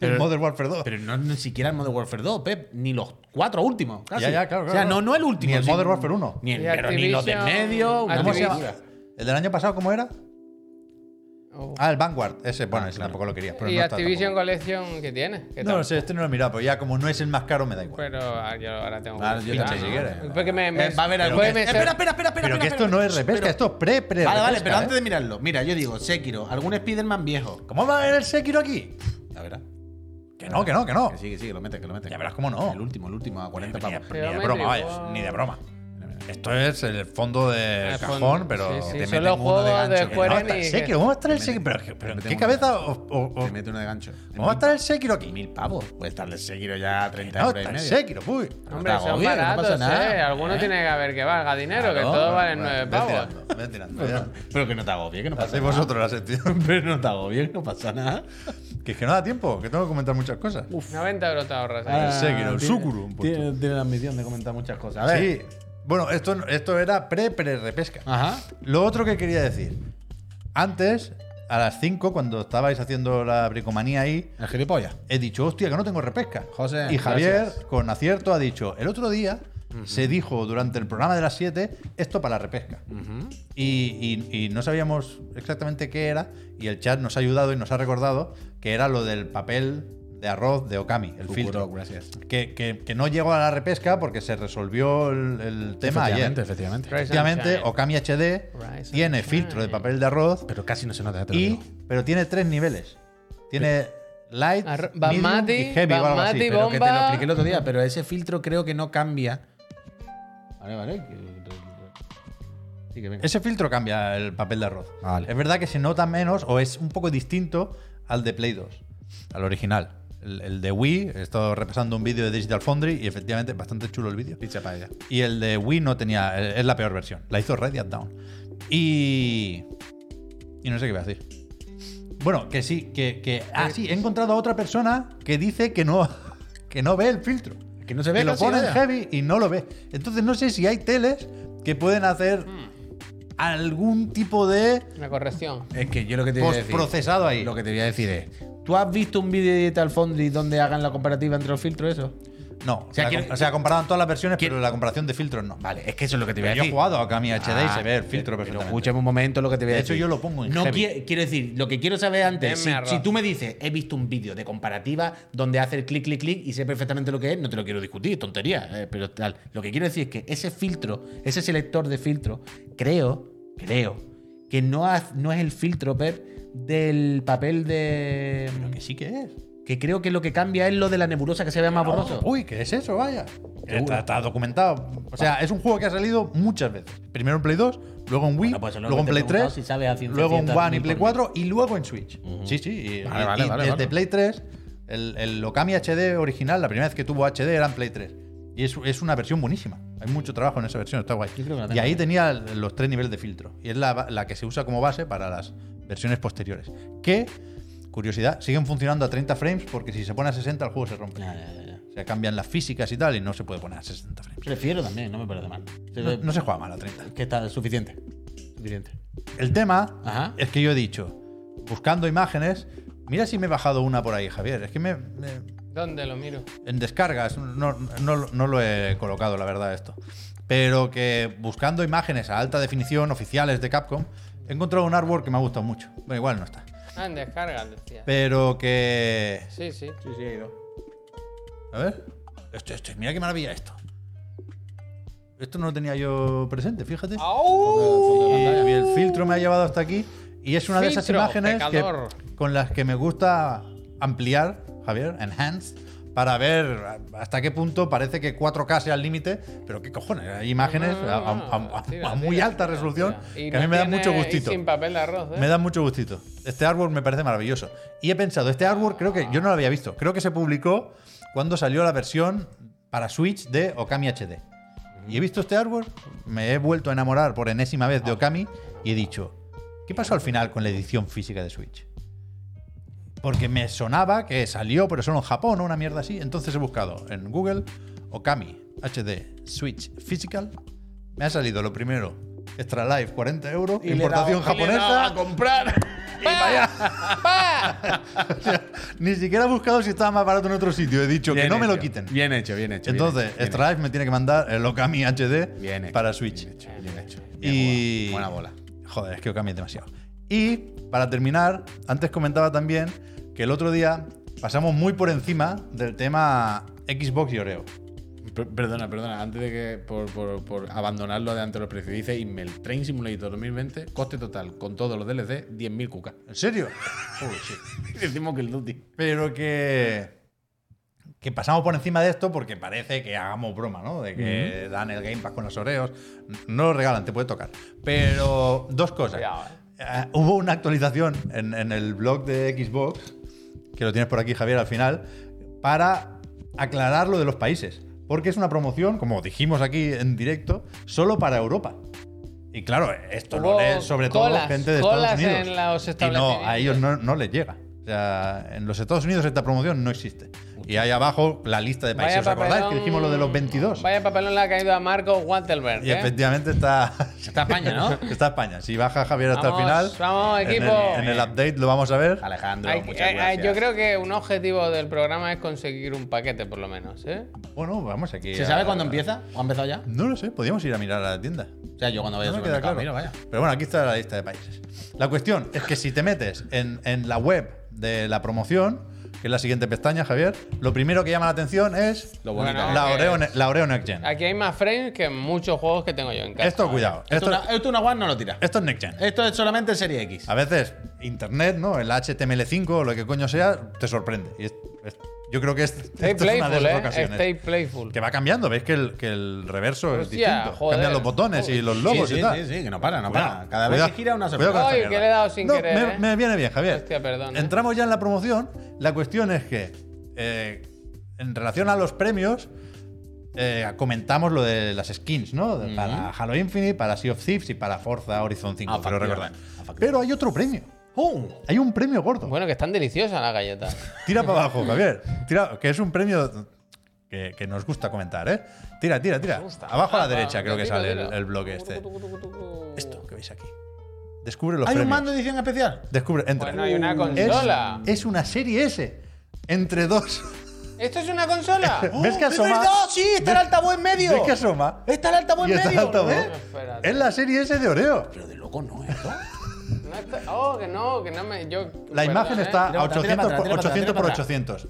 Speaker 1: Pero-
Speaker 2: Modern Warfare 2.
Speaker 1: Pero no ni siquiera el Modern Warfare 2, Pep, ni los cuatro últimos. Casi.
Speaker 2: Ya, ya, claro,
Speaker 1: O sea,
Speaker 2: claro.
Speaker 1: no, no el último.
Speaker 2: Ni el
Speaker 1: sin-
Speaker 2: Modern Warfare 1.
Speaker 1: Ni, el,
Speaker 3: Y
Speaker 1: pero ni los de en
Speaker 3: Activision- Pues,
Speaker 1: medio. una
Speaker 2: ¿Cómo se
Speaker 1: locura.
Speaker 2: llama? ¿El del año pasado cómo era?
Speaker 3: Oh.
Speaker 2: Ah, el Vanguard, ese, bueno,
Speaker 1: Ah,
Speaker 2: ese
Speaker 1: claro.
Speaker 2: tampoco lo quería. Pero
Speaker 3: ¿Y
Speaker 2: no está
Speaker 3: Activision
Speaker 2: tampoco.
Speaker 3: Collection que tiene? ¿Qué
Speaker 2: No
Speaker 3: tal?
Speaker 2: lo sé, este no lo he mirado, pero ya como no es el más caro, me da igual.
Speaker 3: Pero ah, yo ahora tengo
Speaker 1: Vale, yo
Speaker 3: que buscar,
Speaker 1: también,
Speaker 3: ¿no?
Speaker 1: si quieres.
Speaker 3: Porque me, me-
Speaker 1: Eh, va a haber algo
Speaker 3: puede
Speaker 1: que-
Speaker 3: me ser-
Speaker 1: Espera, espera, espera, espera.
Speaker 2: Pero que
Speaker 1: espera,
Speaker 2: esto no
Speaker 1: espera.
Speaker 2: es repesca,
Speaker 1: Pero-
Speaker 2: esto es ¿eh? pre, pre.
Speaker 1: Vale, vale, pero antes de mirarlo, mira, yo digo Sekiro, algún Spider-Man viejo.
Speaker 2: ¿Cómo va a haber el Sekiro aquí?
Speaker 1: La verdad.
Speaker 2: Que no, que no, que no.
Speaker 1: Que sí, que sí, que lo metes, que lo metes.
Speaker 2: Ya verás cómo no.
Speaker 1: El último, el último, a 40
Speaker 2: Ni de,
Speaker 1: pavos.
Speaker 2: ni
Speaker 3: Pero
Speaker 2: de
Speaker 3: me
Speaker 2: broma,
Speaker 3: da
Speaker 2: vaya,
Speaker 3: igual.
Speaker 2: ni de broma. Esto es el fondo de
Speaker 3: El fondo,
Speaker 2: cajón, pero
Speaker 3: sí, sí,
Speaker 2: te
Speaker 3: son
Speaker 2: meten
Speaker 3: los
Speaker 2: uno de
Speaker 3: juegos de
Speaker 2: gancho. que
Speaker 3: Square
Speaker 2: no está el
Speaker 3: Enix,
Speaker 2: Sekiro,
Speaker 3: que-
Speaker 2: ¿cómo va a estar el
Speaker 1: Te
Speaker 2: Sekiro?
Speaker 1: meten-
Speaker 2: Pero, pero,
Speaker 1: te
Speaker 2: ¿en
Speaker 1: meten
Speaker 2: ¿Qué
Speaker 1: uno.
Speaker 2: cabeza os- os- os-
Speaker 1: Te mete uno de gancho.
Speaker 2: ¿Cómo va a estar el Sekiro aquí?
Speaker 1: Mil pavos. Puede estarle Sekiro ya a 30
Speaker 2: No,
Speaker 1: euros y
Speaker 2: está el
Speaker 1: medio.
Speaker 2: Sekiro, uy.
Speaker 3: Hombre,
Speaker 1: No te
Speaker 3: son
Speaker 1: agobies, no
Speaker 3: baratos,
Speaker 1: pasa nada,
Speaker 3: ¿eh? Alguno
Speaker 1: ¿eh?
Speaker 3: tiene que haber que valga dinero, que
Speaker 1: Claro,
Speaker 3: todo vale
Speaker 1: bueno,
Speaker 3: nueve
Speaker 2: Ve
Speaker 3: pavos.
Speaker 2: tirando, ve tirando, ya.
Speaker 1: Pero que no te hago bien, que no pasa
Speaker 2: Hacéis
Speaker 1: nada.
Speaker 2: vosotros la sentido.
Speaker 1: Pero no te hago bien, no pasa nada.
Speaker 2: Que es que no da tiempo, que tengo que comentar muchas cosas.
Speaker 3: 90 euros te ahorras.
Speaker 2: Ah,
Speaker 3: ahí.
Speaker 2: El Sekiro, el
Speaker 1: tiene-
Speaker 2: Sukuru, un
Speaker 1: Tiene, tiene la ambición de comentar muchas cosas. A ver.
Speaker 2: Sí. Bueno, esto, esto era pre-pre-repesca.
Speaker 3: Ah.
Speaker 1: Ajá.
Speaker 2: Lo otro que quería decir. Antes, a las 5, cuando estabais haciendo la bricomanía ahí,
Speaker 1: El gilipollas.
Speaker 2: he dicho, hostia, que no tengo repesca.
Speaker 1: José,
Speaker 2: y Javier,
Speaker 1: gracias.
Speaker 2: con acierto, ha dicho, el otro día se dijo durante el programa de las 7, esto para la repesca. y, y- y no sabíamos exactamente qué era, y el chat nos ha ayudado y nos ha recordado que era lo del papel de arroz de Okami, el
Speaker 1: Sukuro,
Speaker 2: filtro.
Speaker 1: gracias.
Speaker 2: Que, que- que no llegó a la repesca porque se resolvió el, el tema
Speaker 1: efectivamente,
Speaker 2: ayer.
Speaker 1: efectivamente.
Speaker 3: Rise and
Speaker 2: Efectivamente,
Speaker 3: shine.
Speaker 2: Okami HD
Speaker 3: Rise
Speaker 2: tiene
Speaker 3: and
Speaker 2: filtro de
Speaker 3: shine.
Speaker 2: papel de arroz
Speaker 1: Pero casi no se nota, ya te lo
Speaker 2: y,
Speaker 1: digo.
Speaker 2: pero tiene tres niveles. Tiene light,
Speaker 3: Arro-
Speaker 2: medium
Speaker 3: basmati,
Speaker 2: y heavy o algo así.
Speaker 3: basmati,
Speaker 1: Pero que te lo
Speaker 3: bomba.
Speaker 1: expliqué el otro día, pero ese filtro creo que no cambia. Vale, vale. que- Sí, que venga.
Speaker 2: Ese filtro cambia el papel de arroz.
Speaker 1: Vale.
Speaker 2: Es verdad que se nota menos o es un poco distinto al de Play 2, al original. El, el de Wii, he estado repasando un vídeo de Digital Foundry y efectivamente es bastante chulo el vídeo.
Speaker 1: Picha para ella.
Speaker 2: Y el de Wii no tenía. eh, Es la peor versión. La hizo Radiant Down. Y. Y no sé qué voy a decir. Bueno, que sí, que. que
Speaker 1: Eh.
Speaker 2: ah, sí, he encontrado a otra persona que dice que no, que no ve el filtro.
Speaker 1: Que no se ve
Speaker 2: Que lo
Speaker 1: casi,
Speaker 2: pone en
Speaker 1: vaya.
Speaker 2: heavy y no lo ve. Entonces no sé si hay teles que pueden hacer algún tipo de
Speaker 3: Una corrección.
Speaker 1: Es que yo lo que te voy a decir.
Speaker 2: postprocesado ahí.
Speaker 1: Lo que te voy a decir es. ¿Tú has visto un vídeo de Digital Foundry donde hagan la comparativa entre los filtros eso?
Speaker 2: No,
Speaker 1: sea,
Speaker 2: la
Speaker 1: quiero-
Speaker 2: com- o sea, comparaban todas las versiones, pero la comparación de filtros no.
Speaker 1: Vale, es que eso es lo que te voy a
Speaker 2: Yo he
Speaker 1: decir.
Speaker 2: jugado a Kami HD y
Speaker 1: Ah,
Speaker 2: se ve el filtro
Speaker 1: pero,
Speaker 2: perfectamente.
Speaker 1: escúchame un momento lo que te voy a
Speaker 2: De hecho,
Speaker 1: decir.
Speaker 2: yo lo pongo en
Speaker 1: no
Speaker 2: heavy.
Speaker 1: qui- Quiero decir, lo que quiero saber antes, si,
Speaker 3: Denme arroz.
Speaker 1: si tú me dices, he visto un vídeo de comparativa donde hace el clic, clic, clic y sé perfectamente lo que es, no te lo quiero discutir, tontería. eh, pero tal. Lo que quiero decir es que ese filtro, ese selector de filtro, creo, creo, que no, ha- no es el filtro, Pep, del papel de.
Speaker 2: Pero que sí que es.
Speaker 1: Que creo que lo que cambia es lo de la nebulosa que se vea más borroso.
Speaker 2: Uy, ¿qué es eso? Vaya.
Speaker 1: Seguro.
Speaker 2: Está, está documentado. O sea, es un juego que ha salido muchas veces. Primero en Play 2, luego en Wii,
Speaker 1: Bueno, pues eso es lo
Speaker 2: luego en
Speaker 1: que te he
Speaker 2: Play
Speaker 1: preguntado,
Speaker 2: 3,
Speaker 1: si sabes a ciencia
Speaker 2: luego en
Speaker 1: cierta
Speaker 2: One y
Speaker 1: mil
Speaker 2: Play
Speaker 1: por mil.
Speaker 2: 4 y luego en Switch. Sí, sí.
Speaker 1: Vale,
Speaker 2: y- y-
Speaker 1: vale,
Speaker 2: y
Speaker 1: vale,
Speaker 2: desde
Speaker 1: vale.
Speaker 2: Play 3, el, el Okami HD original, la primera vez que tuvo HD era en Play 3. Y es, es una versión buenísima. Hay mucho trabajo en esa versión, está guay.
Speaker 1: Yo creo que la
Speaker 2: Y
Speaker 1: tengo
Speaker 2: ahí
Speaker 1: también.
Speaker 2: tenía los tres niveles de filtro. Y es la, ba- la que se usa como base para las versiones posteriores. Que, curiosidad, siguen funcionando a 30 frames porque si se pone a 60 el juego se rompe.
Speaker 1: Ya, ya, ya, ya.
Speaker 2: O sea, cambian las físicas y tal, y no se puede poner a 60 frames.
Speaker 1: Prefiero también, no me parece mal.
Speaker 2: No, no se juega mal a 30.
Speaker 1: Que está suficiente. Suficiente.
Speaker 2: El tema
Speaker 1: Ajá.
Speaker 2: es que yo he dicho, buscando imágenes, mira si me he bajado una por ahí, Javier. Es que me, me-
Speaker 3: ¿Dónde lo miro?
Speaker 2: en descargas no, no- no lo he colocado, la verdad, esto. Pero que buscando imágenes a alta definición oficiales de Capcom, he encontrado un artwork que me ha gustado mucho. Bueno, igual no está.
Speaker 3: Ah, en descarga, decía.
Speaker 2: Pero que
Speaker 3: Sí, sí.
Speaker 1: Sí, sí, he ido.
Speaker 2: A ver. Esto, esto, mira qué maravilla esto. Esto no lo tenía yo presente,
Speaker 3: Ah,
Speaker 2: fíjate.
Speaker 3: ¡Au!
Speaker 2: Y, y el filtro me ha llevado hasta aquí. Y es una de esas
Speaker 3: Eh. Filtro,
Speaker 2: imágenes que-
Speaker 3: pecador.
Speaker 2: con las que me gusta ampliar, Javier, enhance, para ver hasta qué punto parece que 4K sea el límite. Pero qué cojones, hay imágenes
Speaker 3: No, no,
Speaker 2: a,
Speaker 3: no,
Speaker 2: a- a- a-
Speaker 3: tira,
Speaker 2: a muy
Speaker 3: tira,
Speaker 2: alta
Speaker 3: tira,
Speaker 2: resolución
Speaker 3: tira. Y
Speaker 2: que a
Speaker 3: no
Speaker 2: mí me da
Speaker 3: tiene-
Speaker 2: mucho
Speaker 3: y
Speaker 2: gustito.
Speaker 3: sin papel de arroz, ¿eh?
Speaker 2: Me da mucho gustito. Este artwork me parece maravilloso. Y he pensado, este artwork creo que yo no lo había visto. Creo que se publicó cuando salió la versión para Switch de Okami HD. Y he visto este artwork, me he vuelto a enamorar por enésima vez de Okami y he dicho, ¿qué pasó al final con la edición física de Switch? Porque me sonaba que salió, pero solo en Japón o una mierda así. Entonces he buscado en Google Okami HD Switch Physical. Me ha salido lo primero. Extra Life, 40 euros.
Speaker 1: Y le he
Speaker 2: importación
Speaker 1: dado- y le he
Speaker 2: japonesa.
Speaker 1: dado a comprar.
Speaker 3: ¡Pa! ¡Pa!
Speaker 2: O sea, ni siquiera he buscado si estaba más barato en otro sitio. He dicho que
Speaker 1: Bien
Speaker 2: no me lo
Speaker 1: hecho,
Speaker 2: quiten.
Speaker 1: Bien hecho, bien hecho. bien
Speaker 2: Entonces,
Speaker 1: hecho, bien
Speaker 2: Extra Life me tiene que mandar el Okami HD
Speaker 1: hecho, bien hecho,
Speaker 2: para Switch.
Speaker 1: Bien hecho. bien hecho. Bien
Speaker 2: Y.
Speaker 1: jugado. Buena bola.
Speaker 2: Joder, es que Okami es demasiado. Y para terminar, antes comentaba también que el otro día pasamos muy por encima del tema Xbox y Oreo.
Speaker 1: Per- Perdona, perdona, antes de que por, por, por abandonarlo de ante los precios, dice Inmel Train Simulator 2020, coste total, con todos los DLC, 10.000 cucas.
Speaker 2: ¿En serio?
Speaker 1: Decimos que el Duty.
Speaker 2: Pero que. Que pasamos por encima de esto porque parece que hagamos broma, ¿no? De que dan el Game Pass con los oreos. No lo regalan, te puede tocar. Pero dos cosas.
Speaker 3: Cuidado,
Speaker 2: Eh, hubo una actualización en, en el blog de Xbox, que lo tienes por aquí, Javier, al final, para aclarar lo de los países. Porque es una promoción, como dijimos aquí en directo, solo para Europa. Y claro, esto lo
Speaker 3: Hubo
Speaker 2: lee sobre
Speaker 3: colas,
Speaker 2: todo gente de
Speaker 3: colas
Speaker 2: Estados Unidos. y
Speaker 3: en los
Speaker 2: no, a
Speaker 3: establecimientos.
Speaker 2: ellos no, no les llega. O sea, en los Estados Unidos esta promoción no existe. Y ahí abajo la lista de países. ¿Os acordáis que dijimos lo de los 22?
Speaker 3: Vaya papelón le ha caído a Marco Walterberg.
Speaker 2: y
Speaker 3: ¿eh?
Speaker 2: efectivamente está,
Speaker 1: Está España, ¿no?
Speaker 2: está España. Si baja Javier hasta
Speaker 3: Vamos,
Speaker 2: el final,
Speaker 3: vamos,
Speaker 2: en el-
Speaker 3: equipo.
Speaker 2: En, el, update lo vamos a ver.
Speaker 1: Alejandro,
Speaker 3: Hay-
Speaker 1: muchas
Speaker 3: eh, eh,
Speaker 1: gracias.
Speaker 3: yo creo que un objetivo del programa es conseguir un paquete, por lo menos. ¿eh?
Speaker 2: Bueno, vamos aquí.
Speaker 1: ¿Se
Speaker 2: a-
Speaker 1: sabe cuándo empieza? ¿O ha empezado ya?
Speaker 2: No lo sé, podríamos ir a mirar a la tienda.
Speaker 1: O sea, yo cuando vaya
Speaker 2: No
Speaker 1: a
Speaker 2: me queda
Speaker 1: supermercado,
Speaker 2: claro.
Speaker 1: mira, vaya.
Speaker 2: Pero bueno, aquí está la lista de países. La cuestión es que si te metes en, en la web de la promoción, que es la siguiente pestaña, Javier, lo primero que llama la atención es
Speaker 1: Lo bonito
Speaker 3: Bueno,
Speaker 2: la,
Speaker 3: que
Speaker 2: Oreo,
Speaker 3: es.
Speaker 2: Ne- la Oreo Next Gen.
Speaker 3: Aquí hay más frames que muchos juegos que tengo yo en casa.
Speaker 2: Esto, cuidado.
Speaker 1: Esto,
Speaker 2: Esto,
Speaker 1: una, Eh. esto una One no lo tira.
Speaker 2: esto es Next Gen.
Speaker 1: Esto es solamente Serie X.
Speaker 2: A veces, internet, ¿no? El HTML5 o lo que coño sea, te sorprende. Y es- es- yo creo que es, esto
Speaker 3: Stay
Speaker 2: es una de
Speaker 3: playful,
Speaker 2: esas
Speaker 3: ¿eh?
Speaker 2: ocasiones.
Speaker 3: Stay playful.
Speaker 2: Que va cambiando, veis que el, que el reverso es
Speaker 3: Hostia,
Speaker 2: distinto.
Speaker 3: joder.
Speaker 2: Cambian los botones y los logos
Speaker 1: sí,
Speaker 2: y
Speaker 1: sí,
Speaker 2: tal.
Speaker 1: sí, sí, que no para, no
Speaker 2: Cuidado,
Speaker 1: para. Cada
Speaker 2: cuidado,
Speaker 1: vez que gira una
Speaker 2: cuidado
Speaker 1: sorpresa.
Speaker 2: con esta
Speaker 3: Ay, que
Speaker 2: mierda.
Speaker 3: le he dado sin
Speaker 2: No,
Speaker 3: querer,
Speaker 2: Me,
Speaker 3: ¿eh?
Speaker 2: me viene bien, Javier.
Speaker 3: Hostia, perdón, ¿eh?
Speaker 2: Entramos ya en la promoción. La cuestión es que, eh, en relación a los premios, eh, comentamos lo de las skins, ¿no? De- Para Halo Infinite, para Sea of Thieves y para Forza Horizon 5,
Speaker 1: Ah,
Speaker 2: creo
Speaker 1: factura,
Speaker 2: recordar.
Speaker 1: ah, factura.
Speaker 2: Pero hay otro premio.
Speaker 1: ¡Oh!
Speaker 2: Hay un premio gordo.
Speaker 3: Bueno, que están deliciosas las galletas.
Speaker 2: Tira para abajo, Javier. Tira, que es un premio que, que nos gusta comentar, ¿eh? Tira, tira, tira. Abajo a la
Speaker 3: Ah,
Speaker 2: derecha
Speaker 3: va,
Speaker 2: creo que
Speaker 3: tira,
Speaker 2: sale el,
Speaker 3: tira.
Speaker 2: el bloque este. Esto que veis aquí. Descubre los
Speaker 1: ¿Hay un
Speaker 2: premios.
Speaker 1: mando edición especial?
Speaker 2: Descubre, entra.
Speaker 3: Bueno, Pues hay una
Speaker 2: es,
Speaker 3: consola.
Speaker 2: es una serie S. Entre dos.
Speaker 3: ¿Esto es una consola?
Speaker 2: Uh, ¿Ves que
Speaker 1: ¡Oh,
Speaker 2: asoma?
Speaker 1: es verdad! ¡Sí! ¡Está el altavoz en medio!
Speaker 2: ¿Ves que asoma?
Speaker 1: ¡Está el altavoz
Speaker 2: Y
Speaker 1: en
Speaker 2: está
Speaker 1: medio!
Speaker 2: el altavoz.
Speaker 1: ¿eh?
Speaker 3: Espérate.
Speaker 2: Es la serie S de Oreo.
Speaker 1: Pero de loco no, esto.
Speaker 3: No está- Oh, que no, que no me. Yo,
Speaker 2: La
Speaker 3: perdón,
Speaker 2: imagen
Speaker 3: ¿eh?
Speaker 2: está
Speaker 1: Tira para
Speaker 2: a
Speaker 1: atrás,
Speaker 2: 800
Speaker 1: tira para
Speaker 2: por
Speaker 1: atrás, tira para
Speaker 2: 800 por
Speaker 1: atrás.
Speaker 2: 800.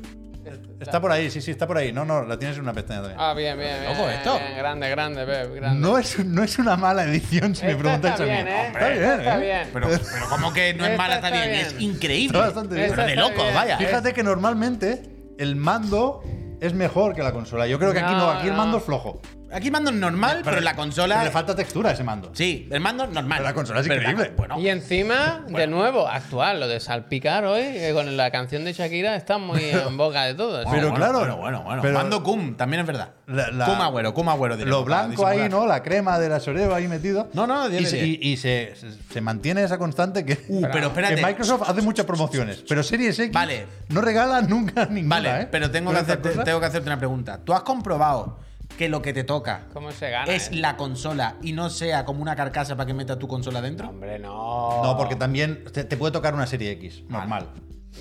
Speaker 2: Está por ahí, sí, sí, está por ahí. No, no, la tienes en una pestaña también.
Speaker 3: Ah, bien, bien. bien,
Speaker 1: Loco,
Speaker 3: bien,
Speaker 1: esto.
Speaker 3: bien, grande, grande, Pep, grande.
Speaker 2: No es, no es una mala edición, si me
Speaker 3: Esta
Speaker 2: preguntáis
Speaker 3: está
Speaker 2: a mí.
Speaker 3: bien, ¿eh?
Speaker 2: Está bien,
Speaker 3: Esta está
Speaker 2: ¿eh?
Speaker 3: bien.
Speaker 1: Pero, pero como que no es
Speaker 3: Esta
Speaker 1: mala, está
Speaker 3: está
Speaker 1: bien.
Speaker 3: bien.
Speaker 1: Es increíble.
Speaker 2: Está bastante bien.
Speaker 1: Pero de
Speaker 3: Esta está
Speaker 1: loco,
Speaker 3: bien.
Speaker 1: vaya.
Speaker 2: ¿eh?
Speaker 1: ¿eh?
Speaker 2: Fíjate que normalmente el mando es mejor que la consola. Yo creo que aquí no,
Speaker 3: No,
Speaker 2: aquí el
Speaker 3: no.
Speaker 2: mando es flojo.
Speaker 1: Aquí el mando es normal, pero, la consola.
Speaker 2: le falta textura a ese mando.
Speaker 1: Sí, el mando normal.
Speaker 2: Pero la consola es
Speaker 1: Pero la-
Speaker 2: increíble.
Speaker 1: bueno,
Speaker 3: Y encima, de nuevo, actual, lo de salpicar hoy, que con la canción de Shakira está muy en boca de todos.
Speaker 1: bueno,
Speaker 2: pero
Speaker 1: bueno,
Speaker 2: claro,
Speaker 1: Bueno, bueno, bueno.
Speaker 2: pero-
Speaker 1: mando cum, también es verdad.
Speaker 2: La- la-
Speaker 1: cum agüero, cum agüero. diremos,
Speaker 2: Lo
Speaker 1: para
Speaker 2: blanco ahí,
Speaker 1: disimular.
Speaker 2: ¿no? La crema de la soreo ahí metido.
Speaker 1: No, no, diez
Speaker 2: Y,
Speaker 1: de
Speaker 2: se,
Speaker 1: diez.
Speaker 2: y- y se- se- se mantiene esa constante que.
Speaker 1: Uh, pero espérate.
Speaker 2: Que Microsoft hace muchas promociones, pero Series X
Speaker 1: Vale.
Speaker 2: no regala nunca ninguna.
Speaker 1: Vale,
Speaker 2: ¿eh?
Speaker 1: pero tengo que,
Speaker 2: Con estas
Speaker 1: hacerte,
Speaker 2: cosas.
Speaker 1: tengo que hacerte una pregunta. ¿Tú has comprobado que lo que te toca
Speaker 3: ¿Cómo se gana?
Speaker 1: es
Speaker 3: eh?
Speaker 1: la consola y no sea como una carcasa para que metas tu consola dentro?
Speaker 3: Hombre, no.
Speaker 2: No, porque también te, te puede tocar una Serie X, normal.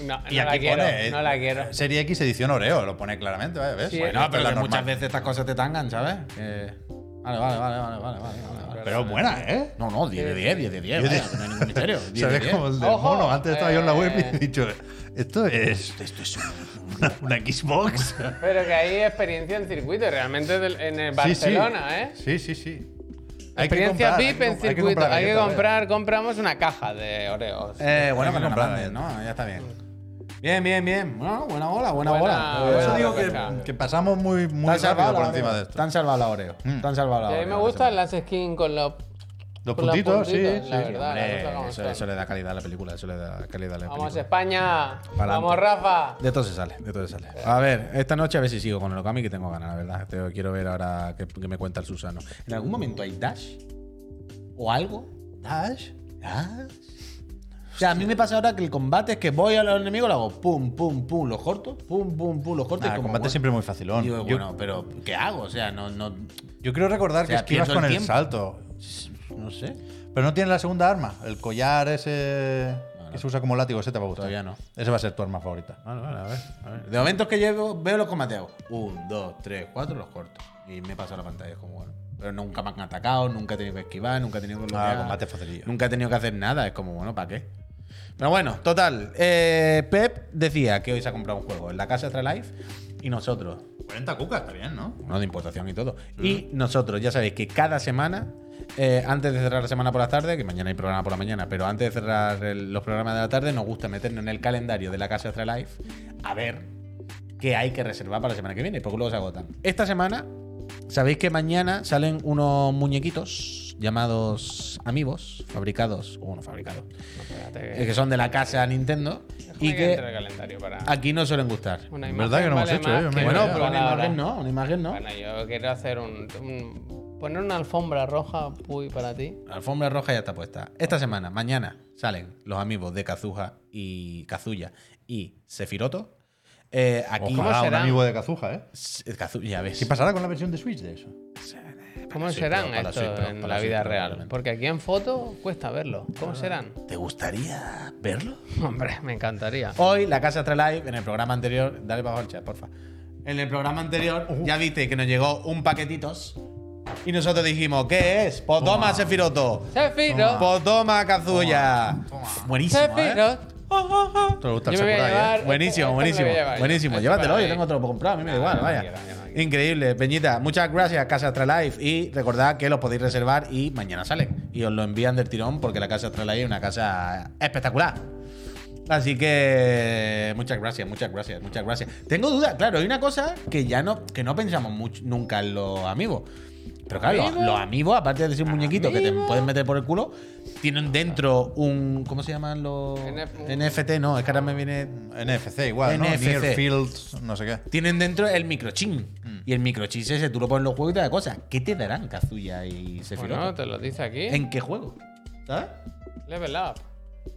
Speaker 3: No, no
Speaker 2: Y
Speaker 3: la
Speaker 2: aquí
Speaker 3: quiero,
Speaker 2: pone, eh,
Speaker 3: no la quiero.
Speaker 2: Serie X edición Oreo, lo pone claramente, ¿vale? ¿ves?
Speaker 3: Sí,
Speaker 2: Bueno,
Speaker 1: No,
Speaker 2: esta es
Speaker 1: ¿eh? pero
Speaker 2: la
Speaker 1: que
Speaker 2: normal.
Speaker 1: muchas veces estas cosas te tangan, ¿sabes? Eh, Vale, vale, vale, vale, vale, vale, vale, vale.
Speaker 2: Pero buena, ¿eh?
Speaker 1: No, no, 10 de 10, 10 de 10, vaya, que no hay ningún misterio. 10 de
Speaker 2: ¿Sabes
Speaker 1: 10.
Speaker 2: cómo el del
Speaker 3: Ojo,
Speaker 2: mono? Antes estaba yo en la web y he
Speaker 3: eh.
Speaker 2: dicho, esto es
Speaker 1: Esto es
Speaker 2: una, una Xbox.
Speaker 3: Pero que hay experiencia en circuito, realmente del- en el
Speaker 2: Sí, sí.
Speaker 3: Barcelona, ¿eh?
Speaker 2: Sí, sí, sí. Hay que
Speaker 3: Experiencia
Speaker 2: comprar,
Speaker 3: VIP en
Speaker 2: hay que- hay que
Speaker 3: circuito. Hay que
Speaker 2: galletas,
Speaker 3: comprar, compramos una caja de Oreos.
Speaker 1: Eh, bueno, pero
Speaker 2: Hay que
Speaker 1: no
Speaker 2: comprar,
Speaker 1: mandes,
Speaker 2: eh.
Speaker 1: ¿no? Ya está bien. Bien, bien, bien. Bueno, buena bola, buena,
Speaker 3: Buena-
Speaker 1: bola.
Speaker 2: vaya. Por eso
Speaker 3: Buena
Speaker 2: digo
Speaker 3: caja.
Speaker 2: que, que pasamos muy, muy
Speaker 1: Te han salvado
Speaker 2: rápido por
Speaker 1: la
Speaker 2: encima
Speaker 1: Oreo.
Speaker 2: de esto.
Speaker 1: Te han salvado la Oreo. Te han salvado la
Speaker 3: Y
Speaker 1: Oreo.
Speaker 3: a mí me gustan las skins con los.
Speaker 2: Los
Speaker 3: con las
Speaker 2: puntitos, sí,
Speaker 3: puntitas, La
Speaker 2: sí,
Speaker 3: verdad,
Speaker 1: Hombre,
Speaker 3: las cosas como
Speaker 1: eso,
Speaker 3: son.
Speaker 1: eso le da calidad a la película, eso le da calidad a la
Speaker 3: Vamos
Speaker 1: película.
Speaker 3: España. Vamos
Speaker 1: adelante.
Speaker 3: Rafa.
Speaker 1: De todo se sale, de todo se sale. A ver, esta noche a ver si sigo con el Okami que tengo ganas, la verdad. Te- quiero ver ahora que, que me cuenta el Susano. ¿En algún momento hay Dash? ¿O algo? ¿Dash? ¿Dash? O sea, a mí me pasa ahora que el combate es que voy a los enemigos, lo hago pum, pum, pum, los corto, pum, pum, pum, los corto.
Speaker 2: Nah,
Speaker 1: y
Speaker 2: el
Speaker 1: como,
Speaker 2: combate
Speaker 1: bueno,
Speaker 2: siempre es muy facilón.
Speaker 1: digo,
Speaker 2: yo,
Speaker 1: bueno, pero ¿qué hago? O sea, no, no,
Speaker 2: yo creo recordar
Speaker 1: O sea,
Speaker 2: que esquivas
Speaker 1: pierdo el
Speaker 2: con el,
Speaker 1: tiempo.
Speaker 2: salto.
Speaker 1: no sé.
Speaker 2: Pero no tienes la segunda arma. El collar ese
Speaker 1: No, no.
Speaker 2: que se usa como látigo, ese te va a gustar.
Speaker 1: Todavía no.
Speaker 2: Ese va a ser tu arma favorita.
Speaker 1: Vale, vale, a ver, a ver. De momento es que llevo, veo los combateos. Un, dos, tres, cuatro, los corto. Y me pasa la pantalla, es como bueno. Pero nunca me han atacado, nunca he tenido que esquivar, nunca he tenido que bloquear,
Speaker 2: Ah, combate facilillo.
Speaker 1: Nunca he tenido que hacer nada. Es como, bueno, ¿para qué? Pero bueno, total. eh, Pep decía que hoy se ha comprado un juego en la casa de Astralife y nosotros
Speaker 2: 40 cucas, está bien, ¿no?
Speaker 1: no de importación y todo. Y nosotros, ya sabéis que cada semana, eh, antes de cerrar la semana por la tarde, que mañana hay programa por la mañana, pero antes de cerrar el- los programas de la tarde, nos gusta meternos en el calendario de la Casa Astralife a ver qué hay que reservar para la semana que viene, porque luego se agotan. Esta semana, sabéis que mañana salen unos muñequitos llamados amigos, fabricados, o bueno, fabricados, eh,
Speaker 3: Espérate.
Speaker 1: que son de la casa Nintendo,
Speaker 3: Déjame
Speaker 1: y
Speaker 3: que entre el
Speaker 1: que
Speaker 3: calendario para.
Speaker 1: aquí no suelen gustar.
Speaker 3: Una
Speaker 2: Es
Speaker 3: imagen
Speaker 2: verdad que no hemos
Speaker 3: vale
Speaker 2: hecho,
Speaker 3: más
Speaker 2: eh,
Speaker 3: que
Speaker 2: me
Speaker 1: Bueno,
Speaker 3: una
Speaker 1: pero una
Speaker 3: palabra.
Speaker 1: imagen no, una imagen no.
Speaker 3: Bueno, yo quiero hacer un, un- poner una alfombra roja, puy, para ti.
Speaker 1: La alfombra roja ya está puesta. Esta semana, mañana, salen los amigos de Kazuha y Kazuya y Sefiroto. Eh, aquí.
Speaker 3: ¿Cómo
Speaker 2: Ojalá un
Speaker 3: será?
Speaker 2: amigo de Cazuja, ¿eh?
Speaker 1: S- Kazuya, ves.
Speaker 2: ¿Qué pasará con la versión de Switch de eso?
Speaker 3: ¿Cómo
Speaker 1: Sí,
Speaker 3: serán
Speaker 1: pero para la
Speaker 3: estos
Speaker 1: Switch Pro,
Speaker 3: en
Speaker 1: para la
Speaker 3: la
Speaker 1: Switch
Speaker 3: vida
Speaker 1: Pro,
Speaker 3: real?
Speaker 1: probablemente.
Speaker 3: Porque aquí en foto cuesta verlo.
Speaker 1: Ah.
Speaker 3: ¿Cómo serán?
Speaker 1: ¿Te gustaría verlo?
Speaker 3: Hombre, me encantaría.
Speaker 1: Hoy, la Casa Astralife, en el programa anterior. Dale bajo al chat, porfa. En el programa anterior, ya viste que nos llegó un paquetitos. Y nosotros dijimos, ¿qué es? Pues toma, Sefiroto.
Speaker 3: ¡Sefiro!
Speaker 1: Pues toma, Kazuya. Buenísimo. ¿eh?
Speaker 3: ¡Sefiro!
Speaker 2: ¿Te gusta el
Speaker 3: Yo me voy a
Speaker 2: Sakurai, eh?
Speaker 3: llevar.
Speaker 1: Buenísimo,
Speaker 3: este- este
Speaker 1: buenísimo.
Speaker 3: me lo voy a llevar yo.
Speaker 1: buenísimo.
Speaker 3: Este
Speaker 1: Llévatelo,
Speaker 3: para
Speaker 1: yo
Speaker 3: mí.
Speaker 1: tengo otro por comprar, a mí me da
Speaker 3: No,
Speaker 1: igual,
Speaker 3: no, no
Speaker 1: vaya.
Speaker 3: quiero, no quiero, no quiero.
Speaker 1: Increíble, Peñita. Muchas gracias, Casa Astralife. Y recordad que los podéis reservar y mañana salen. Y os lo envían del tirón porque la Casa Astralife es una casa espectacular. Así que muchas gracias, muchas gracias, muchas gracias. Tengo dudas, claro, hay una cosa que ya no, que no pensamos mucho, nunca en los amigos. Pero claro, los-
Speaker 3: ¿Amiibo?
Speaker 1: los amigos, aparte de ser un muñequito que te
Speaker 3: ¿Amiibo?
Speaker 1: pueden meter por el culo, tienen dentro un. ¿Cómo se llaman los.?
Speaker 3: NF?
Speaker 1: NFT, no, es que ahora me viene.
Speaker 2: NFC igual, ¿no?
Speaker 1: NFC.
Speaker 2: Near Fields, no sé qué.
Speaker 1: Tienen dentro el microchip. Y el microchip ese tú lo pones en los juegos y te da cosas. ¿Qué te darán Kazuya y Sephiroth?
Speaker 3: Bueno, te lo dice aquí.
Speaker 1: ¿En qué juego? ¿Sabes?
Speaker 3: Level up.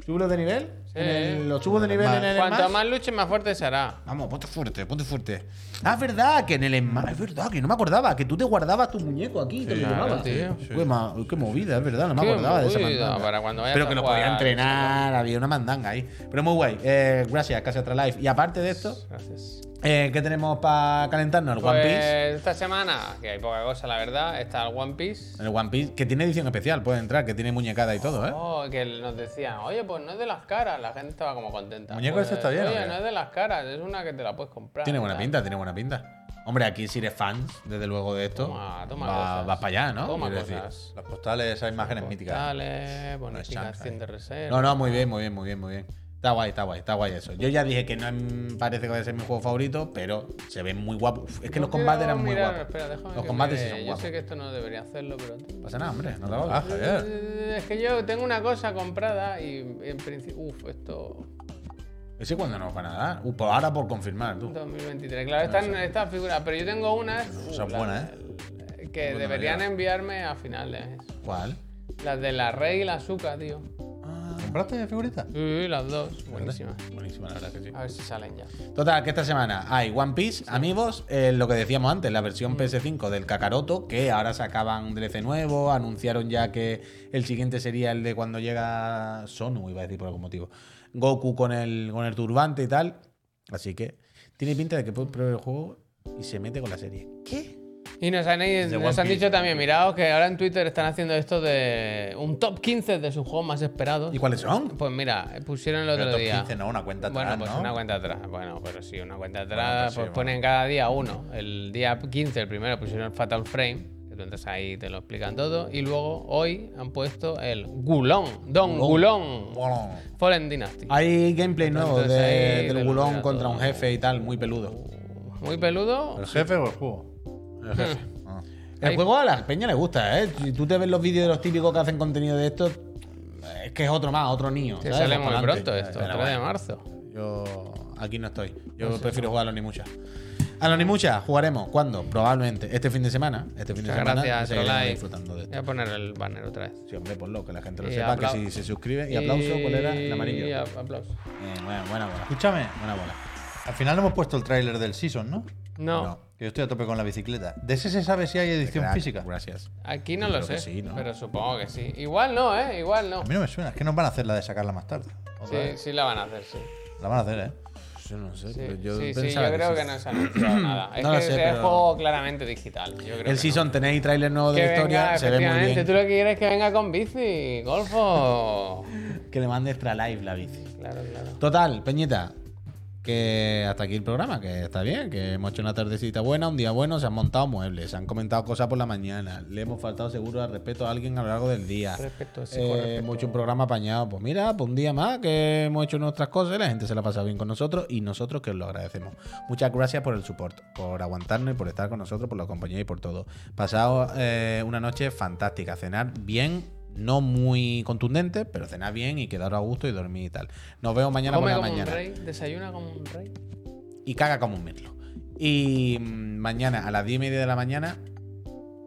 Speaker 1: ¿Subos ¿Ah? de nivel?
Speaker 3: Sí.
Speaker 1: En el- los subos de nivel en el
Speaker 3: Cuanto
Speaker 1: Smash.
Speaker 3: más luches, más fuerte será.
Speaker 1: Vamos, ponte fuerte, ponte fuerte. Ah, es verdad que en el Smash. Es verdad que no me acordaba que tú te guardabas tu muñeco aquí. y te lo
Speaker 3: claro,
Speaker 1: llevabas.
Speaker 3: tío.
Speaker 1: Uy, ma- uy, qué movida, es verdad, no me
Speaker 3: Qué
Speaker 1: acordaba de esa
Speaker 3: movida,
Speaker 1: mandanga.
Speaker 3: para cuando vayas
Speaker 1: Pero
Speaker 3: a
Speaker 1: que lo
Speaker 3: jugar,
Speaker 1: podía entrenar, había una mandanga ahí. Pero muy guay. Eh, gracias, Casa Astralife. Y aparte de esto,
Speaker 3: Gracias.
Speaker 1: eh, ¿qué tenemos para calentarnos? El One Piece.
Speaker 3: Pues esta semana, que hay poca cosa, la verdad, está el One Piece.
Speaker 1: El One Piece, que tiene edición especial, puede entrar, que tiene muñecada y todo, ¿eh?
Speaker 3: Oh, que nos decían, oye, pues no es de las caras. La gente estaba como contenta.
Speaker 2: Muñeco,
Speaker 3: Pues,
Speaker 2: esto está bien, ¿o
Speaker 3: Oye,
Speaker 2: qué?
Speaker 3: no es de las caras, es una que te la puedes comprar.
Speaker 1: Tiene buena
Speaker 3: Tal.
Speaker 1: pinta, tiene buena pinta. Hombre, aquí si eres fan, desde luego, de esto,
Speaker 3: Toma, toma
Speaker 1: va-
Speaker 3: cosas.
Speaker 1: vas para allá, ¿no?
Speaker 3: Toma
Speaker 1: Quiero decir.
Speaker 3: cosas.
Speaker 2: Las postales, esas imágenes míticas.
Speaker 3: Dale, bonificación de reserva.
Speaker 1: No, no, muy bien, muy bien, muy bien, muy bien. Está guay, está guay, está guay eso. Yo ya dije que no em- parece que vaya a ser mi juego favorito, pero se ven muy guapos. Uf, Es que los
Speaker 3: No
Speaker 1: combates
Speaker 3: quiero
Speaker 1: eran muy
Speaker 3: mirar,
Speaker 1: guapos.
Speaker 3: espera, déjame
Speaker 1: Los
Speaker 3: que
Speaker 1: combates
Speaker 3: mire.
Speaker 1: sí son
Speaker 3: Yo
Speaker 1: guapos.
Speaker 3: sé que esto no debería hacerlo, pero.
Speaker 1: Pasa nada, hombre, no te hagas.
Speaker 2: Ah, Javier.
Speaker 3: Eh, Es que yo tengo una cosa comprada y en principio. Uf, esto.
Speaker 1: ¿Ese cuándo nos van a dar? Uh, pues ahora por confirmar, tú.
Speaker 3: 2023. Claro, están estas figuras, pero yo tengo unas.
Speaker 2: Ah, Son
Speaker 3: uh, la-
Speaker 2: buenas, ¿eh?
Speaker 3: Que deberían enviarme a finales.
Speaker 1: ¿Cuál?
Speaker 3: Las de la Rey y la Zuka, tío.
Speaker 2: ¿Compraste figuritas?
Speaker 3: Sí, las dos. Buenísimas.
Speaker 1: Buenísima, la verdad que sí.
Speaker 3: A ver si salen ya.
Speaker 1: Total, que esta semana hay One Piece, amigos, eh, lo que decíamos antes, la
Speaker 3: Mm.
Speaker 1: versión PS5 del Kakaroto, que ahora sacaban un DLC nuevo, anunciaron ya que el siguiente sería el de cuando llega Sonu, iba a decir por algún motivo, Goku con el, con el turbante y tal. Así que tiene pinta de que puede probar el juego y se mete con la serie. ¿Qué?
Speaker 3: Y nos han,
Speaker 2: The
Speaker 3: nos
Speaker 2: One
Speaker 3: han
Speaker 2: Piece.
Speaker 3: dicho también, miraos que ahora en Twitter están haciendo esto de un top 15 de sus juegos más esperados.
Speaker 1: ¿Y cuáles son?
Speaker 3: Pues mira, pusieron el
Speaker 2: Pero
Speaker 3: otro
Speaker 2: top
Speaker 3: día.
Speaker 2: 15 no, una cuenta atrás,
Speaker 3: Bueno, pues
Speaker 2: ¿no?
Speaker 3: una cuenta atrás. Bueno, pero sí, una cuenta atrás.
Speaker 2: pues
Speaker 3: pues
Speaker 2: sí, bueno.
Speaker 3: ponen cada día uno. El día 15, el primero, pusieron el Fatal Frame. Que tú entras ahí y te lo explican todo. Y luego, hoy, han puesto el Gulón. Don Gulón.
Speaker 2: Bueno,
Speaker 3: Fallen Dynasty.
Speaker 1: Hay gameplay nuevo
Speaker 3: Entonces,
Speaker 1: de-
Speaker 3: ahí
Speaker 1: del
Speaker 3: te lo
Speaker 1: gulón
Speaker 3: mira
Speaker 1: contra
Speaker 3: todo.
Speaker 1: un jefe y tal, muy peludo.
Speaker 3: Muy peludo.
Speaker 2: ¿El jefe o el juego?
Speaker 1: El jefe.
Speaker 2: Ah.
Speaker 1: El
Speaker 3: Ahí-
Speaker 1: juego a las peñas les gusta, ¿eh? Si tú te ves los vídeos de los típicos que hacen contenido de esto, es que es otro más, otro niño.
Speaker 3: Que
Speaker 1: ¿sabes?
Speaker 3: sale
Speaker 1: Va
Speaker 3: muy
Speaker 1: pa'lante.
Speaker 3: pronto esto,
Speaker 1: Pero
Speaker 3: 3 de
Speaker 1: bueno,
Speaker 3: marzo.
Speaker 1: Yo aquí no estoy. Yo prefiero jugar a los Nimucha. A los Nimucha jugaremos, ¿cuándo? Probablemente este fin de semana. Este fin de
Speaker 3: Muchas
Speaker 1: semana
Speaker 3: gracias,
Speaker 1: seguiremos
Speaker 3: Trolai.
Speaker 1: disfrutando de
Speaker 3: Voy
Speaker 1: esto.
Speaker 3: a poner el banner otra vez.
Speaker 1: Sí, hombre, por lo que la gente lo
Speaker 3: Y
Speaker 1: sepa,
Speaker 3: apla-
Speaker 1: que si se suscribe. Y aplauso, ¿cuál era? El amarillo.
Speaker 3: Y
Speaker 1: Eh,
Speaker 3: ap- aplauso.
Speaker 1: buena, buena bola.
Speaker 2: Escúchame,
Speaker 1: Buena bola.
Speaker 2: al final hemos puesto el tráiler del Season, ¿no?
Speaker 3: No,
Speaker 1: No.
Speaker 2: Que yo estoy a tope con la bicicleta. ¿De ese se sabe si hay edición
Speaker 1: Crack,
Speaker 2: física?
Speaker 1: Gracias.
Speaker 3: aquí no lo
Speaker 1: creo
Speaker 3: sé,
Speaker 1: que sí, ¿no?
Speaker 3: pero supongo que sí. Igual no, ¿eh? Igual no.
Speaker 2: A mí no me suena, es que nos van a hacer la de sacarla más tarde. Otra
Speaker 3: Sí,
Speaker 2: vez.
Speaker 3: sí la van a hacer, sí.
Speaker 2: La van a hacer, ¿eh?
Speaker 1: Yo no sé,
Speaker 3: Sí,
Speaker 1: pero yo
Speaker 3: sí, sí,
Speaker 1: pensaba
Speaker 3: yo creo
Speaker 1: sí.
Speaker 3: que no se ha anunciado nada. Es
Speaker 1: No lo
Speaker 3: que
Speaker 1: sé,
Speaker 3: es
Speaker 1: pero-
Speaker 3: juego claramente digital. Yo creo
Speaker 1: El
Speaker 3: que no.
Speaker 1: season tenéis trailer nuevo de
Speaker 3: Que
Speaker 1: la historia,
Speaker 3: venga,
Speaker 1: se ve muy
Speaker 3: efectivamente.
Speaker 1: bien.
Speaker 3: Tú lo que quieres es que venga con bici, golfo.
Speaker 1: Que le mande extra live la bici.
Speaker 3: claro, claro.
Speaker 1: Total, Peñita, que hasta aquí el programa, que está bien, que hemos hecho una tardecita buena, un día bueno, se han montado muebles, se han comentado cosas por la mañana, le hemos faltado seguro al respeto a alguien a lo largo del día.
Speaker 3: Respeto, sí,
Speaker 1: Eh,
Speaker 3: con respeto.
Speaker 1: hemos hecho un programa apañado. Pues mira, pues un día más que hemos hecho nuestras cosas y la gente se la ha pasado bien con nosotros y nosotros que os lo agradecemos. Muchas gracias por el support, por aguantarnos y por estar con nosotros, por la compañía y por todo. Pasado eh, una noche fantástica, cenar bien, no muy contundente, pero cenar bien y quedaros a gusto y dormir y tal. Nos vemos mañana por
Speaker 3: Come
Speaker 1: la
Speaker 3: como
Speaker 1: mañana
Speaker 3: un rey, desayuna como un rey.
Speaker 1: y caga como un mirlo. Y mm, mañana a las 10 y media de la mañana,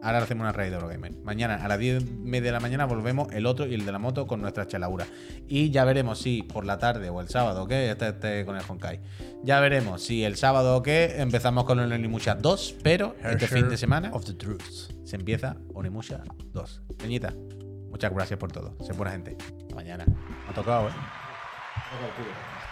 Speaker 1: ahora hacemos una raid de Eurogamer. Mañana a las 10 y media de la mañana volvemos el otro y el de la moto con nuestra chalaura. Y ya veremos si por la tarde o el sábado, que este, este con el Honkai. Ya veremos si el sábado o qué empezamos con el Onimusha 2, pero este fin de semana
Speaker 2: the truth.
Speaker 1: se empieza Onimusha 2. Peñita, muchas gracias por todo. Sé buena gente. Hasta mañana. Me ha tocado, eh.